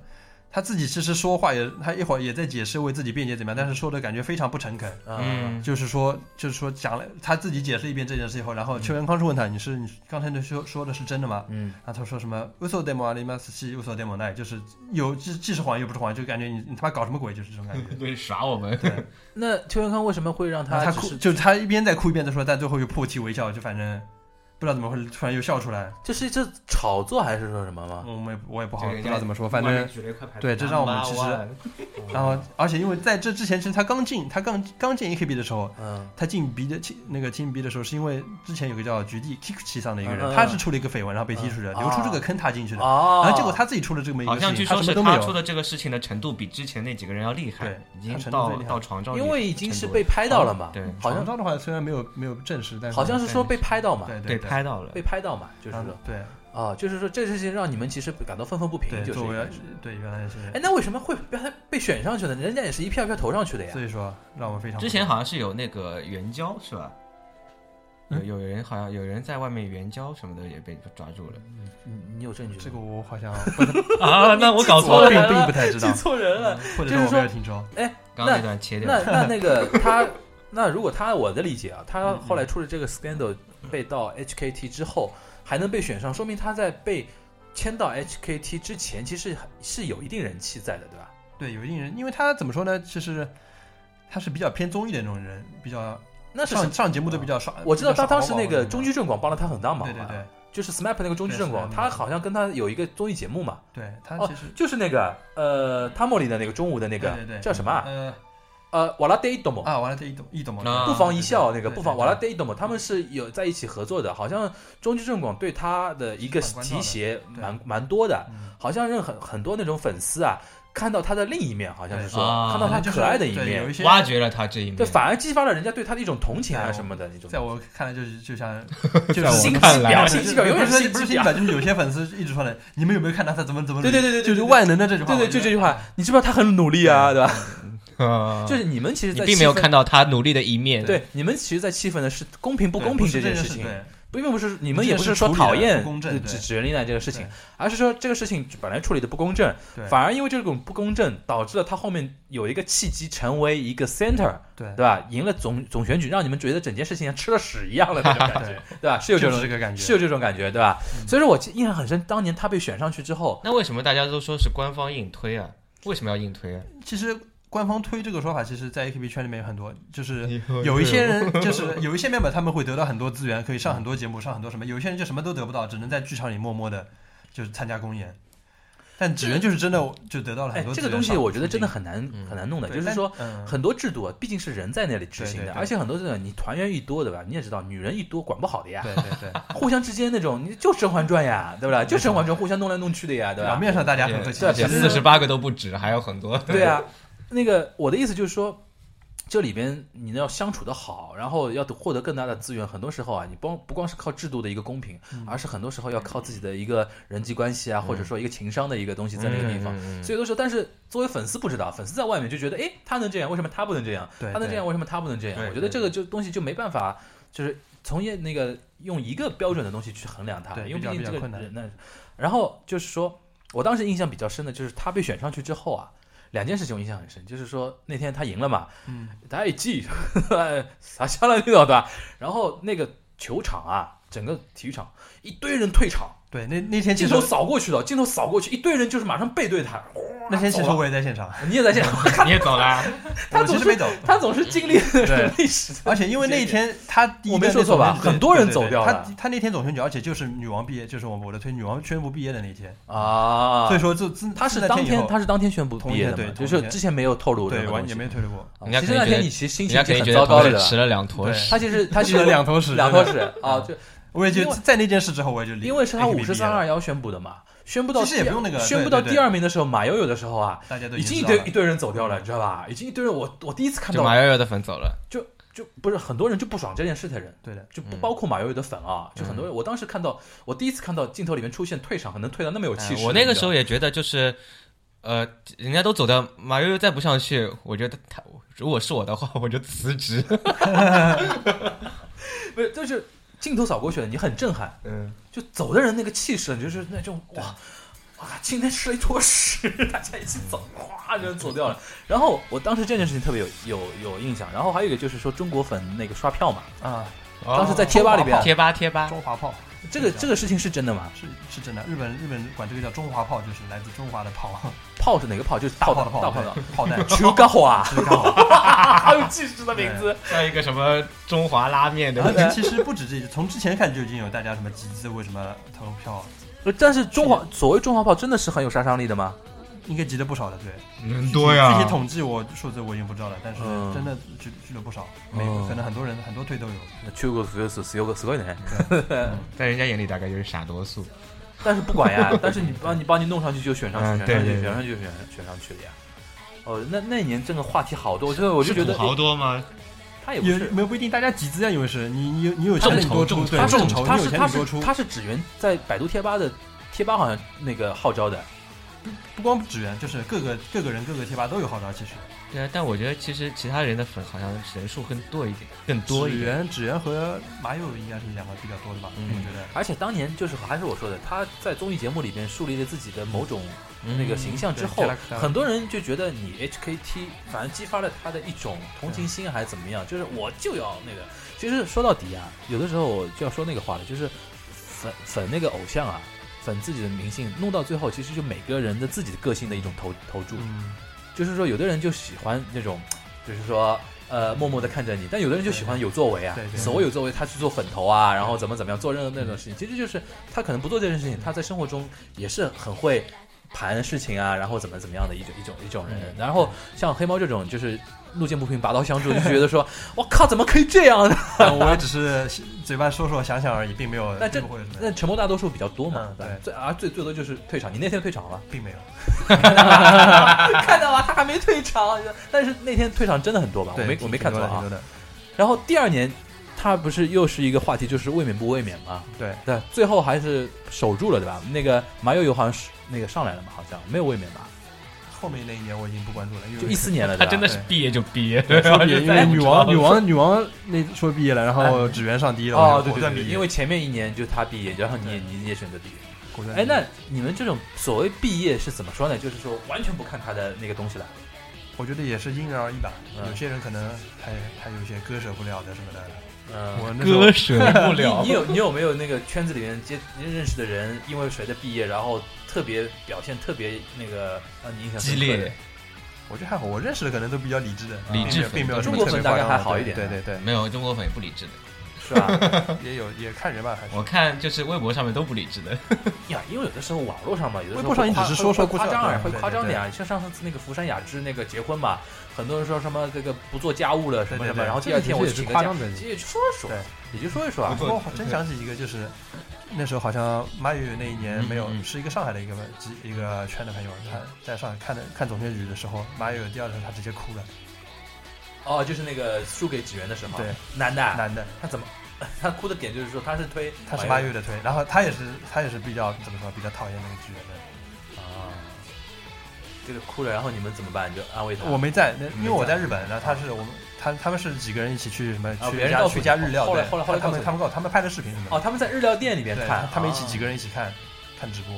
Speaker 3: 他自己其实说话也，他一会儿也在解释为自己辩解怎么样，但是说的感觉非常不诚恳。
Speaker 1: 嗯，
Speaker 3: 就是说，就是说讲了他自己解释一遍这件事以后，然后邱元康是问他：“你是你刚才那说说的是真的吗？”
Speaker 1: 嗯，
Speaker 3: 然后他说什么 “uso demo a l i m a s 系 uso demo n 就是有既既是谎又不是谎，就感觉你你他妈搞什么鬼，就是这种感觉。
Speaker 2: 对，耍我们。
Speaker 1: 那邱元康为什么会让
Speaker 3: 然后他
Speaker 1: 只
Speaker 3: 哭，
Speaker 1: 是？
Speaker 3: 就是他一边在哭一边在说，但最后又破涕为笑，就反正不知道怎么会突然又笑出来，
Speaker 1: 这是这炒作还是说什么吗？
Speaker 3: 我们也我也不好
Speaker 2: 这个
Speaker 3: 不知道怎么说，
Speaker 2: 我
Speaker 3: 反正
Speaker 2: 举了一块牌子
Speaker 3: 对这让我们其实
Speaker 2: Number one
Speaker 3: (laughs) 然后而且因为在这之前，其实他刚进他刚刚进 AKB 的时候，
Speaker 1: 嗯
Speaker 3: 他进 B 的进那个进 B 的时候，是因为之前有个叫菊地 Kikuchi 上的一个
Speaker 1: 嗯嗯
Speaker 3: 人，
Speaker 1: 嗯
Speaker 3: 他是出了一个绯闻，然后被踢出去的，
Speaker 1: 嗯
Speaker 3: 留出这个坑他进去的，
Speaker 1: 哦，
Speaker 3: 然后结果他自己出了这么一
Speaker 2: 好
Speaker 3: 个
Speaker 2: 像
Speaker 3: 事
Speaker 2: 据
Speaker 3: 情，他
Speaker 2: 说
Speaker 3: 什
Speaker 2: 是
Speaker 3: 么都没
Speaker 2: 他出
Speaker 3: 有，
Speaker 2: 的这个事情的程度比之前那几个人要厉害
Speaker 3: 对，
Speaker 2: 已
Speaker 3: 他
Speaker 2: 经
Speaker 3: 程度
Speaker 2: 到
Speaker 3: 最厉害嗯
Speaker 2: 到床上厉害
Speaker 1: 因
Speaker 2: 程度了，
Speaker 1: 为已经是被拍到了嘛，
Speaker 2: 对
Speaker 1: 好像
Speaker 3: 床照的话虽然没有没有证实，但是
Speaker 1: 好像是说被拍到嘛，
Speaker 3: 对嗯
Speaker 2: 对
Speaker 3: 对，
Speaker 2: 拍到了
Speaker 1: 被，拍到嘛，就是
Speaker 3: 然后
Speaker 1: 说
Speaker 3: 对
Speaker 1: 啊，就是说这事情让你们其实感到愤愤不平，
Speaker 3: 对
Speaker 1: 就是
Speaker 3: 作
Speaker 1: 一
Speaker 3: 为
Speaker 1: 开始。
Speaker 3: 对原来是，
Speaker 1: 哎，那为什么会被他被选上去呢？人家也是一票一票投上去的呀
Speaker 3: 所。以说让我们非常
Speaker 2: 之前好像是有那个援交是吧？有
Speaker 3: 嗯
Speaker 2: 有人好像有人在外面援交什么的也被抓住
Speaker 3: (laughs)
Speaker 2: 了
Speaker 1: 你你有证据吗？
Speaker 3: 这个我
Speaker 1: (laughs)
Speaker 3: 好像不太
Speaker 2: 啊！那我搞
Speaker 1: 错了
Speaker 2: 错了，
Speaker 3: 并并不太知道
Speaker 1: 记，错人了。
Speaker 3: 或者
Speaker 1: 就是
Speaker 3: 说我没
Speaker 1: 说
Speaker 3: 有听说，
Speaker 2: 刚刚那段切掉
Speaker 3: (laughs)
Speaker 1: 那。那那个他，那如果他我的理解啊，他
Speaker 3: 嗯
Speaker 1: 后来出了这个 scandal 被到 HKT 之后还能被选上，说明他在被签到 HKT 之前，其实是有一定人气在的，对吧？
Speaker 3: 对有一定人，因为他怎么说呢，就是他是比较偏综艺的那种人，比较
Speaker 1: 那是
Speaker 3: 上上节目都比较爽。
Speaker 1: 我知道
Speaker 3: 比较
Speaker 1: 他
Speaker 3: 爽
Speaker 1: 当时
Speaker 3: 往
Speaker 1: 那
Speaker 3: 往
Speaker 1: 个
Speaker 3: 种
Speaker 1: 中居正广帮了他很大忙
Speaker 3: 对
Speaker 1: 嘛，
Speaker 3: 对对
Speaker 1: 就是 SMAP 那个中居
Speaker 3: 对
Speaker 1: 正广，
Speaker 3: SMAP
Speaker 1: 他好像跟他有一个综艺节目嘛，
Speaker 3: 对，他
Speaker 1: 哦
Speaker 3: 其实
Speaker 1: 就是那个呃汤姆里的那个中午的那个
Speaker 3: 对对对
Speaker 1: 叫什么啊
Speaker 3: 呃
Speaker 1: 呃瓦拉德伊多姆
Speaker 3: 啊，完了这一懂一懂嘛
Speaker 2: 啊
Speaker 1: 不妨一笑，那个不妨瓦拉
Speaker 3: 对
Speaker 1: 德伊多姆，他们是有在一起合作的，好像中居正广对他的一个
Speaker 3: 蛮嗯关照的
Speaker 1: 提携
Speaker 3: 对
Speaker 1: 蛮蛮多的，
Speaker 3: 嗯
Speaker 1: 好像让很很多那种粉丝啊看到他的另一面，好像是说
Speaker 2: 对啊
Speaker 1: 看到他可爱的一
Speaker 3: 对有
Speaker 1: 面
Speaker 3: 一，些
Speaker 2: 挖掘了他这一面
Speaker 1: 对，，反而激发了人家对他的一种同情啊
Speaker 3: 对
Speaker 1: 什么的那种。
Speaker 3: 在我看来就是就像
Speaker 1: (laughs)
Speaker 3: 就
Speaker 2: 在
Speaker 3: 是
Speaker 2: 我
Speaker 1: 心
Speaker 2: 们
Speaker 1: 机
Speaker 2: 看
Speaker 1: 婊
Speaker 2: 来
Speaker 1: 信息表永远
Speaker 3: 不是
Speaker 1: 信息
Speaker 3: 不是信
Speaker 1: 表
Speaker 3: 息表，就是有些粉丝一直说的，你们有没有看到他怎么怎么？
Speaker 1: 对对对对对
Speaker 3: 就是
Speaker 1: 对
Speaker 3: 万能的这句话，嗯
Speaker 1: 对对，
Speaker 3: 我
Speaker 1: 就
Speaker 3: 觉
Speaker 1: 这
Speaker 3: 得
Speaker 1: 句话，你知不知道他很努力啊，对吧？
Speaker 2: (laughs) 啊
Speaker 1: 就是你们其实，
Speaker 2: 你
Speaker 1: 在
Speaker 2: 并没有
Speaker 1: 气愤
Speaker 2: 看到他努力的一面。
Speaker 1: 对，你们其实，在气愤的是公平不
Speaker 3: 对
Speaker 1: 公
Speaker 3: 不
Speaker 1: 平
Speaker 3: 是
Speaker 1: 这
Speaker 3: 这
Speaker 1: 件事情，
Speaker 3: 对
Speaker 1: 不并不是你
Speaker 3: 不
Speaker 1: 们
Speaker 3: 是
Speaker 1: 也
Speaker 3: 这
Speaker 1: 不
Speaker 3: 是
Speaker 1: 说
Speaker 3: 处理
Speaker 1: 讨
Speaker 3: 的
Speaker 1: 厌
Speaker 3: 不公正
Speaker 1: 指
Speaker 3: 对
Speaker 1: 指人丽娜这个事情
Speaker 3: 对，
Speaker 1: 而是说这个事情本来处理的不公正，
Speaker 3: 对
Speaker 1: 反而因为这种不公正导致了他后面有一个契机成为一个 center，
Speaker 3: 对
Speaker 1: 对吧？赢了总总选举，让你们觉得整件事情像吃了屎一样的那种感
Speaker 3: (laughs)
Speaker 1: 觉，对吧？是有这
Speaker 3: 就是
Speaker 1: 种
Speaker 3: 这个感觉，
Speaker 1: 是有这种感觉，对吧？
Speaker 3: 嗯
Speaker 1: 所以说我记印象很深，当年他被选上去之后，
Speaker 2: 那为什么大家都说是官方硬推啊？为什么要硬推啊？
Speaker 3: 其实官方推这个说法，其实在 AKB 圈里面有很多，就是
Speaker 2: 以后
Speaker 3: 有一些 (laughs) 人，就是有一些 member 他们会得到很多资源，可以上很多节目，上很多什么；有一些人就什么都得不到，只能在剧场里默默的，就是参加公演。但纸人就是真的就得到了
Speaker 1: 哎
Speaker 3: 很，多资
Speaker 1: 这个
Speaker 3: 源上
Speaker 1: 东西我觉得真的
Speaker 3: 途
Speaker 1: 很难
Speaker 2: 嗯
Speaker 1: 很难弄的，
Speaker 3: 径
Speaker 1: 就
Speaker 3: 对
Speaker 1: 是说。
Speaker 3: 但嗯
Speaker 1: 很多制度啊，毕竟是人在那里执
Speaker 3: 对
Speaker 1: 行
Speaker 3: 对
Speaker 1: 的，
Speaker 3: 对
Speaker 1: 而且很多这种你团员一多，对吧？你也知道，女人一多管不好的呀，
Speaker 3: 对对对，
Speaker 1: 互相之间那种，你就《甄嬛传》呀，对不对？就《甄嬛传》互相弄来弄去的呀，对
Speaker 3: 表
Speaker 1: 吧？
Speaker 3: 面上大家很和气，
Speaker 1: 对
Speaker 3: 其
Speaker 1: 对
Speaker 3: 实
Speaker 2: 啊四十八个都不止，还有很多。
Speaker 1: 对
Speaker 2: (laughs)
Speaker 1: 啊，那个我的意思就是说，这里边你要相处的好，然后要获得更大的资源，很多时候啊，你光不光是靠制度的一个公平，
Speaker 3: 嗯
Speaker 2: 嗯
Speaker 1: 而是很多时候要靠自己的一个人际关系啊，或者说一个情商的一个东西在那个地方。
Speaker 2: 嗯嗯嗯
Speaker 1: 所以有的时候，但是作为粉丝不知道，粉丝在外面就觉得，哎，他能这样，为什么他不能这样？
Speaker 3: 对
Speaker 1: 他能这样，为什么他不能这样？
Speaker 2: 对
Speaker 1: 我觉得
Speaker 2: 对
Speaker 1: 这个就东西就没办法，就是从业那个用一个标准的东西去衡量它，
Speaker 3: 对
Speaker 1: 因为毕
Speaker 3: 比较
Speaker 1: 竟
Speaker 3: 比较
Speaker 1: 这个
Speaker 3: 困难
Speaker 1: 人那，然后就是说，我当时印象比较深的就是他被选上去之后啊，两件事情我印象很深，就是说那天他赢了嘛，
Speaker 3: 嗯，
Speaker 1: 大家也记，撒下了那种对吧？然后那个球场啊，整个体育场一堆人退场，
Speaker 3: 对，那那天其
Speaker 1: 镜
Speaker 3: 实
Speaker 1: 头扫过去的，镜头扫过去，一堆人就是马上背对他。哇
Speaker 3: 那天其实
Speaker 1: 走了
Speaker 3: 我也在现场，
Speaker 1: 你也在现场，他
Speaker 2: 你也走啦？
Speaker 1: 他
Speaker 3: 我
Speaker 1: 总是
Speaker 3: 其实没走，
Speaker 1: 他总是经历
Speaker 3: 对
Speaker 1: 历史的，
Speaker 3: 而且因为那一天他第一
Speaker 1: 我没
Speaker 3: 个
Speaker 1: 说错吧
Speaker 3: 那总选举
Speaker 1: 很多人
Speaker 3: 对对
Speaker 1: 走
Speaker 3: 对
Speaker 1: 掉了
Speaker 3: 他他那天总选举，而且就是女王毕业，就是我我的推女王宣布毕业的那一天，
Speaker 1: 啊。
Speaker 3: 所以说就自
Speaker 1: 他是
Speaker 3: 自那
Speaker 1: 当
Speaker 3: 以
Speaker 1: 天
Speaker 3: 后
Speaker 1: 他是当天宣布
Speaker 3: 同
Speaker 1: 毕
Speaker 3: 一
Speaker 1: 业
Speaker 3: 天
Speaker 1: 的嘛，就
Speaker 3: 对同一
Speaker 1: 是
Speaker 3: 天
Speaker 1: 之前没有透露任
Speaker 3: 对
Speaker 1: 何
Speaker 3: 完
Speaker 1: 东西
Speaker 3: 全没推理过，
Speaker 1: 啊
Speaker 2: 人家
Speaker 1: 其
Speaker 2: 可
Speaker 1: 实
Speaker 2: 能
Speaker 1: 那
Speaker 2: 觉得
Speaker 1: 天你其实心
Speaker 2: 人
Speaker 1: 情
Speaker 2: 家
Speaker 1: 已
Speaker 2: 肯
Speaker 1: 经
Speaker 2: 定觉
Speaker 1: 很
Speaker 2: 得
Speaker 1: 糟糕
Speaker 2: 同
Speaker 1: 了
Speaker 2: 事
Speaker 1: 的，
Speaker 2: 吃了两坨
Speaker 3: 对
Speaker 2: 屎。
Speaker 1: 他其实他其
Speaker 3: 吃
Speaker 1: 实
Speaker 3: 了 (laughs) 两头屎，
Speaker 1: 两
Speaker 3: 真
Speaker 1: 坨
Speaker 3: 的，
Speaker 1: 屎啊，就
Speaker 3: 我也
Speaker 1: 因
Speaker 3: 就
Speaker 1: 为
Speaker 3: 在那件事之后我也就离
Speaker 1: 因为是他
Speaker 3: AKB
Speaker 1: 五十三
Speaker 3: 毕业了
Speaker 1: 二幺宣布的嘛，宣布到
Speaker 3: 其实也
Speaker 1: 第二
Speaker 3: 不用那个
Speaker 1: 宣布
Speaker 3: 对
Speaker 1: 到
Speaker 3: 对对
Speaker 1: 第二名的时候，马友友的时候啊，
Speaker 3: 大家都
Speaker 1: 已经一
Speaker 3: 知道
Speaker 1: 堆
Speaker 3: 了
Speaker 1: 一堆人走掉了，你知道吧？已经一堆人，我我第一次看
Speaker 2: 就
Speaker 1: 到
Speaker 2: 马悠悠的粉走了，
Speaker 1: 就不是很多人就不爽这件事的人，
Speaker 3: 对的，
Speaker 1: 就不
Speaker 2: 嗯
Speaker 1: 包括马友友的粉啊，就很多人。我当时看到，我第一次看到镜头里面出现退场，可能退到那么有气
Speaker 2: 哎
Speaker 1: 势。
Speaker 2: 我那个时候
Speaker 1: 你
Speaker 2: 也觉得就是，呃，人家都走掉，马悠悠再不上去，我觉得他如果是我的话，我就辞职。
Speaker 1: 知道不是，就是镜头扫过去了，你很震撼，
Speaker 2: (laughs) (laughs) 嗯，
Speaker 1: 就走的人那个气势，你就是那种哇。哇！今天吃了一坨屎，大家一起走，哗，人走掉了。然后我当时这件事情特别有有有印象。然后还有一个就是说中国粉那个刷票嘛，
Speaker 3: 啊，
Speaker 1: 当时在贴吧里边
Speaker 2: 哦贴吧贴吧，
Speaker 3: 中华炮
Speaker 1: 这个这个事情是真的吗？
Speaker 3: 是是真的，日本日本管这个叫中华炮，就是来自中华的炮，
Speaker 1: 炮是哪个炮？就是
Speaker 3: 大
Speaker 1: 炮
Speaker 3: 炮的炮，
Speaker 1: 大炮的
Speaker 3: 对炮
Speaker 1: (laughs)
Speaker 3: 弹，
Speaker 1: 球干火啊！
Speaker 3: 是刚
Speaker 1: (laughs)
Speaker 3: 好。
Speaker 1: 好啊有气势的名字。
Speaker 2: 像一个什么中华拉面的
Speaker 3: 然，后其实不止这，从之前开始就已经有大家什么集资，为什么投票，
Speaker 1: 呃但是中华所谓中华炮真的是很有杀伤力的吗？
Speaker 3: 应该集了不少的，
Speaker 2: (laughs)
Speaker 3: 对，
Speaker 2: 人
Speaker 3: 具体统计我数字我已经不知道了，但是
Speaker 1: 啊嗯
Speaker 3: 真的聚聚了不少，
Speaker 1: 嗯
Speaker 3: 每个可能很多人很多队都有。
Speaker 1: 中国是是是有个すごいね。
Speaker 2: 在人家眼里大概就是傻多素。
Speaker 1: 但是不管呀，但是你帮你帮你弄上去就选上去，选
Speaker 2: 嗯对
Speaker 1: 上去
Speaker 2: 对对
Speaker 1: 选上去选选上去了呀。哦，那那一年这个话题好多，我就我就觉得哎
Speaker 2: 多吗？
Speaker 1: 他也不
Speaker 3: 也
Speaker 1: 是，
Speaker 3: 没有不一定，大家集资啊，因为是你你有你有钱
Speaker 2: 众
Speaker 3: 你
Speaker 2: 筹
Speaker 3: 多出，
Speaker 2: 众筹
Speaker 3: 对，
Speaker 1: 是
Speaker 3: 众
Speaker 2: 众
Speaker 3: 筹
Speaker 1: 他
Speaker 3: 你有
Speaker 1: 是
Speaker 3: 钱
Speaker 1: 他
Speaker 3: 你多
Speaker 1: 是
Speaker 3: 出，
Speaker 1: 他是只缘在百度贴吧的贴吧好像那个号召的，
Speaker 3: 不光支援，就是各个各个人各个贴吧都有号召，其实
Speaker 2: 对啊，但我觉得其实其他人的粉好像人数更多一点，更多
Speaker 3: 支
Speaker 2: 一点。
Speaker 3: 援支援和麻友应该是两个比较多的吧，
Speaker 2: 嗯
Speaker 3: 我觉得。
Speaker 1: 而且当年就是还是我说的，他在综艺节目里边树立了自己的某种
Speaker 2: 嗯
Speaker 1: 那个形象之后
Speaker 3: 嗯对，Galaxy
Speaker 1: 很多人就觉得你 HKT 反而激发了他的一种同情心，还是怎么
Speaker 3: 嗯
Speaker 1: 样？就是我就要那个。其实说到底啊，有的时候我就要说那个话了，就是粉粉那个偶像啊，粉自己的明星，弄到最后其实就每个人的自己的个性的一种投投注。 (laughs)
Speaker 3: 嗯，
Speaker 1: 就是说，有的人就喜欢那种，就是说。呃，默默的看着你，但有的人就喜欢有作为啊。
Speaker 3: 对对对
Speaker 1: 所谓有作为，他去做粉头啊，然后怎么怎么样做任何那种事情，其实就是他可能不做这件事情，他在生活中也是很会盘事情啊，然后怎么怎么样的一种一种一种人。然后像黑猫这种，就是路见不平拔刀相助，就觉得说， (laughs) 我靠，怎么可以这样呢？啊
Speaker 3: 但我也只是嘴巴说说想想而已，并没有
Speaker 1: 那这
Speaker 3: 并不会有什么
Speaker 1: 那沉默大多数比较多嘛
Speaker 3: 嗯，
Speaker 1: 吧
Speaker 3: 对
Speaker 1: 最啊最最多就是退场。你那天退
Speaker 3: (laughs)
Speaker 1: 场了，
Speaker 3: 并没有。
Speaker 1: 看到吗？他还没退场，但是那天退场真的很多吧？我没我没看错
Speaker 3: 挺
Speaker 1: 啊
Speaker 3: 多。的，
Speaker 1: 然后第二年，他不是又是一个话题，就是卫冕不卫冕嘛？
Speaker 3: 挺多的
Speaker 1: 对，最后还是守住了，对吧？那个马友友好像是那个上来了嘛，好像没有卫冕吧？
Speaker 3: 对，后面那一年我已经不关注了，因为
Speaker 1: 就一四年了，对
Speaker 2: 他
Speaker 1: 吧？
Speaker 2: 真的是毕业就毕业，
Speaker 3: 说毕业，因为女王女
Speaker 2: 女
Speaker 3: 王女王那说毕业了，然后指原上第一了，
Speaker 1: 哦
Speaker 3: 我，就
Speaker 1: 对
Speaker 3: 果
Speaker 1: 对
Speaker 3: 断
Speaker 1: 对，
Speaker 3: 毕业，
Speaker 1: 因为前面一年就他毕业，然后你也
Speaker 3: 对
Speaker 1: 你也选择毕业。
Speaker 3: 果断毕
Speaker 1: 哎，
Speaker 3: 业
Speaker 1: 那你们这种所谓毕业是怎么说呢？就是说完全不看他的那个东西了。
Speaker 3: 我觉得也是因人而异吧，
Speaker 1: 嗯
Speaker 3: 有些人可能还还有一些割舍不了的什么的。
Speaker 1: 嗯，
Speaker 3: 我那时候
Speaker 2: 割 (laughs) 舍不了
Speaker 1: 你你。有你有没有那个圈子里面接认识的人，因为谁的毕业，然后特别表现特别那个呃让你印象深
Speaker 2: 激
Speaker 1: 刻的
Speaker 2: 烈，
Speaker 3: 我觉得还好，我认识的可能都比较理智的，
Speaker 2: 理智
Speaker 3: 并没有并没有什
Speaker 1: 中
Speaker 3: 么
Speaker 1: 国
Speaker 3: 特
Speaker 1: 粉
Speaker 3: 别
Speaker 1: 大概
Speaker 3: 夸张的
Speaker 1: 还好一点
Speaker 3: 对对对，
Speaker 2: 没有中国粉也不理智的，
Speaker 1: 是吧？
Speaker 3: 对也有也看人吧，还是
Speaker 2: 我看就是微博上面都不理智的。
Speaker 1: 呀，因为有的时候网络上嘛，有的时候
Speaker 3: 微博上
Speaker 1: 会
Speaker 3: 你
Speaker 1: 夸
Speaker 3: 只是说说
Speaker 1: 会
Speaker 3: 不
Speaker 1: 夸
Speaker 3: 是
Speaker 1: 张啊，
Speaker 3: 对
Speaker 1: 会
Speaker 3: 对
Speaker 1: 夸张
Speaker 3: 对
Speaker 1: 点啊。像上次那个福山雅治那个结婚嘛，很多人说什么这个不做家务了什么
Speaker 3: 对对
Speaker 1: 什么，
Speaker 3: 对
Speaker 1: 然后第
Speaker 3: 这
Speaker 1: 二
Speaker 3: 个
Speaker 1: 天
Speaker 3: 其
Speaker 1: 我
Speaker 3: 实
Speaker 1: 请
Speaker 3: 也
Speaker 1: 个
Speaker 3: 是
Speaker 1: 假
Speaker 3: 夸，张的
Speaker 1: 也就说说
Speaker 3: 对，
Speaker 1: 也就说一说啊
Speaker 2: 不。
Speaker 3: 我好真想起一个，就是那时候好像马友友那一年没有
Speaker 2: 嗯嗯，嗯
Speaker 3: 是一个上海的一个几一个圈的朋友，他在上海看的看总选举的时候，马友友第二场他直接哭了，
Speaker 1: 哦，就是那个输给指原的时候，
Speaker 3: 对，
Speaker 1: 男的，
Speaker 3: 男的，
Speaker 1: 他怎么，他哭的点就是说他是推，
Speaker 3: 他是马友友的推，然后他也是他也是比较怎么说，比较讨厌那个职员的。
Speaker 1: 啊，这个哭了，然后你们怎么办？你就安慰他。
Speaker 3: 我没在，那因为我
Speaker 1: 没在
Speaker 3: 在日本，然后他是我们他他们是几个人一起去什么
Speaker 1: 啊
Speaker 3: 去
Speaker 1: 别人
Speaker 3: 加
Speaker 1: 告诉
Speaker 3: 去
Speaker 1: 你
Speaker 3: 加日料，
Speaker 1: 后来
Speaker 3: 对
Speaker 1: 后来后来
Speaker 3: 他
Speaker 1: 告诉
Speaker 3: 们
Speaker 1: 你
Speaker 3: 他们告他们拍的视频什么
Speaker 1: 哦，
Speaker 3: 的，
Speaker 1: 他们在日料店里边
Speaker 3: 对
Speaker 1: 看，，啊
Speaker 3: 他们一起几
Speaker 1: 个
Speaker 3: 个人一起看看直播，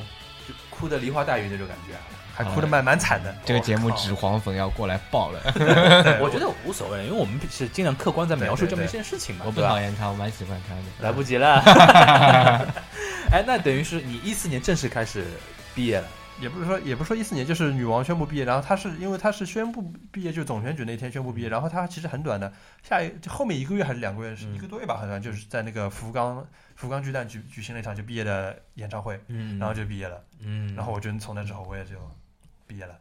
Speaker 1: 就哭的梨花带雨那种感觉啊。
Speaker 3: 还哭的蛮蛮惨的。
Speaker 2: 这个节目
Speaker 1: 我靠
Speaker 2: 纸黄粉要过来爆 (laughs) 了，
Speaker 3: (laughs) 对
Speaker 1: 我觉得无所谓，因为我们是尽量客观在描述
Speaker 3: 对对
Speaker 1: 这么一
Speaker 3: 对
Speaker 1: 件事情嘛，
Speaker 2: 我不
Speaker 1: 对吧
Speaker 2: (laughs) 讨厌他，我蛮喜欢他的。
Speaker 1: 来不及了。哎，那等于是你一四年正式开始毕业了，
Speaker 3: 也不是说也不是说一四年，就是女王宣布毕业，然后她是因为她是宣布毕业，就总选举那天宣布毕业，然后她其实很短的，下一就后面一个月还是两个月，是
Speaker 1: 嗯
Speaker 3: 一个多月吧，好像就是在那个福冈福冈巨蛋举举行了一场就毕业的演唱会，
Speaker 1: 嗯
Speaker 3: 然后就毕业了，
Speaker 1: 嗯，
Speaker 3: 然后我就从那之后我也就毕业了，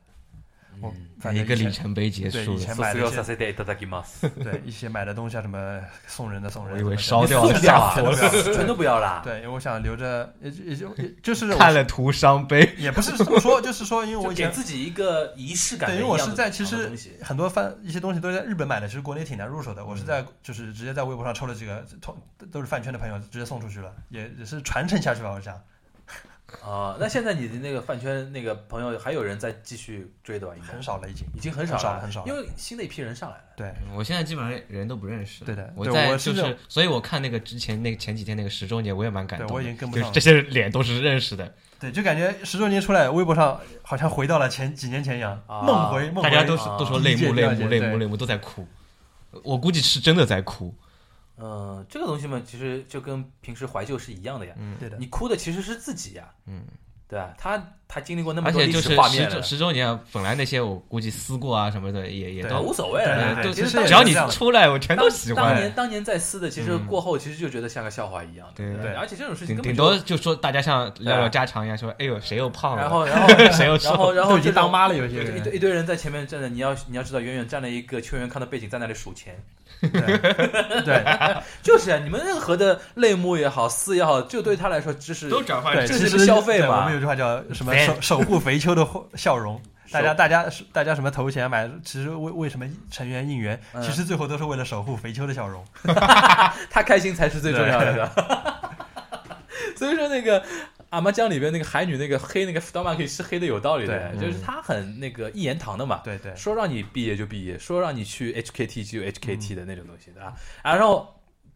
Speaker 2: 嗯
Speaker 3: 我反正
Speaker 2: 一个
Speaker 3: 以前
Speaker 2: 里程碑结
Speaker 3: 对
Speaker 2: 束
Speaker 3: 以
Speaker 2: 了
Speaker 3: 前。买了一些
Speaker 1: せていただきます，
Speaker 3: 对一些买的东西啊什么送人的送人，
Speaker 2: 我以为
Speaker 3: 什
Speaker 2: 烧
Speaker 3: 么的
Speaker 2: 掉了
Speaker 1: 送掉啊
Speaker 3: 送掉
Speaker 2: (laughs)
Speaker 3: 了，
Speaker 1: 全都不要啦。
Speaker 3: (laughs) 对，因为我想留着，也就也就也就是我
Speaker 2: 看了徒伤悲，
Speaker 3: 也不是这么说，就是说因为
Speaker 1: 就
Speaker 3: 我以
Speaker 1: 给
Speaker 3: 前
Speaker 1: 自己一个仪式感的
Speaker 3: 对，
Speaker 1: 一
Speaker 3: 因为
Speaker 1: 样的。
Speaker 3: 我是在其
Speaker 1: 一样的
Speaker 3: 实
Speaker 1: 东西
Speaker 3: 很多饭一些东西都是在日本买的，其实国内挺难入手的。我是
Speaker 2: 嗯
Speaker 3: 在就是直接在微博上抽了几个同都是饭圈的朋友，直接送出去了，也也是传承下去吧。我想
Speaker 1: 啊、那现在你的那个饭圈那个朋友还有人在继续追的吧？应该
Speaker 3: 很少了已经。
Speaker 1: 已经很少了，
Speaker 3: 很少了很少了
Speaker 1: 因为新的一批人上来了。
Speaker 3: 对，
Speaker 2: (laughs) 我现在基本上人都不认识。
Speaker 3: 对的
Speaker 2: 我
Speaker 3: 对
Speaker 2: 在
Speaker 3: 我
Speaker 2: 就是
Speaker 3: 这
Speaker 2: 是
Speaker 3: 种，
Speaker 2: 所以我看那个之前那个前几天那个十周年，我也蛮感
Speaker 3: 对
Speaker 2: 动的。
Speaker 3: 我已经跟不
Speaker 2: 就是
Speaker 3: 上
Speaker 2: 这些脸都是认识的，
Speaker 3: 对，就感觉十周年出来，微博上好像回到了前几年前一样，
Speaker 1: 啊
Speaker 3: 梦回梦
Speaker 2: 大
Speaker 3: 回。
Speaker 2: 家都是
Speaker 1: 啊
Speaker 2: 都说泪
Speaker 3: 第一
Speaker 2: 目泪
Speaker 3: 届第二
Speaker 2: 目
Speaker 3: 届
Speaker 2: 泪目
Speaker 3: 对
Speaker 2: 泪目都在哭，我估计是真的在哭。
Speaker 1: 嗯、这个东西嘛，其实就跟平时怀旧是一样的呀。
Speaker 3: 对的
Speaker 1: 你，哭的其实是自己呀，
Speaker 2: 嗯，
Speaker 1: 对吧？他他经历过那么
Speaker 2: 而
Speaker 1: 多
Speaker 2: 且
Speaker 1: 历
Speaker 2: 就是
Speaker 1: 史画
Speaker 2: 十
Speaker 1: 面
Speaker 2: 周
Speaker 1: 了，
Speaker 2: 十周年啊，本来那些我估计撕过啊什么的也也
Speaker 3: 对
Speaker 1: 啊
Speaker 2: 都
Speaker 1: 无所谓了
Speaker 3: 对
Speaker 1: 呀。
Speaker 3: 对
Speaker 2: 都
Speaker 3: 对
Speaker 1: 其
Speaker 3: 其
Speaker 1: 实
Speaker 3: 实
Speaker 1: 当
Speaker 3: 也
Speaker 2: 只要
Speaker 3: 是
Speaker 2: 你
Speaker 3: 这样的
Speaker 2: 出来，我全都喜
Speaker 1: 当
Speaker 2: 欢。
Speaker 1: 年当年在撕的，其实
Speaker 2: 嗯
Speaker 1: 过后其实就觉得像个笑话一样的。
Speaker 2: 对
Speaker 1: 对，而且这种事情
Speaker 2: 顶
Speaker 1: 根
Speaker 2: 顶
Speaker 1: 本
Speaker 2: 多
Speaker 1: 就。
Speaker 2: 就说大家像聊
Speaker 1: 对啊
Speaker 2: 聊家常一样，说哎呦谁又胖了，
Speaker 1: 然后，然后，
Speaker 2: (laughs) 谁又
Speaker 1: 然后，
Speaker 2: 瘦，
Speaker 1: 然
Speaker 3: 都
Speaker 1: 后
Speaker 3: 已经
Speaker 1: 这种
Speaker 3: 当妈了，有些
Speaker 1: 一堆
Speaker 3: 人。
Speaker 1: 一堆人在前面站着，你要你要知道，远远站了一个邱元康的背景在那里数钱，
Speaker 3: 对，
Speaker 1: (laughs)
Speaker 3: 对
Speaker 1: 就是啊，你们任何的类目也好，撕也好，就对他来说只是
Speaker 2: 都转换
Speaker 3: 对，
Speaker 1: 这
Speaker 2: 成
Speaker 1: 是
Speaker 3: 其
Speaker 1: 个
Speaker 3: 实
Speaker 1: 消费
Speaker 3: 对
Speaker 1: 嘛
Speaker 3: 我们有句话叫什么
Speaker 2: Fan
Speaker 3: 守守护肥秋的
Speaker 1: (laughs)
Speaker 3: 笑容。大家，
Speaker 1: 手
Speaker 3: 大家，大家什么投钱买？其实为为什么成员应援？
Speaker 1: 嗯
Speaker 3: 其实最后都是为了守护肥秋的笑容。
Speaker 1: 他开心才是最重要的。是吧 (laughs) 所以说那个《阿妈江》里边那个海女那个黑那个 s t o m a k 是黑的有道理的，
Speaker 2: 对嗯
Speaker 1: 就是他很那个一言堂的嘛。
Speaker 3: 对对，嗯
Speaker 1: 说让你毕业就毕业，说让你去 HKT 就 HKT 的那种东西，对吧？啊，然后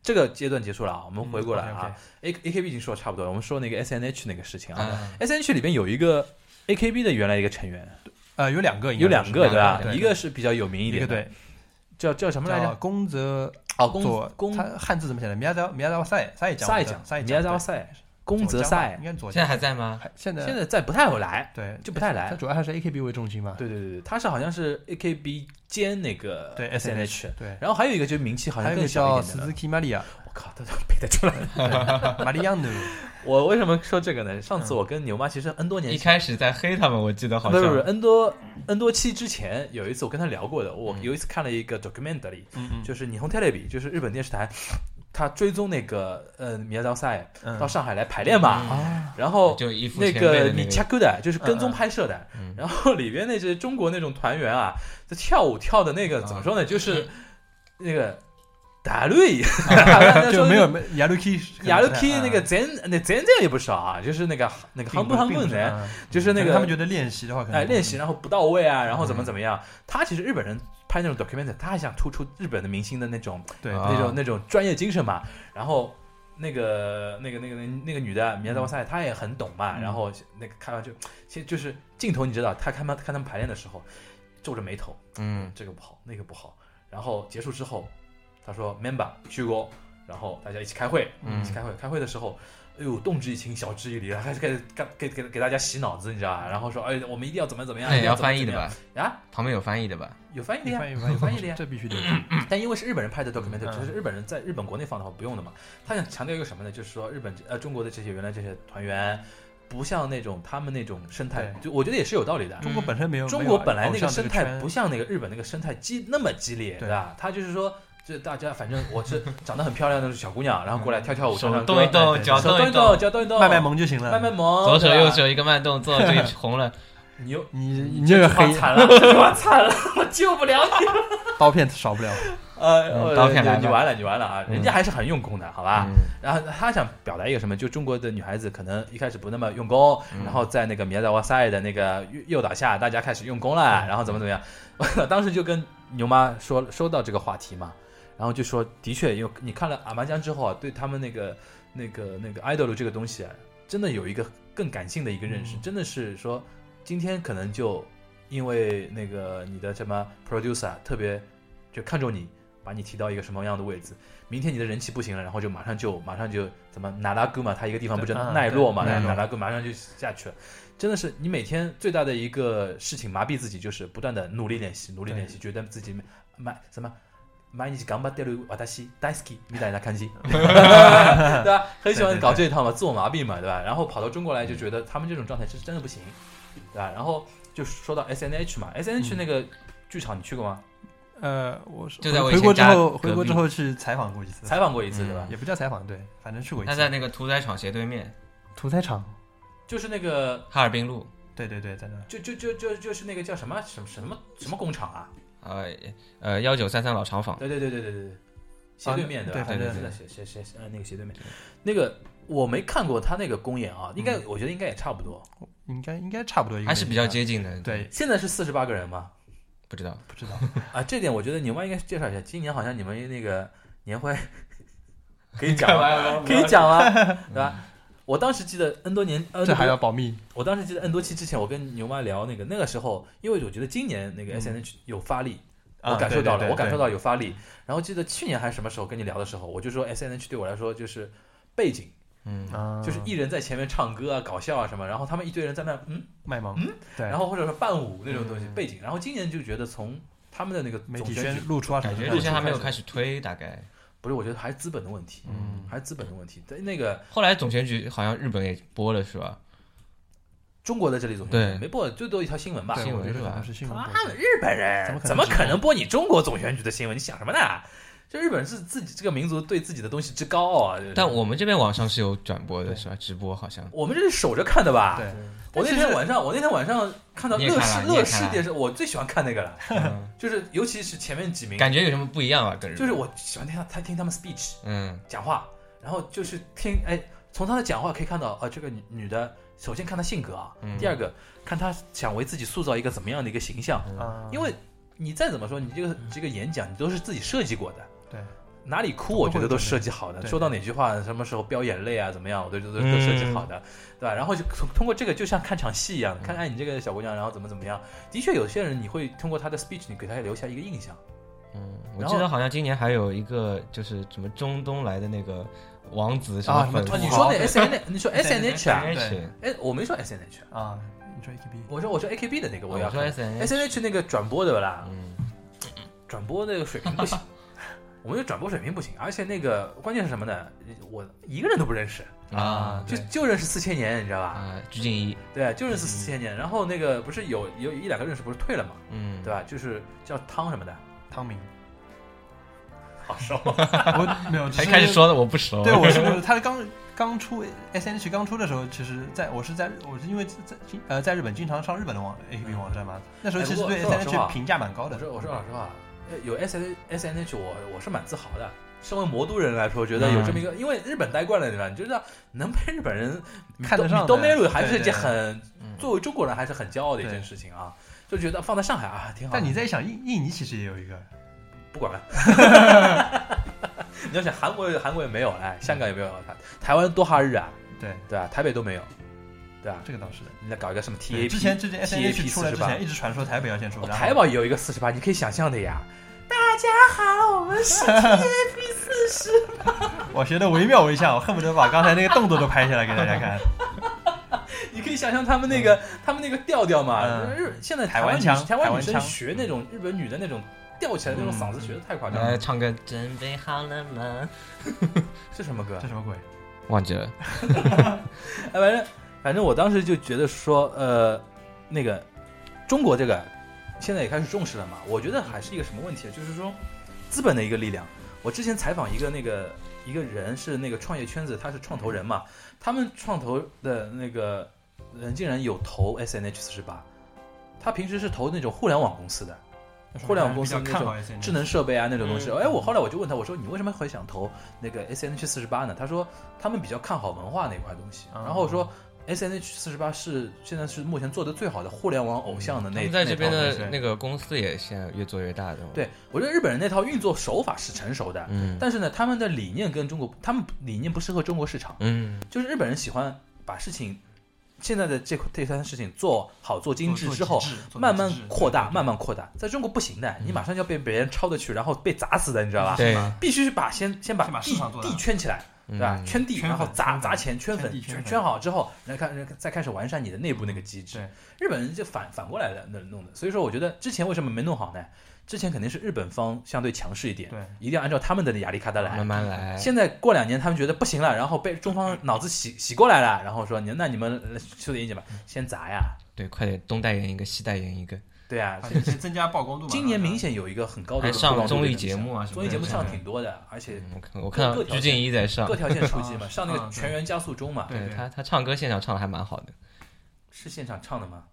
Speaker 1: 这个阶段结束了啊，我们回过
Speaker 3: 嗯
Speaker 1: 来啊，A AKB 已经说得差不多了，我们说那个 SNH 那个事情
Speaker 3: 嗯
Speaker 1: 啊
Speaker 2: 啊
Speaker 1: ，SNH 里边有一个 AKB 的原来一个成员，
Speaker 3: 呃，有两个，应该
Speaker 1: 有两
Speaker 3: 是
Speaker 1: 个对吧
Speaker 2: 两？个
Speaker 1: 一个是比较有名一
Speaker 3: 一
Speaker 1: 点
Speaker 3: 个
Speaker 1: 的，
Speaker 3: 对，
Speaker 1: 叫叫什么来
Speaker 3: 叫
Speaker 1: 着？
Speaker 3: 宫泽
Speaker 1: 哦，
Speaker 3: 左
Speaker 1: 宫宫
Speaker 3: 他汉字怎么写的？米亚达米亚达赛赛江，
Speaker 1: 赛
Speaker 3: 江
Speaker 1: 讲，
Speaker 3: 赛
Speaker 1: 米亚
Speaker 3: 江
Speaker 1: 扎
Speaker 3: 对
Speaker 1: 赛，宫
Speaker 3: 左
Speaker 1: 泽
Speaker 3: 江吧
Speaker 1: 赛
Speaker 3: 应，该是左
Speaker 2: 现在
Speaker 3: 江。
Speaker 2: 还在吗？
Speaker 3: 还现在
Speaker 1: 现在再不太会来，
Speaker 3: 对，
Speaker 1: 就不太
Speaker 3: 它
Speaker 1: 来。
Speaker 3: 主要还是 AKB 为重心嘛。
Speaker 1: 对对对对，他是好像是 AKB 兼那个
Speaker 3: 对
Speaker 1: SNH，
Speaker 3: 对，
Speaker 1: 然后还有一个就是名气好
Speaker 3: 还
Speaker 1: 像
Speaker 3: 有一
Speaker 1: 更
Speaker 3: 个
Speaker 1: 小
Speaker 3: 叫
Speaker 1: 一点的了。
Speaker 3: Suzuki Maria
Speaker 1: 我靠，都都背得出来。
Speaker 3: 玛丽亚努，
Speaker 1: (laughs) 我为什么说这个呢？上次我跟牛妈其实 N 多年
Speaker 2: 一
Speaker 1: 前，
Speaker 2: 开始在黑他们，我记得好
Speaker 1: 不是不是
Speaker 2: 像
Speaker 1: N 多 N 多期之前，有一次我跟他聊过的。我有一次看了一个 documentary，
Speaker 3: 嗯嗯，
Speaker 1: 就是霓虹 TV，就是日本电视台，他追踪那个呃米亚道赛
Speaker 3: 嗯
Speaker 1: 到上海来排练嘛，
Speaker 3: (laughs) 啊，
Speaker 1: 然后
Speaker 2: 就一副
Speaker 1: 哦那
Speaker 2: 前辈的
Speaker 1: 个
Speaker 2: 那
Speaker 1: 你
Speaker 2: 个
Speaker 1: 恰 a 的，就是跟踪
Speaker 3: 嗯嗯
Speaker 1: 拍摄的
Speaker 2: 嗯，
Speaker 1: 然后里边那些中国那种团员啊，这跳舞跳的那个怎么说呢，就是那个打擂，
Speaker 3: 啊 (laughs)
Speaker 1: (laughs)
Speaker 3: 就没有雅鲁 k
Speaker 1: 亚鲁 k 那
Speaker 3: 啊
Speaker 1: 个咱那咱咱也不少啊，就是那个那个韩国韩国人，
Speaker 3: 人，
Speaker 1: 就是那
Speaker 3: 啊可能他们
Speaker 1: 个
Speaker 3: 觉得练习的话，可能
Speaker 1: 哎练习然后不到位啊，然后怎么怎么样，他其实日本人。拍那种 document，他还想突出日本的明星的那种、
Speaker 3: 对
Speaker 2: 啊
Speaker 1: 那种、那种专业精神嘛。然后那个、那个、那个、那个女的米亚达赛，她也很懂嘛。
Speaker 3: 嗯
Speaker 1: 然后那个看完就，其实就是镜头，你知道，她看他看他们排练的时候，皱着眉头，
Speaker 2: 嗯，
Speaker 1: 这个不好，那个不好。然后结束之后，他说 member 去过，然后大家一起开会，
Speaker 2: 嗯
Speaker 1: 一起开会。开会的时候，哎呦，动之以情，晓之以理，开始给给给给大家洗脑子，你知道吧？然后说，哎，我们一定要怎么怎么样，
Speaker 2: 那
Speaker 1: 一
Speaker 2: 也
Speaker 1: 定要
Speaker 2: 要
Speaker 1: 怎么
Speaker 2: 翻译的
Speaker 1: 怎么样
Speaker 2: 吧？
Speaker 1: 啊？
Speaker 2: 旁边有翻译的吧？
Speaker 1: 有翻译的
Speaker 3: 你
Speaker 1: 呀，
Speaker 3: 翻译翻译
Speaker 1: 有翻译的呀。
Speaker 3: 这必须得有。
Speaker 1: 但因为是日本人拍的 documentary，、
Speaker 3: 嗯
Speaker 1: 就是日本人在日本国内放的话不用的嘛。他想强调一个什么呢？就是说日本呃中国的这些原来这些团员，不像那种他们那种生态，
Speaker 3: 对
Speaker 1: 就我觉得也是有道理的。
Speaker 3: 中国本身没有，
Speaker 1: 中
Speaker 3: 没
Speaker 1: 国
Speaker 3: 有啊
Speaker 1: 本来那
Speaker 3: 偶像这
Speaker 1: 生
Speaker 3: 个
Speaker 1: 态
Speaker 3: 圈
Speaker 1: 不像那个日本那个生态激那么激烈，
Speaker 3: 对
Speaker 1: 吧？他就是说，就大家反正我
Speaker 3: (laughs)
Speaker 1: 是长得很漂亮的小姑娘，然后过来
Speaker 3: 嗯
Speaker 1: 跳跳舞、唱
Speaker 2: 手
Speaker 1: 唱
Speaker 2: 动一
Speaker 1: 歌，
Speaker 3: 对
Speaker 2: 动，
Speaker 3: 对
Speaker 2: 脚
Speaker 1: 手动
Speaker 2: 一
Speaker 1: 动，
Speaker 2: 动，
Speaker 1: 脚动一动，
Speaker 3: 卖卖萌就行了，
Speaker 1: 卖卖萌，
Speaker 2: 左手
Speaker 1: 对吧啊
Speaker 2: 右，手一个慢动作
Speaker 1: (laughs)
Speaker 2: 就红了。
Speaker 1: 你又
Speaker 3: 你你
Speaker 1: 你
Speaker 3: 这个
Speaker 1: 句话
Speaker 3: 黑
Speaker 1: 惨了，这句话惨了，我救不了你。
Speaker 3: 刀片少不了，
Speaker 1: 呃，
Speaker 3: 嗯
Speaker 1: 我
Speaker 2: 刀片来了
Speaker 1: 你完了，你完了啊！
Speaker 2: 嗯
Speaker 1: 人家还是很用功的，好吧？
Speaker 2: 嗯
Speaker 1: 然后他想表达一个什么？就中国的女孩子可能一开始不那么用功，然后在那个米亚达瓦塞的那个诱诱导下，大家开始用功了，然后怎么怎么样？我当时就跟牛妈说说到这个话题嘛，然后就说的确有，你看了阿麻江之后啊，对他们那个那个那个 idol 这个东西啊，真的有一个更感性的一个认识，
Speaker 3: 嗯
Speaker 1: 真的是说今天可能就因为那个你的什么 producer 特别就看中你，把你提到一个什么样的位置，明天你的人气不行了，然后就马上就马上就怎么哪拉戈嘛，他一个地方不
Speaker 3: 对
Speaker 1: 叫
Speaker 3: 啊
Speaker 1: 奈落嘛，
Speaker 3: 对
Speaker 1: 然后
Speaker 3: 奈
Speaker 1: 哪
Speaker 3: 落
Speaker 1: 拉戈马上就下去了。真的是你每天最大的一个事情麻痹自己，就是不断的努力练习，努力练习，觉得自己买什么。毎日頑張ってる私大好きみたいな感
Speaker 3: (laughs)
Speaker 1: じ， (laughs) 对吧？很喜欢搞这一套嘛，自我麻痹嘛，对吧？然后跑到中国来就觉得他们这种状态是真的不行，对吧？然后就说到 S N H 嘛，S N
Speaker 3: 嗯
Speaker 1: H 那个剧场你去过吗？
Speaker 3: (laughs) 呃，我是
Speaker 2: 就在我以
Speaker 3: 回
Speaker 2: 前
Speaker 3: 国之
Speaker 2: 家
Speaker 3: 后，回
Speaker 2: 隔
Speaker 3: 国之
Speaker 2: 壁
Speaker 3: 后去采访过一次，
Speaker 1: 采访过一次，
Speaker 2: 嗯
Speaker 1: 对吧？
Speaker 3: 也不叫采访，对，反正去过一
Speaker 2: 他
Speaker 3: 次。
Speaker 2: 在那个屠宰场斜对面，
Speaker 3: 屠宰场，
Speaker 1: 就是那个，
Speaker 2: 哈尔滨路，
Speaker 3: 对对对，在那儿。
Speaker 1: 就就就就就是那个叫什么什么什么什么工厂啊？
Speaker 2: 呃呃幺九三三老厂坊，
Speaker 1: 对对对对对对对，斜对面
Speaker 3: 啊
Speaker 1: 吧？
Speaker 3: 对
Speaker 1: 对
Speaker 2: 对对
Speaker 1: 对，斜斜斜斜呃那个斜对面，那个我没看过他那个公演啊，应该我觉得应该也差不多。
Speaker 3: 应该应该差不多一个，
Speaker 2: 还是比较。接近的。，
Speaker 3: 啊对，
Speaker 1: 现在是四十八个人吗？
Speaker 2: 不知道
Speaker 3: 不知道，
Speaker 1: 啊，这点我觉得牛妈应该介绍一下。今年好像你们那个年 (laughs) 会可以讲吗？可以讲吗？ (laughs) 对吧？我当时记得 N 多年，呃
Speaker 3: 这还要保密。
Speaker 1: 我当时记得 N 多期之前，我跟牛妈聊那个那个时候，因为我觉得今年那个
Speaker 3: 嗯
Speaker 1: S N H 有发力，
Speaker 3: 啊
Speaker 1: 我感受到了，
Speaker 3: 对对对
Speaker 1: 我感受到有发力。然后记得去年还是什么时候跟你聊的时候，我就说 S N H 对我来说就是背景，
Speaker 2: 嗯，
Speaker 3: 啊，
Speaker 1: 就是艺人在前面唱歌啊、搞笑啊什么，然后他们一堆人在那嗯，
Speaker 3: 卖萌，对，
Speaker 1: 然后或者说伴舞那种东西
Speaker 2: 嗯
Speaker 1: 背景。然后今年就觉得从他们的那个
Speaker 3: 媒
Speaker 1: 总
Speaker 3: 体
Speaker 1: 选
Speaker 3: 宣
Speaker 1: 举，
Speaker 3: 露出啊什
Speaker 2: 感
Speaker 3: 么
Speaker 2: 觉
Speaker 3: 的，
Speaker 2: 之前还没有开始推，大概
Speaker 1: 不是，我觉得还是资本的问题，
Speaker 3: 嗯
Speaker 1: 还是资本的问题。但那个
Speaker 2: 后来总选举好像日本也播了是吧？
Speaker 1: 中国的这里总选
Speaker 2: 对
Speaker 1: 举没播，最多一条新闻吧。
Speaker 3: 对，
Speaker 2: 新
Speaker 3: 我
Speaker 2: 闻
Speaker 3: 觉得
Speaker 2: 是
Speaker 3: 可
Speaker 2: 吧
Speaker 3: 能是新闻
Speaker 1: 他
Speaker 3: 博主。
Speaker 1: 们日本人怎
Speaker 3: 怎
Speaker 1: 么
Speaker 3: 么
Speaker 1: 可
Speaker 3: 可
Speaker 1: 能
Speaker 3: 能
Speaker 1: 播你中国总选举的新闻？你想什么呢？这日本人是自己这个民族对自己的东西之高傲啊！就是
Speaker 2: 但我们这边网上是有转播的
Speaker 3: 对
Speaker 2: 是吧？直播好
Speaker 1: (laughs)
Speaker 2: 像。
Speaker 1: 我们这是守着看的吧？
Speaker 3: 对，
Speaker 1: 我那
Speaker 3: 但
Speaker 1: 天
Speaker 3: 是
Speaker 1: 晚上，我那天晚上看到
Speaker 2: 你也
Speaker 1: 乐
Speaker 2: 看
Speaker 1: 视
Speaker 2: 了你也
Speaker 1: 乐
Speaker 2: 看
Speaker 1: 视
Speaker 2: 了
Speaker 1: 电视，我最喜欢看那个了，
Speaker 2: 嗯
Speaker 1: 就是尤其是前面几名，
Speaker 2: 感觉有什么不一样啊？跟日本
Speaker 1: 就是我喜欢听他他听他们 speech
Speaker 2: 嗯
Speaker 1: 讲话，然后就是听哎，从他的讲话可以看到啊，这个女女的首先看她性格啊，
Speaker 2: 嗯
Speaker 1: 第二个看她想为自己塑造一个怎么样的一个形象，
Speaker 2: 嗯
Speaker 3: 啊，嗯
Speaker 1: 因为你再怎么说，你这个这个演讲你都是自己设计过的，
Speaker 3: 对，
Speaker 1: 哪里哭我觉得都是设计好的，
Speaker 3: 对
Speaker 1: 说到哪句话什么时候飙眼泪啊怎么样，我都都都都设计好的，对吧？然后就通通过这个就像看场戏一
Speaker 3: 嗯
Speaker 1: 样，看哎看你这个小姑娘，然后怎么怎么样。的确，有些人你会通过她的 speech，你给她留下一个印象。
Speaker 2: 嗯，我
Speaker 1: 然后
Speaker 2: 记得好像今年还有一个就是什么中东来的那个王子什
Speaker 3: 啊
Speaker 2: 么粉
Speaker 3: 什
Speaker 1: 啊，
Speaker 3: 么
Speaker 1: 你
Speaker 3: 土豪
Speaker 1: 说那 S N，你说 S N H 啊？
Speaker 3: 对
Speaker 1: 哎，我没说 S N H，
Speaker 3: 啊，你说 A K B
Speaker 1: 我说我说 A K B 的那个
Speaker 2: 哦我
Speaker 1: 要
Speaker 2: 说 S N
Speaker 1: S N H 那个转播对不啦？
Speaker 2: 嗯
Speaker 1: 转播那个水平不行， (laughs) 我们的转播水平不行，而且那个关键是什么呢？我一个人都不认识。
Speaker 2: 啊
Speaker 1: 就
Speaker 3: 对
Speaker 1: 就认识四千年，你知道吧？
Speaker 2: 啊，鞠婧祎，
Speaker 1: 对，就认识四千年。然后那个不是有有一两个认识不是退了嘛，
Speaker 2: 嗯，
Speaker 1: 对吧？就是叫汤什么的，
Speaker 3: 汤明，
Speaker 1: (laughs) 好熟。
Speaker 3: (laughs) 我没有，只
Speaker 2: 还
Speaker 3: 是
Speaker 2: 开始说的我不熟， (laughs)
Speaker 3: 对，我是他刚刚出 S N H 刚出的时候，其实在我是在我是因为在呃在日本经常上日本的网 A K B 网站嘛，那时候其实对
Speaker 1: 嗯哎
Speaker 3: S
Speaker 1: 不过说
Speaker 3: N
Speaker 1: 老实话
Speaker 3: H 评价蛮高
Speaker 1: (laughs) 我
Speaker 3: 的。嗯
Speaker 1: 说我说老实话，呃有 S N S N H 我我是蛮自豪的。身为魔都人来说，觉得有这么一个，因为日本待惯了，对吧？你就知道能被日本人
Speaker 3: 看得上的
Speaker 1: 都没有，还是
Speaker 3: 对
Speaker 1: 一件
Speaker 3: 对
Speaker 1: 很
Speaker 2: 嗯
Speaker 1: 作为中国人还是很骄傲的一件
Speaker 3: 对
Speaker 1: 事情啊。就觉得放在上海啊，挺好的。
Speaker 3: 但你在想印印尼其实也有一个，
Speaker 1: 不管了。 (laughs) 你要想韩国，韩国也没有，哎，香港也没有，台台湾多哈日啊，
Speaker 3: 对，
Speaker 1: 对吧、台北都没有，对吧、
Speaker 3: 这个倒是的。
Speaker 1: 你再搞一个什么 TAP，
Speaker 3: 对之前之前 S N
Speaker 1: TAP
Speaker 3: H 出来之
Speaker 1: 48
Speaker 3: 前一直传说台北要先出，
Speaker 1: 哦
Speaker 3: 然后
Speaker 1: 台宝也有一个四十八，你可以想象的呀。
Speaker 3: 我学的惟妙惟肖，我恨不得把刚才那个动作都拍下来给大家看。
Speaker 1: (laughs) 你可以想象他们那个、他们那个调调嘛。
Speaker 3: 嗯
Speaker 1: 日现在
Speaker 3: 台
Speaker 1: 湾
Speaker 3: 湾
Speaker 1: 女
Speaker 3: 腔
Speaker 1: 嗯台湾嗯
Speaker 3: 台
Speaker 1: 女
Speaker 3: 湾
Speaker 1: 生
Speaker 3: 腔
Speaker 1: 学那种日本女的那种吊起来的那种嗓子，学的太夸张了。
Speaker 2: 来唱歌，准备好了吗？
Speaker 1: 是什么歌
Speaker 3: 这？什么鬼？
Speaker 2: 忘记了，
Speaker 1: (laughs) 哎，反正反正我当时就觉得说，呃，那个中国这个现在也开始重视了嘛。我觉得还是一个什么问题，就是说资本的一个力量。我之前采访一个那个一个人是那个创业圈子，他是创投人嘛，他们创投的那个人竟然有投 S N H 四十八，他平时是投那种互联网公司的，互联网公司
Speaker 3: 比较看好
Speaker 1: 那
Speaker 3: S N
Speaker 1: 智能设备啊那种东西。
Speaker 2: 嗯
Speaker 1: 哎，我后来我就问他，我说你为什么会想投那个 S N H 四十八呢？他说他们比较看好文化那块东西，
Speaker 3: 哦
Speaker 1: 然后说 S N H 四十八是现在是目前做的最好的互联网偶像的
Speaker 2: 嗯他
Speaker 1: 那
Speaker 2: 们在这边
Speaker 1: 那套
Speaker 2: 的
Speaker 1: 东西
Speaker 2: 那个公司也现在越做越大的，，
Speaker 1: 对我觉得日本人那套运作手法是成熟的，
Speaker 2: 嗯
Speaker 1: 但是呢，他们的理念跟中国，他们理念不适合中国市场，
Speaker 2: 嗯
Speaker 1: 就是日本人喜欢把事情现在的这这摊事情做好做精致
Speaker 3: 做
Speaker 1: 之后
Speaker 3: 做，极致
Speaker 1: 慢慢扩大，
Speaker 3: 对对对
Speaker 1: 慢慢扩大。在中国不行的，你马上就要被别人抄的去，然后被砸死的，你知道吧？
Speaker 2: 对，
Speaker 1: 必须是把先先把
Speaker 3: 先把市
Speaker 1: 地
Speaker 3: 场做大
Speaker 1: 地圈起来，对啊吧？
Speaker 2: 嗯
Speaker 1: 圈地，
Speaker 3: 圈
Speaker 1: 然后
Speaker 3: 粉
Speaker 1: 砸
Speaker 3: 圈
Speaker 1: 砸
Speaker 3: 粉
Speaker 1: 钱，圈
Speaker 3: 圈
Speaker 1: 粉
Speaker 3: 地圈
Speaker 1: 圈
Speaker 3: 粉
Speaker 1: 好之后，然后看然后再开始完善你的内部那个机制
Speaker 3: 对。
Speaker 1: 日本人就反反过来的那弄的，所以说我觉得之前为什么没弄好呢？之前肯定是日本方相对强势一点，
Speaker 3: 对
Speaker 1: 一定要按照他们的亚历卡达来
Speaker 2: 慢。慢来。
Speaker 1: 现在过两年，他们觉得不行了，然后被中方脑子洗洗过来了，然后说你那你们呃修点意见吧，
Speaker 3: 嗯
Speaker 1: 先砸呀，
Speaker 2: 对，快点东代言一个，西代言一个，
Speaker 1: 对呀、
Speaker 3: 啊增增加曝光度嘛。
Speaker 1: 今年
Speaker 3: 对吧
Speaker 1: 明显有一个很高的
Speaker 2: 还上
Speaker 1: 曝光度
Speaker 2: 综艺
Speaker 1: 的
Speaker 2: 节目
Speaker 1: 影响
Speaker 2: 啊什么
Speaker 1: 综艺节目
Speaker 2: 的
Speaker 1: 上
Speaker 2: 上
Speaker 1: 挺多的，而且
Speaker 2: 嗯我看我看到
Speaker 1: 各条
Speaker 2: 鞠婧祎在上
Speaker 1: 各，条线熟悉嘛，
Speaker 3: 啊
Speaker 1: 上那个
Speaker 3: 啊
Speaker 1: 《
Speaker 3: 对
Speaker 1: 全员加速中》嘛，
Speaker 3: 对
Speaker 2: 他他唱歌现场唱的还蛮好的，
Speaker 1: 是现场唱的吗？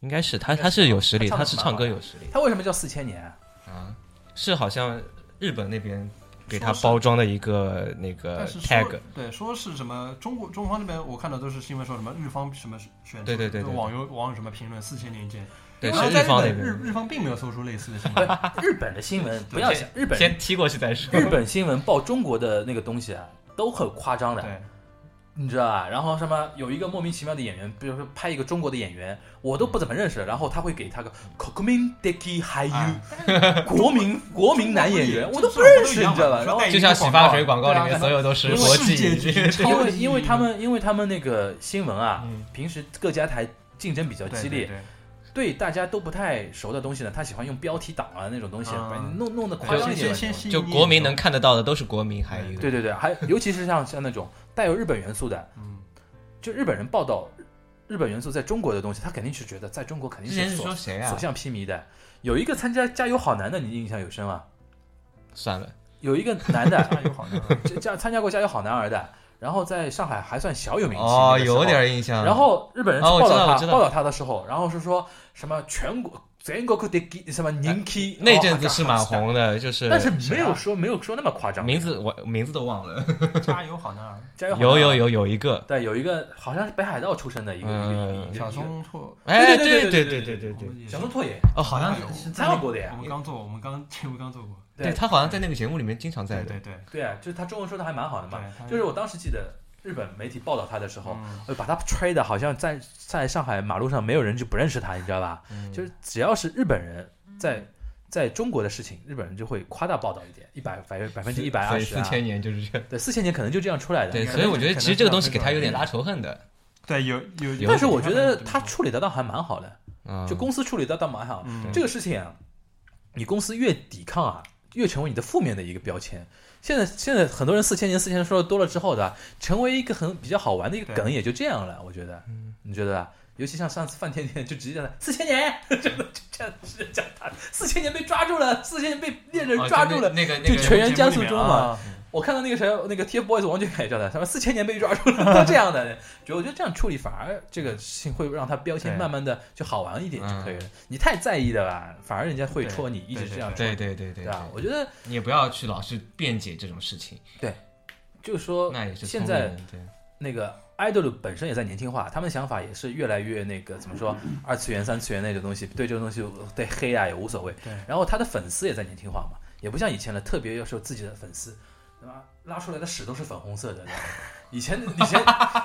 Speaker 2: 应该是他
Speaker 1: 应该
Speaker 2: 他
Speaker 1: 是哦
Speaker 2: 是有实力，
Speaker 1: 他
Speaker 2: 他
Speaker 1: 唱得
Speaker 2: 是
Speaker 1: 蛮
Speaker 2: 唱
Speaker 1: 好
Speaker 2: 歌
Speaker 1: 的
Speaker 2: 有实力
Speaker 1: 他为什么叫四千年啊？
Speaker 2: 啊，是好像日本那边给他
Speaker 3: 说是
Speaker 2: 包装的一个那个
Speaker 3: 但是说
Speaker 2: tag，
Speaker 3: 对，说是什么中国中方那边，我看到都是新闻说什么日方什么选出
Speaker 2: 对对对对
Speaker 3: 就网友网友什么评论四千年见，
Speaker 2: 对，
Speaker 3: 因
Speaker 2: 是
Speaker 3: 为在
Speaker 2: 方那
Speaker 3: 本日
Speaker 2: 边，
Speaker 3: 日方并没有搜出类似的新
Speaker 1: (laughs)
Speaker 3: 闻，
Speaker 1: 日本的新闻不要想日本
Speaker 2: 先踢过去再说
Speaker 1: 日。本新闻报中国的那个东西啊，都很夸张的，
Speaker 3: 对，
Speaker 1: 你知道吧？然后什么有一个莫名其妙的演员，比如说拍一个中国的演员，我都不怎么认识，然后他会给他个 “kokumin deki
Speaker 3: 啊
Speaker 1: hayu”，国民国民男演员，我都不认识，你知道吧？然后
Speaker 2: 就像洗发水广告里
Speaker 1: 对啊
Speaker 2: 面所有都是国
Speaker 3: 世界
Speaker 2: 际
Speaker 3: 巨星超
Speaker 1: 因为
Speaker 3: 级
Speaker 1: 因为他们因为他们那个新闻啊，
Speaker 2: 嗯
Speaker 1: 平时各家台竞争比较
Speaker 3: 对
Speaker 1: 激烈，
Speaker 3: 对对
Speaker 1: 对大家都不太熟的东西呢，他喜欢用标题党啊那种东西，
Speaker 3: 啊
Speaker 1: 把你弄弄得夸张一
Speaker 3: 先
Speaker 1: 点。
Speaker 3: 先先
Speaker 2: 就国民能，看得到的都是国民，还有
Speaker 1: 对对对，还尤其是像像那种带有日本元素的，
Speaker 3: 嗯，
Speaker 1: 就日本人报道日本元素在中国的东西，他肯定是觉得在中国肯定
Speaker 2: 之前
Speaker 1: 是
Speaker 2: 是
Speaker 1: 所
Speaker 2: 说谁啊
Speaker 1: 所？向披靡的。有一个参加《加油好男》的，你印象有深吗？
Speaker 2: 算了，
Speaker 1: 有一个男的
Speaker 3: 加油好男儿，
Speaker 1: 就加参加过《加油好男儿》的，然后在上海还算小有名气
Speaker 2: 哦，
Speaker 1: 那个时候
Speaker 2: 有点印象。
Speaker 1: 然后日本人去
Speaker 2: 哦我
Speaker 1: 报
Speaker 2: 知道
Speaker 1: 道他、
Speaker 2: 我知道
Speaker 1: 报道他的时候，然后是说什么全国全国的什么人气、
Speaker 2: 那阵子是蛮
Speaker 1: 哦，
Speaker 2: 红的，就是啊
Speaker 1: 但是没有说没有说那么夸张。
Speaker 2: 名字我名字都忘了，
Speaker 3: 加油好
Speaker 2: (laughs)
Speaker 3: 男儿，
Speaker 1: 加油好男
Speaker 2: 有
Speaker 1: 儿
Speaker 2: 有，有有一个，
Speaker 1: 对，有一个好像是北海道出生的一个、一个
Speaker 2: 嗯
Speaker 1: 一个
Speaker 3: 小松拓，
Speaker 2: 哎，
Speaker 1: 对对
Speaker 2: 对
Speaker 1: 对
Speaker 2: 对
Speaker 1: 对
Speaker 2: 对对，
Speaker 1: 小松拓也，
Speaker 2: 哦，好像
Speaker 3: 有
Speaker 1: 参与过的呀
Speaker 3: 我们刚做，我们刚节目刚做过，
Speaker 2: 对他好像在那个节目里面经常在的，
Speaker 3: 对对对，
Speaker 1: 对啊，就是他中文说的还蛮好的嘛。
Speaker 3: 对
Speaker 1: 就是我当时记得日本媒体报道他的时候。
Speaker 3: 嗯
Speaker 1: 呃把他吹的好像在在上海马路上没有人就不认识他，你知道吧？
Speaker 2: 嗯
Speaker 1: 就是只要是日本人在在中国的事情，日本人就会夸大报道一点，一百百百分之一百
Speaker 2: 所
Speaker 1: 二
Speaker 2: 以
Speaker 1: 十
Speaker 2: 四
Speaker 1: 啊，
Speaker 2: 千年就是这样。
Speaker 1: 对，四千年可能就这样出来的。
Speaker 2: 对，
Speaker 3: 该
Speaker 2: 所以我觉得其实这个东西给他有点
Speaker 3: 可能
Speaker 2: 拉仇恨的，
Speaker 3: 对有有有，
Speaker 1: 但是我觉得他处理的倒还蛮好的，
Speaker 2: 嗯
Speaker 1: 就公司处理的倒蛮好。
Speaker 3: 嗯
Speaker 1: 这个事情啊，你公司越抵抗啊，越成为你的负面的一个标签。现在现在很多人四千年四千年说的多了之后的，啊成为一个很比较好玩的一个
Speaker 3: 对
Speaker 1: 梗，也就这样了。我觉得，你觉得吧？尤其像上次范甜甜就直接讲四千年， (laughs) 真的就这样直接讲他四千年被抓住了，四千年被猎
Speaker 2: 哦
Speaker 1: 人抓住了，
Speaker 2: 那个那
Speaker 1: 就
Speaker 2: 个
Speaker 1: 全员加速中嘛。
Speaker 3: 啊
Speaker 1: 我看到那个谁，那个 TFBOYS 王俊凯也叫他，什么四千年被抓住
Speaker 2: (laughs)
Speaker 1: 了，都这样的。觉得我觉得这样处理反而这个事情会让他标签
Speaker 3: 对
Speaker 1: 慢慢的就好玩一点
Speaker 2: 嗯
Speaker 1: 就可以了。你太在意的吧，反而人家会戳你，一直这样戳
Speaker 2: 对
Speaker 1: 你，
Speaker 2: 对对
Speaker 1: 对
Speaker 2: 对
Speaker 1: 吧？我觉得
Speaker 2: 你也不要去老是辩解这种事情，
Speaker 1: 就是说
Speaker 2: 那也是
Speaker 1: 现在
Speaker 2: 对
Speaker 1: 那个 idol 本身也在年轻化，他们的想法也是越来越那个怎么说，二次元、三次元那种东西，对这种东西对黑啊也无所谓。
Speaker 3: 对
Speaker 1: 然后他的粉丝也在年轻化嘛，也不像以前了，特别要是有自己的粉丝，对吧？拉出来的屎都是粉红色的。以 (laughs) 前以前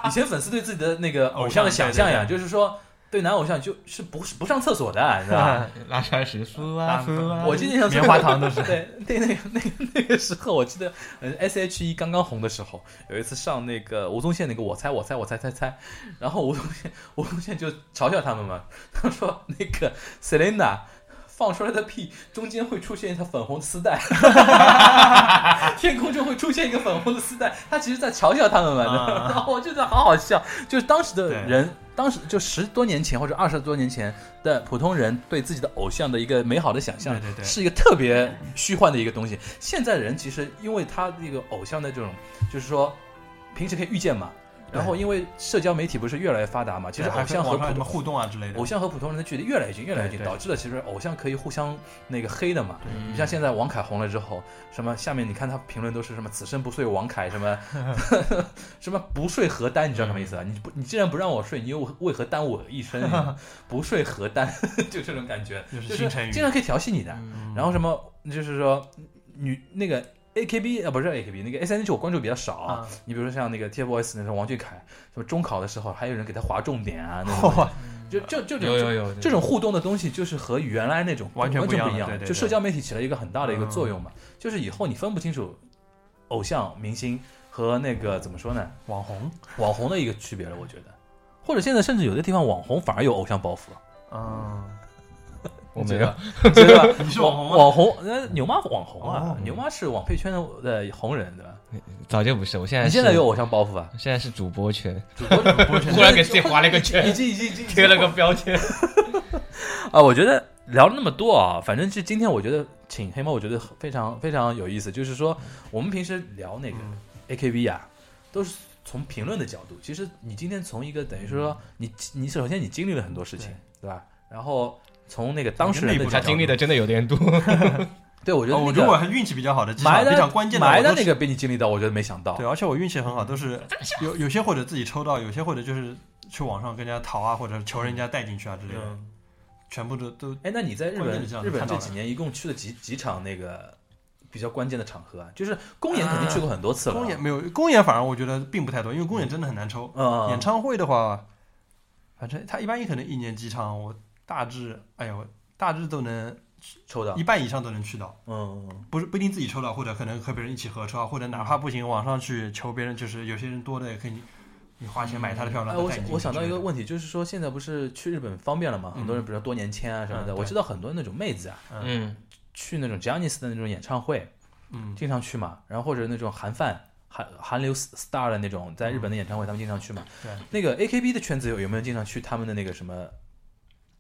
Speaker 1: 以前粉丝对自己的那个偶像的想象呀，就是说对男偶像就是不是不上厕所的，你知道
Speaker 3: 啊
Speaker 1: 吧？
Speaker 2: 拉出来时夫
Speaker 3: (laughs)
Speaker 2: 啊夫啊，
Speaker 1: 我今天想
Speaker 3: 棉花糖都是 (laughs)
Speaker 1: 对对那个那个那个时候，我记得嗯 S H E 刚刚红的时候，有一次上那个吴宗宪那个我猜我猜我猜猜猜，然后吴宗宪吴宗宪就嘲笑他们嘛，他说那个 Selina 放出来的屁中间会出现一条粉红的丝带， (laughs) 天空中会出现一个粉红的丝带，他其实在嘲笑他们嘛，
Speaker 3: 啊
Speaker 1: (laughs) 然后我就觉得好好笑，就是当时的
Speaker 3: 对
Speaker 1: 人。当时就十多年前或者二十多年前的普通人对自己的偶像的一个美好的想象，
Speaker 3: 对对对
Speaker 1: 是一个特别虚幻的一个东西。现在人其实因为他那个偶像的这种，就是说平时可以预见嘛，然后因为社交媒体不是越来越发达嘛，其实
Speaker 3: 对还
Speaker 1: 偶像
Speaker 3: 会
Speaker 1: 和
Speaker 3: 网上
Speaker 1: 普
Speaker 3: 什么
Speaker 1: 通
Speaker 3: 互动啊之类的
Speaker 1: 偶，像和普通人的距离越来越近，越来越近，
Speaker 3: 对对嗯
Speaker 1: 导致了其实偶像可以互相那个黑的嘛。你像现在王凯红了之后，什么下面你看他评论都是什么“此生不睡王凯”什
Speaker 3: (laughs)
Speaker 1: 么什么不睡何丹，你知道什么意思啊？
Speaker 3: 嗯
Speaker 1: 你不你既然不让我睡，你又为何耽误我一生？
Speaker 3: (laughs)
Speaker 1: 不睡何丹， (laughs) 就这种感觉，
Speaker 3: 又是
Speaker 1: 就
Speaker 3: 新成
Speaker 1: 是
Speaker 3: 语
Speaker 1: 经常可以调戏你的。然后什么就是说女那个 A K B 啊，不是 A K B，那个 S N H 我关注比较少。
Speaker 3: 啊，
Speaker 1: 你比如说像那个 TFBOYS 那时候，王俊凯什么中考的时候，还有人给他划重点啊，那种
Speaker 3: (laughs) 哇，
Speaker 1: 就就就这
Speaker 2: 有有
Speaker 1: 种
Speaker 2: 有
Speaker 1: 这种互动的东西，就是和原来那种
Speaker 3: 完全
Speaker 1: 完
Speaker 3: 不一
Speaker 1: 全
Speaker 3: 样
Speaker 1: 不一
Speaker 3: 了对对对
Speaker 1: 就社交媒体起了一个很大的一个
Speaker 2: 嗯
Speaker 1: 作用嘛，就是以后你分不清楚偶像明星和那个怎么说
Speaker 3: (laughs)
Speaker 1: 呢，
Speaker 3: 网红，
Speaker 1: 网红的一个区别了，我觉得。或者现在甚至有的地方网红反而有偶像包袱了，
Speaker 3: (laughs) 嗯，
Speaker 2: 我没有，
Speaker 1: 知道吧？
Speaker 3: 你是网
Speaker 1: 网
Speaker 3: 红吗
Speaker 1: 网红，那牛妈网红啊
Speaker 3: 哦，
Speaker 1: 牛妈是网配圈的呃红人，对吧？
Speaker 2: 早就不是，我
Speaker 3: 哎
Speaker 2: 现在
Speaker 1: 你现在
Speaker 2: 是
Speaker 1: 有偶像包
Speaker 3: (laughs)
Speaker 1: 袱吧？
Speaker 2: 现在是主播圈，
Speaker 1: 主播主 (laughs) 播
Speaker 2: (laughs) 忽然给自己划了一个圈 (laughs)
Speaker 1: 已经已经已经
Speaker 2: 贴了个标签。
Speaker 1: 啊，我觉得聊了那么多啊，反正是今天我觉得请黑猫，我觉得非常非常有意思。就是说，我们平时聊那
Speaker 3: 嗯
Speaker 1: 个 AKB 啊，都是从评论的角度。其实你今天从一个等于说你你首先你经历了很多事情，对吧？然后从那个当事人的
Speaker 3: 嗯内部
Speaker 1: 角
Speaker 2: (laughs) 他
Speaker 1: 度
Speaker 2: 经历的真的有点多，
Speaker 1: 对我觉得
Speaker 3: 哦我
Speaker 1: 那
Speaker 3: 如果
Speaker 1: 个
Speaker 3: 还运气比较好的，几
Speaker 1: 埋
Speaker 3: 场
Speaker 1: 的
Speaker 3: 非常关键的，
Speaker 1: 埋
Speaker 3: 我
Speaker 1: 的
Speaker 3: 都
Speaker 1: 那个被你经历到，我觉得没想到
Speaker 3: 对，。而且我运气很好，都是有有些或者自己抽到，有些或者就是去网上跟人家淘啊，或者求人家带进去啊之类的，
Speaker 1: 嗯，
Speaker 3: 全部都都
Speaker 1: 哎，那你在日
Speaker 3: 关键
Speaker 1: 本
Speaker 3: 是这样
Speaker 1: 日本
Speaker 3: 看到
Speaker 1: 这
Speaker 3: 了
Speaker 1: 几年一共去了几几场那个比较关键的场合啊？就是公演肯定去过很多次了，啊
Speaker 3: 公演没有公演，反而我觉得并不太多，因为公演真的很难抽。
Speaker 1: 嗯，
Speaker 3: 演唱会的话，反正他一般可能一年几场，我大致哎呦，大致都能
Speaker 1: 抽到
Speaker 3: 一，半以上都能去到，
Speaker 1: 嗯嗯
Speaker 3: 不是不一定自己抽到，或者可能和别人一起合抽啊，或者哪怕不行网上去求别人，就是有些人多的也可以，你花钱买他的票让
Speaker 1: 哎，
Speaker 3: 他
Speaker 1: 我
Speaker 3: 带
Speaker 1: 想
Speaker 3: 你进去
Speaker 1: 我想到一
Speaker 3: 之
Speaker 1: 个
Speaker 3: 类的
Speaker 1: 问题，就是说现在不是去日本方便了嘛？很多人比如说多年签啊什么的，
Speaker 3: 嗯
Speaker 1: 我
Speaker 3: 对
Speaker 1: 知道很多那种妹子啊，
Speaker 2: 嗯，
Speaker 1: 去那种 j a n i c e 的那种演唱会，
Speaker 3: 嗯，
Speaker 1: 经常去嘛。然后或者那种韩范、韩韩流 star 的那种，在日本的演唱会，他们经常去嘛。
Speaker 3: 嗯对，
Speaker 1: 那个 AKB 的圈子有有没有经常去他们的那个什么，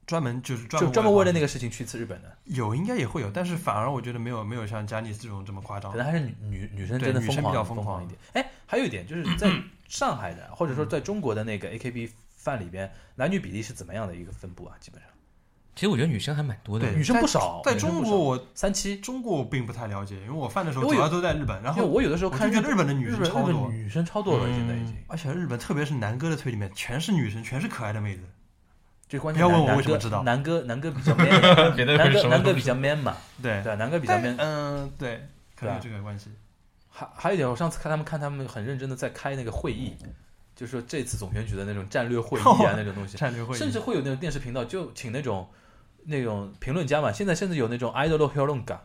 Speaker 3: 专门就是专
Speaker 1: 就
Speaker 3: 门
Speaker 1: 专门为了那
Speaker 3: 个
Speaker 1: 个事情去一次日本的？
Speaker 3: 有应该也会有，但是反而我觉得没有没有像佳妮这种这么夸张
Speaker 1: 可。能还是女女女生
Speaker 3: 啊对
Speaker 1: 真的
Speaker 3: 女
Speaker 1: 疯
Speaker 3: 生比
Speaker 1: 狂
Speaker 3: 较
Speaker 1: 疯
Speaker 3: 疯
Speaker 1: 狂
Speaker 3: 狂嗯
Speaker 1: 一点。哎，还有一点就是在上海的，或者说在中国的那个 AKB 范里边，男女比例是怎么样的一个分布啊？基本上
Speaker 2: 其实我觉得女生还蛮多的
Speaker 3: 对，
Speaker 1: 女生
Speaker 3: 在
Speaker 1: 不少，
Speaker 3: 在
Speaker 1: 女生
Speaker 3: 中
Speaker 1: 不
Speaker 3: 国
Speaker 1: 少
Speaker 3: 我
Speaker 1: 三七。
Speaker 3: 中国我并不太了解，因为我犯的时
Speaker 1: 因
Speaker 3: 候
Speaker 1: 为
Speaker 3: 主
Speaker 1: 有
Speaker 3: 要都在日本，然
Speaker 1: 因为
Speaker 3: 后
Speaker 1: 我有的时候
Speaker 3: 我
Speaker 1: 看
Speaker 3: 就觉得日本的女
Speaker 1: 日
Speaker 3: 生
Speaker 1: 本
Speaker 3: 超
Speaker 1: 日
Speaker 3: 多
Speaker 1: 本，女生超多了，现在已经。
Speaker 2: 嗯
Speaker 3: 而且日本特别是南哥的推里面全是女生，全是可爱的妹子。
Speaker 1: 最关
Speaker 3: 不
Speaker 1: 键
Speaker 3: 要问
Speaker 1: 南
Speaker 3: 我
Speaker 1: 南
Speaker 3: 为什么
Speaker 1: 哥
Speaker 3: 知道
Speaker 1: 南哥
Speaker 3: (laughs)
Speaker 1: 南哥比较 man，
Speaker 2: 别的
Speaker 1: 南
Speaker 2: 是
Speaker 1: 哥
Speaker 2: 什么
Speaker 1: 南
Speaker 2: 都
Speaker 1: 哥
Speaker 2: 不
Speaker 1: 比
Speaker 2: 是
Speaker 1: 较 man 嘛，
Speaker 3: 对
Speaker 1: 对，吧？啊南哥比较 man。
Speaker 3: 嗯，对，可能
Speaker 1: 对啊
Speaker 3: 有这个关系。
Speaker 1: 还还有一点，我上次看他们看他们很认真的在开那个会议，就是说这次总选举的那种战略会议
Speaker 3: (laughs)
Speaker 1: 啊那种东西，
Speaker 3: 战略会议，
Speaker 1: 甚至会有那种电视频道就请那种那种评论家嘛，现在甚至有那种 idol h e r o n g a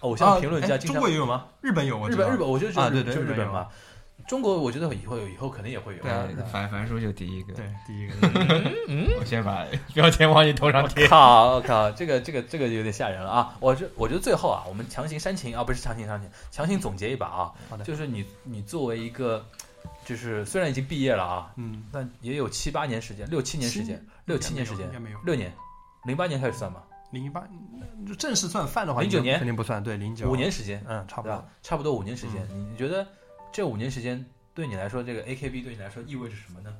Speaker 1: 偶
Speaker 3: 啊
Speaker 1: 像评论家
Speaker 3: 哎
Speaker 1: 经
Speaker 3: 中
Speaker 1: 常
Speaker 3: 国也有吗？日本有，我
Speaker 1: 日
Speaker 3: 知
Speaker 1: 本
Speaker 3: 道
Speaker 1: 日本，我觉得就
Speaker 3: 啊
Speaker 1: 是
Speaker 3: 对对
Speaker 1: 就是
Speaker 3: 日
Speaker 1: 日
Speaker 3: 本
Speaker 1: 本
Speaker 3: 有
Speaker 1: 嘛。中国我觉得以后有以后肯定也会有，
Speaker 3: 对啊
Speaker 1: 吧
Speaker 2: 哎樊樊叔就第一个，
Speaker 3: 对，第
Speaker 1: (laughs)
Speaker 3: 一个
Speaker 2: 我先把标签往你头上贴。
Speaker 1: 靠，我靠，啊这个这个这个有点吓人了啊！我这我觉得最后啊，我们强行煽情啊，不是强行煽情，强行总结一把啊。
Speaker 3: 好的
Speaker 1: 就是你你作为一个，就是虽然已经毕业了啊，
Speaker 3: 嗯，
Speaker 1: 但也有七八年时间，六七年时间，六七年时间
Speaker 3: 应该，没有，
Speaker 1: 六年，零八年开始算嘛，
Speaker 3: 零一八就正式算饭的话，
Speaker 1: 09
Speaker 3: 应该
Speaker 1: 年
Speaker 3: 肯定不算，对，零九
Speaker 1: 五，年时间，
Speaker 3: 嗯，差
Speaker 1: 对
Speaker 3: 不
Speaker 1: 吧嗯
Speaker 3: 多。？
Speaker 1: 差不多五年时间，你你觉得这五年时间对你来说，这个 AKB 对你来说意味着什么呢？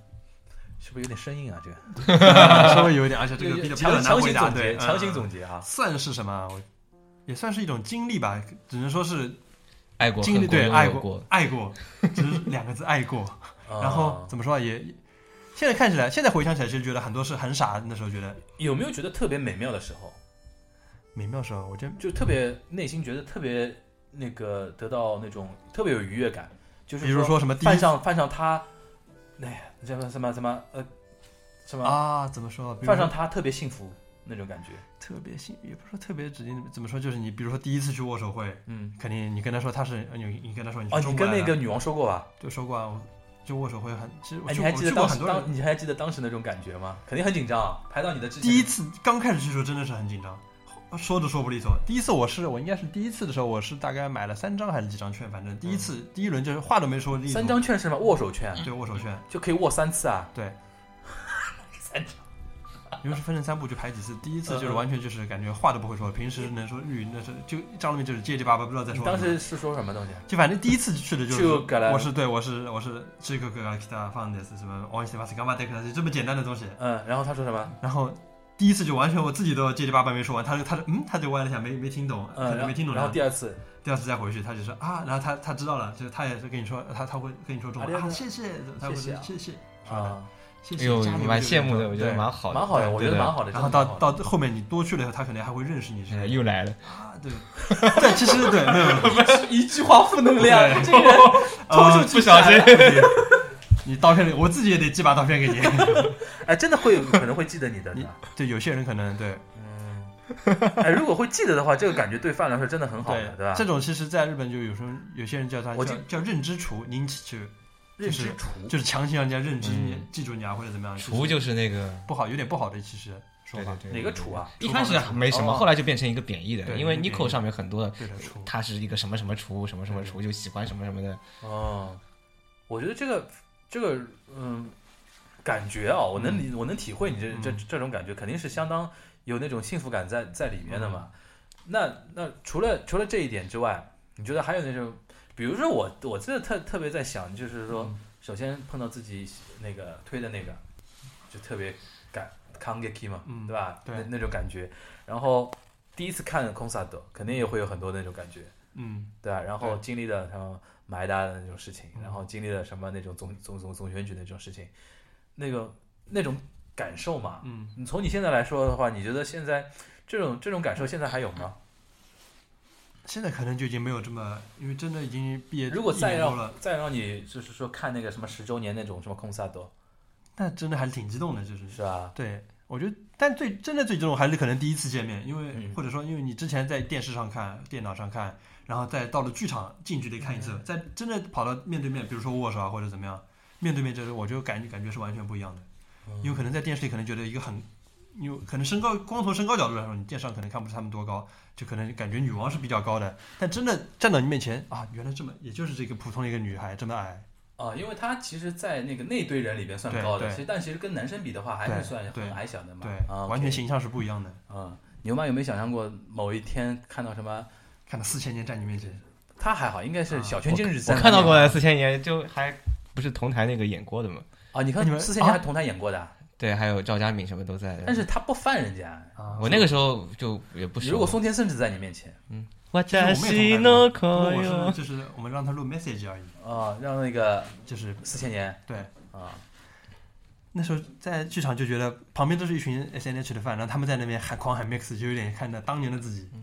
Speaker 1: 是不是有点生硬啊？这个
Speaker 3: (laughs) 稍微有一点，而且这个比较比较
Speaker 1: 强
Speaker 3: 难
Speaker 1: 强
Speaker 3: 回
Speaker 1: 行
Speaker 3: 答，
Speaker 1: 总结，
Speaker 3: 对，
Speaker 1: 强行
Speaker 3: 嗯
Speaker 1: 总结啊！
Speaker 3: 算是什么啊？我也算是一种经历吧，只能说是
Speaker 2: 爱过，
Speaker 3: 经历，
Speaker 2: 恨过
Speaker 3: 对，
Speaker 2: 拥
Speaker 3: 爱
Speaker 2: 有
Speaker 3: 过，，爱过，只是两个字，爱过。
Speaker 1: (laughs) 啊
Speaker 3: 然后怎么说啊也，也现在看起来，现在回想起来，其实觉得很多事很傻。那时候觉得
Speaker 1: 有没有觉得特别美妙的时候？
Speaker 3: 美妙时候，我觉得
Speaker 1: 就特别内心觉得特别那个得到那种特别有愉悦感，就是
Speaker 3: 比如说什么第
Speaker 1: 犯
Speaker 3: 一
Speaker 1: 上犯上他，哎呀，什么什么什么呃什么、
Speaker 3: 啊，怎么说？比如
Speaker 1: 犯
Speaker 3: 说
Speaker 1: 上他特别幸福那种感觉，
Speaker 3: 特别幸，也不是说特别指定，怎么说？就是你比如说第一次去握手会，
Speaker 1: 嗯，
Speaker 3: 肯定你跟他说他是呃你你跟他说你
Speaker 1: 哦，
Speaker 3: 是
Speaker 1: 你
Speaker 3: 中国
Speaker 1: 跟
Speaker 3: 来
Speaker 1: 那
Speaker 3: 的，
Speaker 1: 个女王说过吧？
Speaker 3: 就说过啊，我就握手会很，其实我
Speaker 1: 哎，你
Speaker 3: 去过
Speaker 1: 还
Speaker 3: 我
Speaker 1: 记得
Speaker 3: 去过
Speaker 1: 当
Speaker 3: 很
Speaker 1: 时
Speaker 3: 多人
Speaker 1: 当你还记得当时那种感觉吗？肯定很紧张啊，排到你的之前
Speaker 3: 第一次刚开始去的时候真的是很紧张，说都说不利索。第一次我是我应该是第一次的时候，我是大概买了三张还是几张券，反正第一次、第一轮就是话都没说利索，
Speaker 1: 嗯三张券是吗？握手券
Speaker 3: 对握手券，
Speaker 1: 就可以握三次啊，
Speaker 3: 对，
Speaker 1: 三张
Speaker 3: 因为是分成三步去排几次，第一次就
Speaker 1: 嗯
Speaker 3: 是
Speaker 1: 嗯
Speaker 3: 完全就是感觉话都不会说，平时能说日语那是就一张面就是结结巴巴不知道在
Speaker 1: 你
Speaker 3: 说什么。
Speaker 1: 当时是说什么嗯东西？
Speaker 3: 就反正第一次去的就是
Speaker 1: 就改了
Speaker 3: 我是对我是我是这个格拉克达放的是什么王西巴斯干嘛德克达就这么简单的东西，
Speaker 1: 嗯，然后他说什么？
Speaker 3: 然后第一次就完全我自己都结结巴巴没说完，他就他就嗯他就歪了一下没没听懂，
Speaker 1: 嗯，
Speaker 3: 可能
Speaker 1: 然
Speaker 3: 没听
Speaker 1: 后
Speaker 3: 懂，
Speaker 1: 然后第二次，
Speaker 3: 第二次再回去，他就说啊，然后他他知道了，就是他也是跟你说，他他会跟你说中文
Speaker 1: 啊
Speaker 3: 啊，
Speaker 1: 对对
Speaker 3: 谢谢，他会
Speaker 1: 谢谢啊
Speaker 3: 谢谢
Speaker 1: 啊，
Speaker 3: 谢
Speaker 2: 哎
Speaker 3: 谢
Speaker 2: 呦
Speaker 3: 家里，
Speaker 2: 蛮
Speaker 3: 有这
Speaker 2: 羡
Speaker 3: 个
Speaker 2: 慕的，
Speaker 3: 人
Speaker 2: 我觉得
Speaker 3: 对
Speaker 2: 蛮好的，
Speaker 1: 蛮好的，
Speaker 2: 对
Speaker 1: 我觉得
Speaker 2: 对的
Speaker 1: 蛮好的。
Speaker 3: 然后
Speaker 1: 真的
Speaker 3: 到
Speaker 1: 蛮好的
Speaker 3: 到后面你多去了以后，他可能还会认识你之
Speaker 2: 哎
Speaker 3: 类的。
Speaker 2: 又来了，
Speaker 3: 啊，对，对，其实对，没有没
Speaker 2: (laughs)
Speaker 3: 有，
Speaker 1: (laughs) 一句话负能量，
Speaker 3: 对
Speaker 1: 这个人
Speaker 3: 呃
Speaker 1: 拖出去
Speaker 2: 不小心
Speaker 1: 下来了
Speaker 3: (laughs) 你刀片里，我自己也得寄把刀片给你。
Speaker 1: 哎，真的会有可能会记得你的。
Speaker 3: 你对，有些人可能对
Speaker 1: 嗯， (laughs) 哎，如果会记得的话，这个感觉对饭来说真的很好的，对吧？
Speaker 3: 这种其实在日本就有时候有些人叫他
Speaker 1: 我
Speaker 3: 叫
Speaker 1: 记
Speaker 3: 叫认知厨，您就
Speaker 1: 认
Speaker 3: 就
Speaker 1: 知
Speaker 3: 是
Speaker 1: 厨，
Speaker 3: 就是强行让人家认知你
Speaker 2: 嗯
Speaker 3: 记住你啊，或者怎么
Speaker 2: (laughs)
Speaker 3: 样。
Speaker 2: 厨
Speaker 3: 就
Speaker 2: 就是那个
Speaker 3: 是不好，有点不好的其实说
Speaker 2: 对
Speaker 3: 法
Speaker 2: 对。对，
Speaker 1: 哪个厨啊？
Speaker 2: 一开始没什么，
Speaker 1: 哦
Speaker 2: 后来就变成一个贬义的，
Speaker 3: 对
Speaker 2: 因为
Speaker 3: 一个贬
Speaker 2: Nico
Speaker 3: 义
Speaker 2: 上面很多的，
Speaker 3: 对的，厨
Speaker 2: 他是一个什么什么厨，什么什么
Speaker 3: 对
Speaker 2: 厨，就喜欢什么什么的，
Speaker 1: 哦，我觉得这个这个嗯，感觉啊，我能理，我能体会你这这
Speaker 3: 嗯
Speaker 1: 这种感觉，肯定是相当有那种幸福感在在里面的嘛。
Speaker 3: 嗯
Speaker 1: 那那除了除了这一点之外，你觉得还有那种，比如说我我这特特别在想，就是说，
Speaker 3: 嗯
Speaker 1: 首先碰到自己那个推的那个，就特别感 k a n g e k i 嘛，
Speaker 3: 嗯
Speaker 1: 对吧？
Speaker 3: 对
Speaker 1: 那那种感觉。然后第一次看 c o n s e r t 肯定也会有很多那种感觉。
Speaker 3: 嗯，
Speaker 1: 对啊，然后
Speaker 3: 对
Speaker 1: 经历了什么埋单的那种事情，
Speaker 3: 嗯
Speaker 1: 然后经历了什么那种总总总总选举的这种事情，那个那种感受嘛，
Speaker 3: 嗯，
Speaker 1: 你从你现在来说的话，你觉得现在这种这种感受现在还有吗？
Speaker 3: 现在可能就已经没有这么，因为真的已经毕业
Speaker 1: 如果
Speaker 3: 一
Speaker 1: 再
Speaker 3: 年多了
Speaker 1: 让，再让你就是说看那个什么十周年那种什么空萨多
Speaker 3: 但真的还是挺激动的，就是
Speaker 1: 是吧？
Speaker 3: 对，我觉得，但最真的最激动还是可能第一次见面，因为、
Speaker 1: 嗯
Speaker 3: 或者说因为你之前在电视上看、电脑上看，然后再到了剧场近距离看一
Speaker 1: 嗯
Speaker 3: 次，再真的跑到面对面，比如说握手啊或者怎么样，面对面这个我就感觉感觉是完全不一样的，
Speaker 1: 嗯
Speaker 3: 因为可能在电视里可能觉得一个很。因为可能身高光从身高角度来说，你电视上可能看不出他们多高，就可能感觉女王是比较高的，但真的站到你面前啊，原来这么也就是这个普通的一个女孩这么矮，
Speaker 1: 啊，因为他其实，在那个那堆人里边算高的，
Speaker 3: 对对
Speaker 1: 其实但其实跟男生比的话，还
Speaker 3: 对
Speaker 1: 是算
Speaker 3: 对
Speaker 1: 很矮小的嘛。
Speaker 3: 对，
Speaker 1: 啊，
Speaker 3: 完全形象是不一样的。
Speaker 1: 嗯，牛妈有没有想象过某一天看到什么？
Speaker 3: 看到四千年站你面前，
Speaker 1: 他还好，应该是
Speaker 3: 啊
Speaker 1: 小
Speaker 2: 我
Speaker 1: 泉今日
Speaker 2: 我
Speaker 1: 在
Speaker 2: 看到
Speaker 1: 那
Speaker 2: 过
Speaker 1: 边
Speaker 2: 的四千年，就还不是同台那个演过的嘛？
Speaker 1: 啊，你看
Speaker 3: 你们
Speaker 1: 四千年还同台演过的啊，
Speaker 2: 对，还有赵佳敏什么都在的。
Speaker 1: 但是他不翻人家。
Speaker 3: 啊
Speaker 2: 我那个时候就也不
Speaker 1: 你
Speaker 2: 熟。
Speaker 1: 如果松田圣子在你面前
Speaker 2: 我
Speaker 3: 其实我们也同
Speaker 2: 诺
Speaker 3: 感不过我说的就是我们让他录 message 而已，
Speaker 1: 啊、让那个
Speaker 3: 就是
Speaker 1: 四千年
Speaker 3: 对。
Speaker 2: (laughs)
Speaker 1: 啊，
Speaker 3: 那时候在剧场就觉得旁边都是一群 S N H 的饭，然后他们在那边喊狂喊 mix，就有点看到当年的自己，然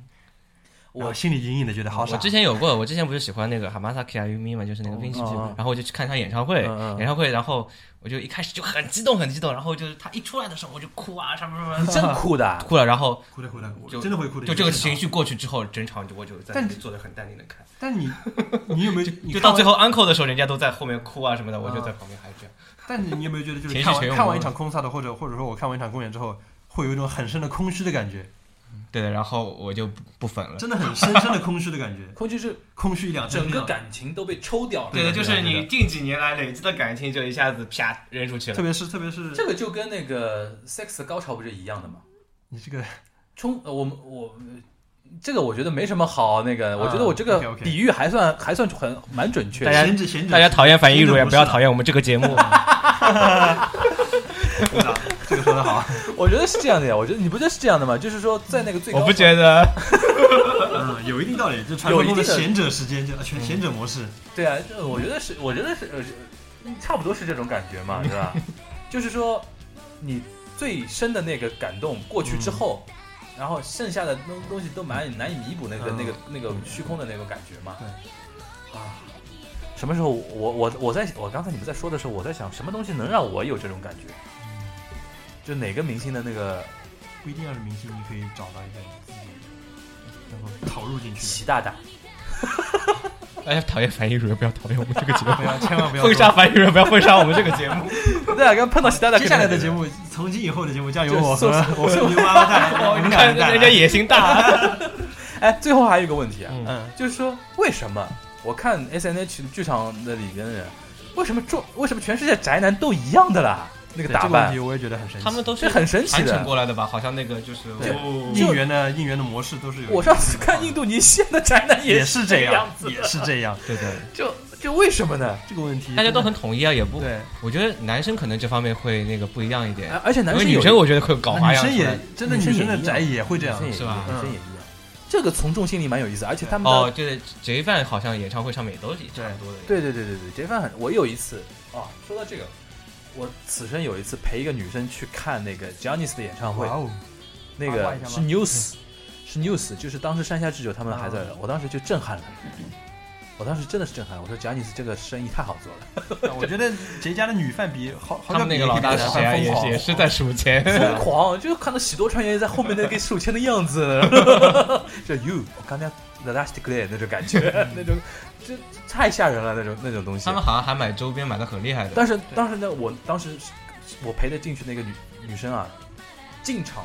Speaker 1: 我
Speaker 3: 后心里隐隐的觉得好
Speaker 2: 我
Speaker 3: 傻
Speaker 2: 之。前有过，我之前不是喜欢那个蛤蟆萨 K I U M 嘛，就是那个
Speaker 3: 哦
Speaker 2: 滨崎步
Speaker 1: 哦哦，
Speaker 2: 然后我就去看他演唱会，
Speaker 1: 嗯嗯
Speaker 2: 演唱会，然后我就一开始就很激动，很激动，然后就是他一出来的时候我就哭啊，什么
Speaker 3: (laughs)
Speaker 2: 什么
Speaker 1: 真哭的
Speaker 2: (laughs)
Speaker 1: 啊，
Speaker 2: 哭了，然后
Speaker 3: 哭的哭的，我
Speaker 2: 就
Speaker 3: 真的会哭的。
Speaker 2: 就这个
Speaker 3: 有点
Speaker 2: 情
Speaker 3: 傻，
Speaker 2: 绪过去之后，整场就我就在
Speaker 3: 但
Speaker 2: 那里坐得很淡定的看，
Speaker 3: 但你你有没有你
Speaker 2: 就
Speaker 3: 看
Speaker 2: 到
Speaker 3: 完
Speaker 2: 最后 uncle 的时候，人家都在后面哭啊什么的，我就
Speaker 3: 啊
Speaker 2: 在旁边还这样。
Speaker 3: 但你你有没有觉得就是
Speaker 2: 情绪
Speaker 3: 看
Speaker 2: 全
Speaker 3: 完
Speaker 2: 用
Speaker 3: 看完
Speaker 2: 光
Speaker 3: 一场空萨的，或者或者说我看完一场公演之后，会有一种很深的空虚的感觉，
Speaker 2: 对的，然后我就不不粉了。
Speaker 3: 真的很深深的空虚的感觉，
Speaker 1: 空气是
Speaker 3: 空虚一两天
Speaker 1: 啊整个，感情都被抽掉了。
Speaker 2: 对的，
Speaker 3: 对
Speaker 2: 就
Speaker 3: 的
Speaker 2: 是
Speaker 3: 对的
Speaker 2: 你近几年来累积的感情，就一下子啪扔出去
Speaker 3: 特
Speaker 2: 了。
Speaker 3: 别是特别是
Speaker 1: 这个就跟那个 sex 高潮不是一样的吗？
Speaker 3: 你这个
Speaker 1: 冲，呃我们我呃这个我觉得没什么好那个，
Speaker 3: 啊
Speaker 1: 我觉得我这个
Speaker 3: OK，OK
Speaker 1: 比喻还算还算很蛮准确
Speaker 2: 大家
Speaker 1: 的。
Speaker 3: 闲着闲着，
Speaker 2: 大家讨厌樊亦
Speaker 3: 真的
Speaker 2: 儒，也
Speaker 3: 不
Speaker 2: 不要
Speaker 3: 是
Speaker 2: 讨厌我们这个节目。
Speaker 3: 鼓掌这个说
Speaker 2: (laughs)
Speaker 3: 的好，
Speaker 1: 我觉得是这样的呀，我觉得你不就是这样的吗？就是说在那个最高
Speaker 2: 我
Speaker 1: 潮，
Speaker 2: 不觉得，
Speaker 3: 嗯，有一定道理，就传说中的贤者时间，就呃
Speaker 2: 嗯
Speaker 3: 全贤者模式。
Speaker 1: 对啊，这我觉得是，我觉得是，呃，差不多是这种感觉嘛，对
Speaker 3: (laughs)
Speaker 1: 吧？就是说，你最深的那个感动过去
Speaker 3: 嗯
Speaker 1: 之后，然后剩下的东东西都难以难以弥补那个、
Speaker 3: 嗯
Speaker 1: 那个那个虚空的那个感觉嘛。
Speaker 3: 对，
Speaker 1: 啊，什么时候我我我在我刚才你们在说的时候，我在想什么东西能让我有这种感觉？就哪个明星的那个
Speaker 3: 不一定要是明星，你可以找到一个你自己，然后投入进去。
Speaker 2: (laughs)
Speaker 1: 习大大，
Speaker 2: 大家讨厌樊亦儒，也不要讨厌我们这个节
Speaker 3: 不
Speaker 2: 目。
Speaker 3: 要，千万不要
Speaker 2: 封杀。樊亦儒，不要封杀我们这个 (laughs) 节目。
Speaker 1: 对啊，刚碰到习大大，
Speaker 3: 接下来的节目，从今以后的节目将由
Speaker 1: 就
Speaker 3: 我
Speaker 1: 搜
Speaker 3: (laughs) 和我和牛妈妈带来，我们
Speaker 2: 你
Speaker 3: 俩
Speaker 2: 看
Speaker 3: 人带
Speaker 2: 人家
Speaker 3: 来。
Speaker 2: 野心大。啊
Speaker 1: 哎，最后还有一个问题啊，
Speaker 2: (laughs) 嗯
Speaker 3: 嗯，
Speaker 1: 就是说，为什么我看 S N H 剧场的里边的人，为什么做为什么全世界宅男都一样的啦？那个
Speaker 3: 对
Speaker 1: 打
Speaker 3: 这个问
Speaker 1: 扮
Speaker 3: 题，我也觉得很神奇。
Speaker 2: 他们都
Speaker 1: 这
Speaker 2: 是
Speaker 1: 很神奇
Speaker 2: 传承
Speaker 1: 的。
Speaker 2: 过来的吧？好像那个就是
Speaker 3: 对
Speaker 2: 哦
Speaker 1: 就
Speaker 3: 应援的应援的模式都是有。
Speaker 1: 我上次看印度尼西亚的宅男
Speaker 3: 也
Speaker 1: 是
Speaker 3: 是
Speaker 1: 这
Speaker 3: 这
Speaker 1: 个
Speaker 3: 样
Speaker 1: 样，子，
Speaker 3: 也是这样。
Speaker 2: 对的，
Speaker 1: 就就为什么呢？
Speaker 3: 这个问题
Speaker 2: 大家都很统一啊，也不。
Speaker 3: 对，
Speaker 2: 我觉得男生可能这方面会那个不一样一点
Speaker 1: 哎，而且
Speaker 2: 因
Speaker 1: 男
Speaker 2: 为
Speaker 1: 生
Speaker 2: 女
Speaker 1: 有
Speaker 2: 啊生我觉得会搞花
Speaker 3: 女
Speaker 2: 样
Speaker 3: 生
Speaker 2: 出
Speaker 3: 也
Speaker 2: 来。
Speaker 3: 真的
Speaker 1: 女
Speaker 3: 女
Speaker 1: 生
Speaker 3: 生
Speaker 1: 也
Speaker 3: 的
Speaker 1: 一样
Speaker 3: 宅也会这样
Speaker 1: 女生。也一
Speaker 2: 是吧
Speaker 1: 样女生也
Speaker 3: 嗯
Speaker 1: 一样。这个从众心理蛮有意思，而且他们的
Speaker 2: 哦，就是杰饭好像演唱会上面也都是差不多的。
Speaker 1: 哦对对对对对，杰饭很，我有一次啊，说到这个，我此生有一次陪一个女生去看那个 j a n i c e 的演唱会
Speaker 3: 哇，哦，
Speaker 1: 那
Speaker 4: 八卦
Speaker 1: 个
Speaker 4: 一下
Speaker 1: 是
Speaker 4: 吧
Speaker 1: News，是 News，就是当时山下智久他们还在
Speaker 4: 啊
Speaker 1: 的，我当时就震撼了，我当时真的是震撼了，我说 j a n i c e 这个生意太好
Speaker 4: (laughs)
Speaker 1: 做了，
Speaker 3: 我觉得杰家的女饭比好好
Speaker 2: 他们那个老大是谁啊？也是也是在数钱。
Speaker 1: 疯狂，就看到喜多川原在后面那个手牵的样
Speaker 4: (laughs)
Speaker 1: 子， (laughs) 就 you，我刚才 the last clear 那种感觉，
Speaker 4: (laughs)
Speaker 1: 那种就就太吓人了那种那种东西
Speaker 2: (laughs) 他。们好像还买周边买的很厉害的，
Speaker 1: 但是当时呢，我当时是我陪着进去那个女女生啊，进场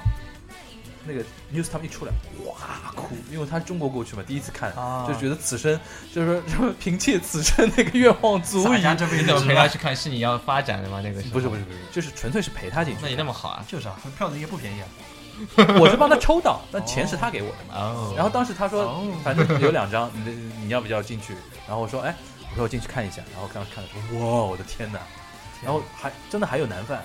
Speaker 1: 那个 news 他们一出来，哇哭，因为她是中国过去嘛，第一次看，
Speaker 3: 啊
Speaker 1: 就觉得此生就是说 (laughs) 就是凭借此生那个愿望足
Speaker 3: 大
Speaker 1: 矣。
Speaker 3: 家这辈
Speaker 2: 你
Speaker 3: 子
Speaker 2: 怎么陪
Speaker 3: 只
Speaker 2: 他
Speaker 3: 来
Speaker 2: 去看？是你要发展的吗？那个时候
Speaker 1: 不是不是，不是，就是纯粹是陪她进
Speaker 2: 那
Speaker 1: 去，
Speaker 2: 你
Speaker 1: (laughs)
Speaker 2: 那么好
Speaker 3: (laughs)
Speaker 2: 啊？
Speaker 3: 就是啊，票子应该不便宜啊。
Speaker 1: 我是帮她抽到，但钱是她给我的嘛。
Speaker 2: 哦，
Speaker 1: 然后当时她说
Speaker 3: 哦，
Speaker 1: 反正有两张，你你要不要进去？然后我说，哎，我说我进去看一下。然后刚看了说，哇，哦我的天哪！然后还真的还有男犯，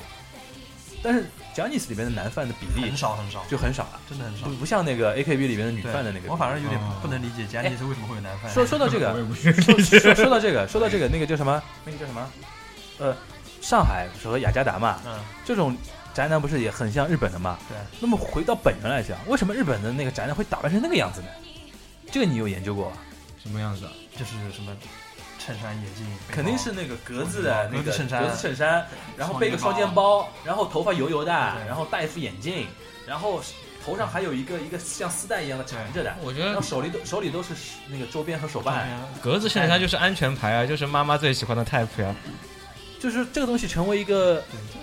Speaker 1: 但是 j a n i c e 里面的男犯的比例
Speaker 3: 很少很少，
Speaker 1: 就很少了，
Speaker 3: 真的很少
Speaker 1: 不。不像那个 AKB 里面的女
Speaker 3: 对
Speaker 1: 犯的那个。
Speaker 3: 我反而有点
Speaker 2: 哦
Speaker 3: 不能理解杰家是为什么会有男饭。
Speaker 1: 哎说说到
Speaker 3: (laughs)
Speaker 1: 这个
Speaker 2: 我，也不是
Speaker 1: (laughs) 说说说到这个，说到这个，那个叫什么？那个叫什么？呃，上海和雅加达嘛，
Speaker 3: 嗯，
Speaker 1: 这种宅男不是也很像日本的嘛？
Speaker 3: 对。
Speaker 1: 那么回到本源来讲，为什么日本的那个宅男会打扮成那个样子呢？这个你有研究过吧？
Speaker 2: (laughs) 什么样子啊？
Speaker 3: 就是什么衬衫、眼镜，背包
Speaker 1: 肯定是那个格子
Speaker 3: 的
Speaker 1: 的
Speaker 3: 那
Speaker 1: 那
Speaker 3: 个
Speaker 1: 个
Speaker 3: 格
Speaker 1: 哦格
Speaker 3: 子
Speaker 1: 子衬衫，然后背个双肩包，然后头发油油的，然后戴一副眼镜，然后头上还有一个一个像丝带一样的缠着的，
Speaker 2: 我觉
Speaker 1: 然
Speaker 2: 得
Speaker 1: 后手里都手里都是那个周边和手
Speaker 3: 周
Speaker 1: 办，
Speaker 3: 边
Speaker 2: 格子衬衫就是安全牌啊，就是妈妈最喜欢的 type 啊呀、
Speaker 1: 就是这个东西成为一个
Speaker 3: 对，这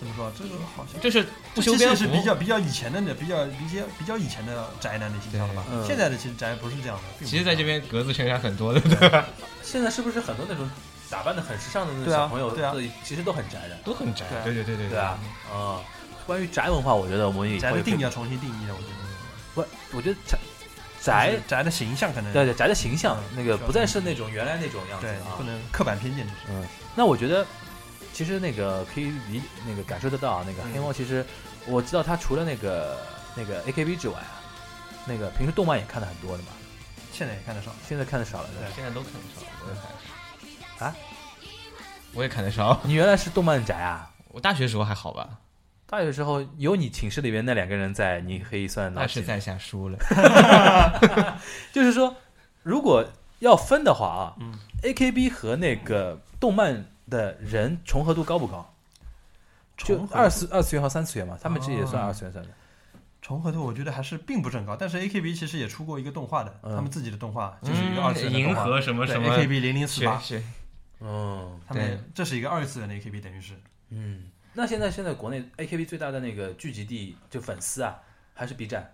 Speaker 3: 怎么说？这个好像
Speaker 2: 就是不
Speaker 3: 这
Speaker 2: 修
Speaker 3: 其
Speaker 2: 边
Speaker 3: 实
Speaker 2: 幅
Speaker 3: 是。比较比较以前的那比较比较比较以前的宅男的形象了吧
Speaker 1: 对？嗯
Speaker 3: 现在的其实宅不是这样的。并不是
Speaker 2: 其实，在这边格子衬衫很多的，
Speaker 1: 现在是不是很多那种打扮的很时尚的那种
Speaker 3: 对啊
Speaker 1: 小朋友，
Speaker 3: 对啊
Speaker 1: 其实都很宅的，
Speaker 2: 都很宅
Speaker 3: 对啊
Speaker 2: 对对对对
Speaker 1: 对啊，啊、关于宅文化，我觉得我们也
Speaker 3: 这样宅的定义
Speaker 1: 义，
Speaker 3: 要重新定义了，我觉得。
Speaker 1: 不，我觉得宅宅
Speaker 3: 就是宅的形象可能
Speaker 1: 对对宅的形象，
Speaker 3: 嗯
Speaker 1: 那个不再是那种原来那种样子
Speaker 3: 对
Speaker 1: 了啊
Speaker 3: 不。能刻板偏见，这是。
Speaker 1: 嗯，那我觉得其实那个可以理那个感受得到啊，那
Speaker 3: 嗯
Speaker 1: 个黑猫其实我知道他除了那个那个 AKB 之外啊，那个平时动漫也看的很多的嘛，
Speaker 3: 现在也看得少。
Speaker 1: 现在看的少了。对吧
Speaker 2: 现在都看得少，我也看得少
Speaker 1: 啊，
Speaker 2: 我也看得少。
Speaker 1: 你原来是动漫宅啊？
Speaker 2: 我大学时候还好吧，
Speaker 1: 大学时候有你寝室里面那两个人在，你可以算老
Speaker 2: 那
Speaker 1: 几
Speaker 2: 是在下输了。
Speaker 1: 就是说，如果要分的话啊，
Speaker 3: 嗯
Speaker 1: a k b 和那个动漫的人重合度高不高？就
Speaker 3: 重合
Speaker 1: 二次二次元和三次元嘛，他们这也算二次元算的。
Speaker 3: 重合度，我觉得还是并不是很高。但是 AKB 其实也出过一个动画的，
Speaker 1: 嗯
Speaker 3: 他们自己的动画就是一个二次元的
Speaker 2: 银
Speaker 3: 动画。
Speaker 2: 河什么
Speaker 3: 对
Speaker 2: 什么
Speaker 3: AKB 零零四
Speaker 2: 学
Speaker 3: 八，
Speaker 2: 学，
Speaker 1: 嗯
Speaker 3: 他们这是一个二次元的 AKB，等于是
Speaker 1: 嗯。那现在现在国内 AKB 最大的那个聚集地就粉丝啊，还是 B 站，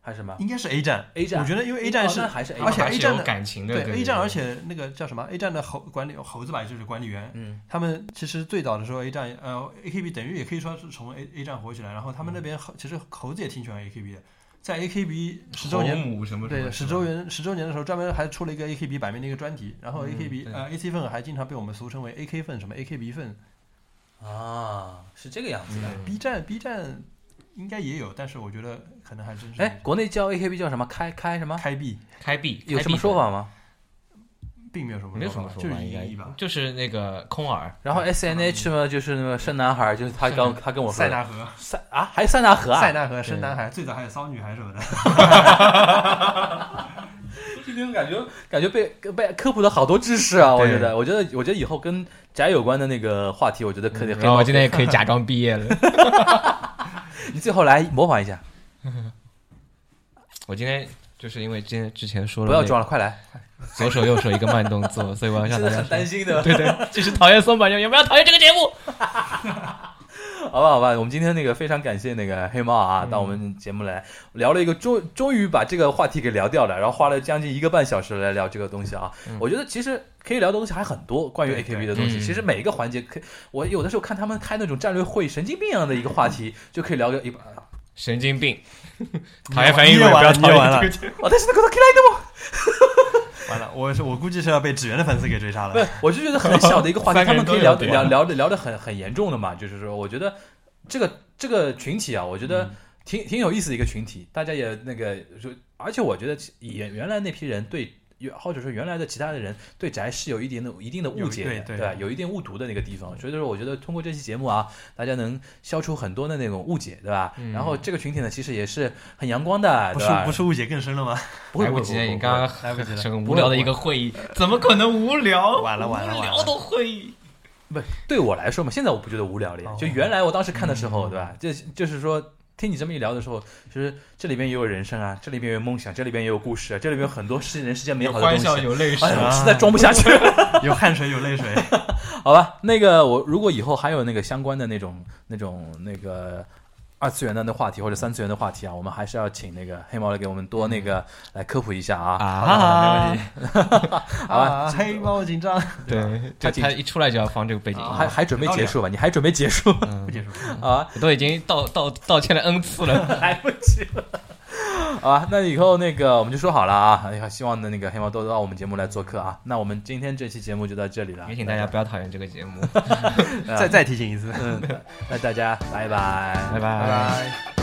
Speaker 1: 还是什么
Speaker 3: 应该是 A 站。
Speaker 1: A 站？
Speaker 3: 我觉得因为 A 站是
Speaker 1: 哦那还是 A
Speaker 3: 而且
Speaker 1: 站，
Speaker 2: 还是
Speaker 3: A 站
Speaker 2: 有
Speaker 3: 的
Speaker 2: 感情的。
Speaker 3: 对
Speaker 2: 对
Speaker 3: A 站，
Speaker 2: 对
Speaker 3: 而且那个叫什么 A 站的猴管理猴子吧，就是管理员，
Speaker 1: 嗯，
Speaker 3: 他们其实最早的时候 A 站呃 AKB 等于也可以说是从 A A 站火起来，然后他们那边猴其实猴子也挺喜欢 AKB 的，在 AKB 十周年。
Speaker 2: 红母什么什么
Speaker 3: 对，
Speaker 2: 什
Speaker 3: 十
Speaker 2: 么
Speaker 3: 周年十周年的时候，专门还出了一个 AKB 版面的一个专题，然后 AKB、
Speaker 2: 对
Speaker 3: 呃 AC 粉还经常被我们俗称为 AK 粉，什么 AKB 粉。
Speaker 1: 啊，是这个样子的。
Speaker 2: 嗯
Speaker 3: B 站 B 站应该也有，但是我觉得可能还真是
Speaker 1: 哎，国内叫 AKB 叫什么？开开什么？
Speaker 3: 开闭
Speaker 2: 开闭
Speaker 1: 有什么说？法吗？
Speaker 3: 并没有什么
Speaker 2: 开闭没有什
Speaker 3: 说
Speaker 2: 么
Speaker 3: 法
Speaker 2: 说
Speaker 3: 就是
Speaker 2: 法，
Speaker 3: 一
Speaker 2: 应
Speaker 3: 个
Speaker 2: 该
Speaker 3: 意义吧。
Speaker 2: 就是那个空耳，
Speaker 1: 然后 S N H 嘛，就是那个生男孩，就是他跟
Speaker 2: 是
Speaker 1: 他跟我说
Speaker 3: 塞
Speaker 1: 的
Speaker 3: 纳河，
Speaker 1: 塞啊，还有塞纳河啊，
Speaker 3: 塞纳河生
Speaker 2: 对
Speaker 3: 男孩，最早还有骚女孩什么的。 (laughs)
Speaker 1: 今天感觉感觉被被科普了好多知识啊！我觉得，我觉得，我觉得以后跟宅有关的那个话题，我觉得可以。
Speaker 2: 嗯然后我今天也可以假装毕业了。
Speaker 1: 你最后来模仿一下，
Speaker 2: 我今天就是因为今天之前说了
Speaker 1: 不要
Speaker 2: 那
Speaker 1: 装了，快来！
Speaker 2: 左手右手一个慢动作，所以我要
Speaker 1: 现
Speaker 2: 向
Speaker 1: 在
Speaker 2: 大家
Speaker 1: 很
Speaker 2: 说
Speaker 1: 担，心的， (laughs)
Speaker 2: (laughs) 对对，就是讨厌松板牛，有没有讨厌这个节目？
Speaker 1: 好吧，好吧。我们今天那个非常感谢那个黑猫啊，到我们节目来聊了一个终终于把这个话题给聊掉了，然后花了将近一个半小时来聊这个东西啊。我觉得其实可以聊的东西还很多，关于
Speaker 3: 对对
Speaker 1: AKB 的东西，
Speaker 2: 嗯
Speaker 1: 其实每一个环节可以，我有的时候看他们开那种战略会，神经病一样的一个话题，就可以聊个一把。哦
Speaker 2: 神经病，
Speaker 3: 你
Speaker 2: (laughs) 讨厌樊一
Speaker 3: 完
Speaker 2: 文，不要
Speaker 3: 了
Speaker 2: 讨
Speaker 3: 你完
Speaker 2: 厌
Speaker 3: 了
Speaker 2: 这个节目。
Speaker 1: 哦，但是那个都可以来的吗？
Speaker 3: (laughs) 完了，我是我估计是要被纸原的粉丝给追杀
Speaker 1: (laughs) 不
Speaker 3: 了。
Speaker 1: 是，我就觉得很小的一个话题，
Speaker 2: (laughs) 三个
Speaker 1: 他
Speaker 2: 人
Speaker 1: 们可以
Speaker 2: 都
Speaker 1: 聊
Speaker 2: 有点
Speaker 1: 聊聊的聊的很很严重的嘛，就是说，我觉得这个这个群体啊，我觉
Speaker 2: 嗯
Speaker 1: 得挺挺有意思的一个群体，大家也那个就，而且我觉得其也原来那批人对有或者说原来的其他的人对宅是有一点的一定的误解的，
Speaker 3: 有对对
Speaker 1: 吧？有一定误读的那个地方，所以说我觉得通过这期节目啊，大家能消除很多的那种误解，对吧？
Speaker 2: 嗯
Speaker 1: 然后这个群体呢，其实也是很阳光的，
Speaker 3: 不
Speaker 1: 对
Speaker 3: 是
Speaker 1: 吧？
Speaker 3: 不是误解更深了吗？
Speaker 1: 不会
Speaker 2: 来
Speaker 1: 不
Speaker 2: 不
Speaker 1: 会
Speaker 2: 及
Speaker 1: 不
Speaker 2: 了，
Speaker 1: 会
Speaker 2: 你
Speaker 1: 不
Speaker 2: 刚刚
Speaker 3: 来不及了
Speaker 2: 很无聊的一个会议，怎么可能无聊？
Speaker 3: 完了完了
Speaker 2: 无
Speaker 3: 完
Speaker 2: 聊
Speaker 3: 了
Speaker 2: 的会议。
Speaker 1: 不对我来说嘛，现在我不觉得无聊了呀
Speaker 3: 哦。
Speaker 1: 就原来我当时看的时候，对吧？就就是说，听你这么一聊的时候，就是这里边也有人生啊，这里边也有梦想，这里边也有故事啊，这里边有很多世人世间美
Speaker 2: 有
Speaker 1: 好的东
Speaker 2: 欢
Speaker 1: 西。
Speaker 2: 笑，有泪水
Speaker 1: 哎呀，
Speaker 3: 啊
Speaker 1: 我实在装不下去 (laughs) 了。
Speaker 3: (laughs) 有汗水有
Speaker 2: (laughs)
Speaker 3: 泪水，
Speaker 1: 好吧，那个我如果以后还有那个相关的那种那种那个二次元的那话题或者三次元的话题啊，我们还是要请那个黑猫来给我们多那个来科普一下 (laughs) 啊。
Speaker 2: 啊
Speaker 3: 好的好的没问
Speaker 2: 题。
Speaker 1: 好吧
Speaker 3: 啊，黑猫警长
Speaker 2: 嗯对，
Speaker 1: 他
Speaker 2: 就
Speaker 1: 紧
Speaker 2: 他啊一出来就要放这个背景音
Speaker 1: 还
Speaker 2: 乐，
Speaker 1: 还准备结束吧？你还准备结束
Speaker 3: 不
Speaker 2: 嗯
Speaker 3: 结束，
Speaker 1: 啊？
Speaker 2: (laughs) 都已经道道道歉了 n 次了。
Speaker 1: 来不及了。 (laughs) 好啊，那以后那个我们就说好了啊，哎呀希望的那个黑猫都到我们节目来做客啊。那我们今天这期节目就到这里了，
Speaker 2: (laughs) 也请大家不要讨厌这个 (laughs) 节目，
Speaker 1: 呃
Speaker 3: 再再提醒一次，
Speaker 1: 嗯，那大家拜拜，
Speaker 2: 拜
Speaker 3: 拜拜。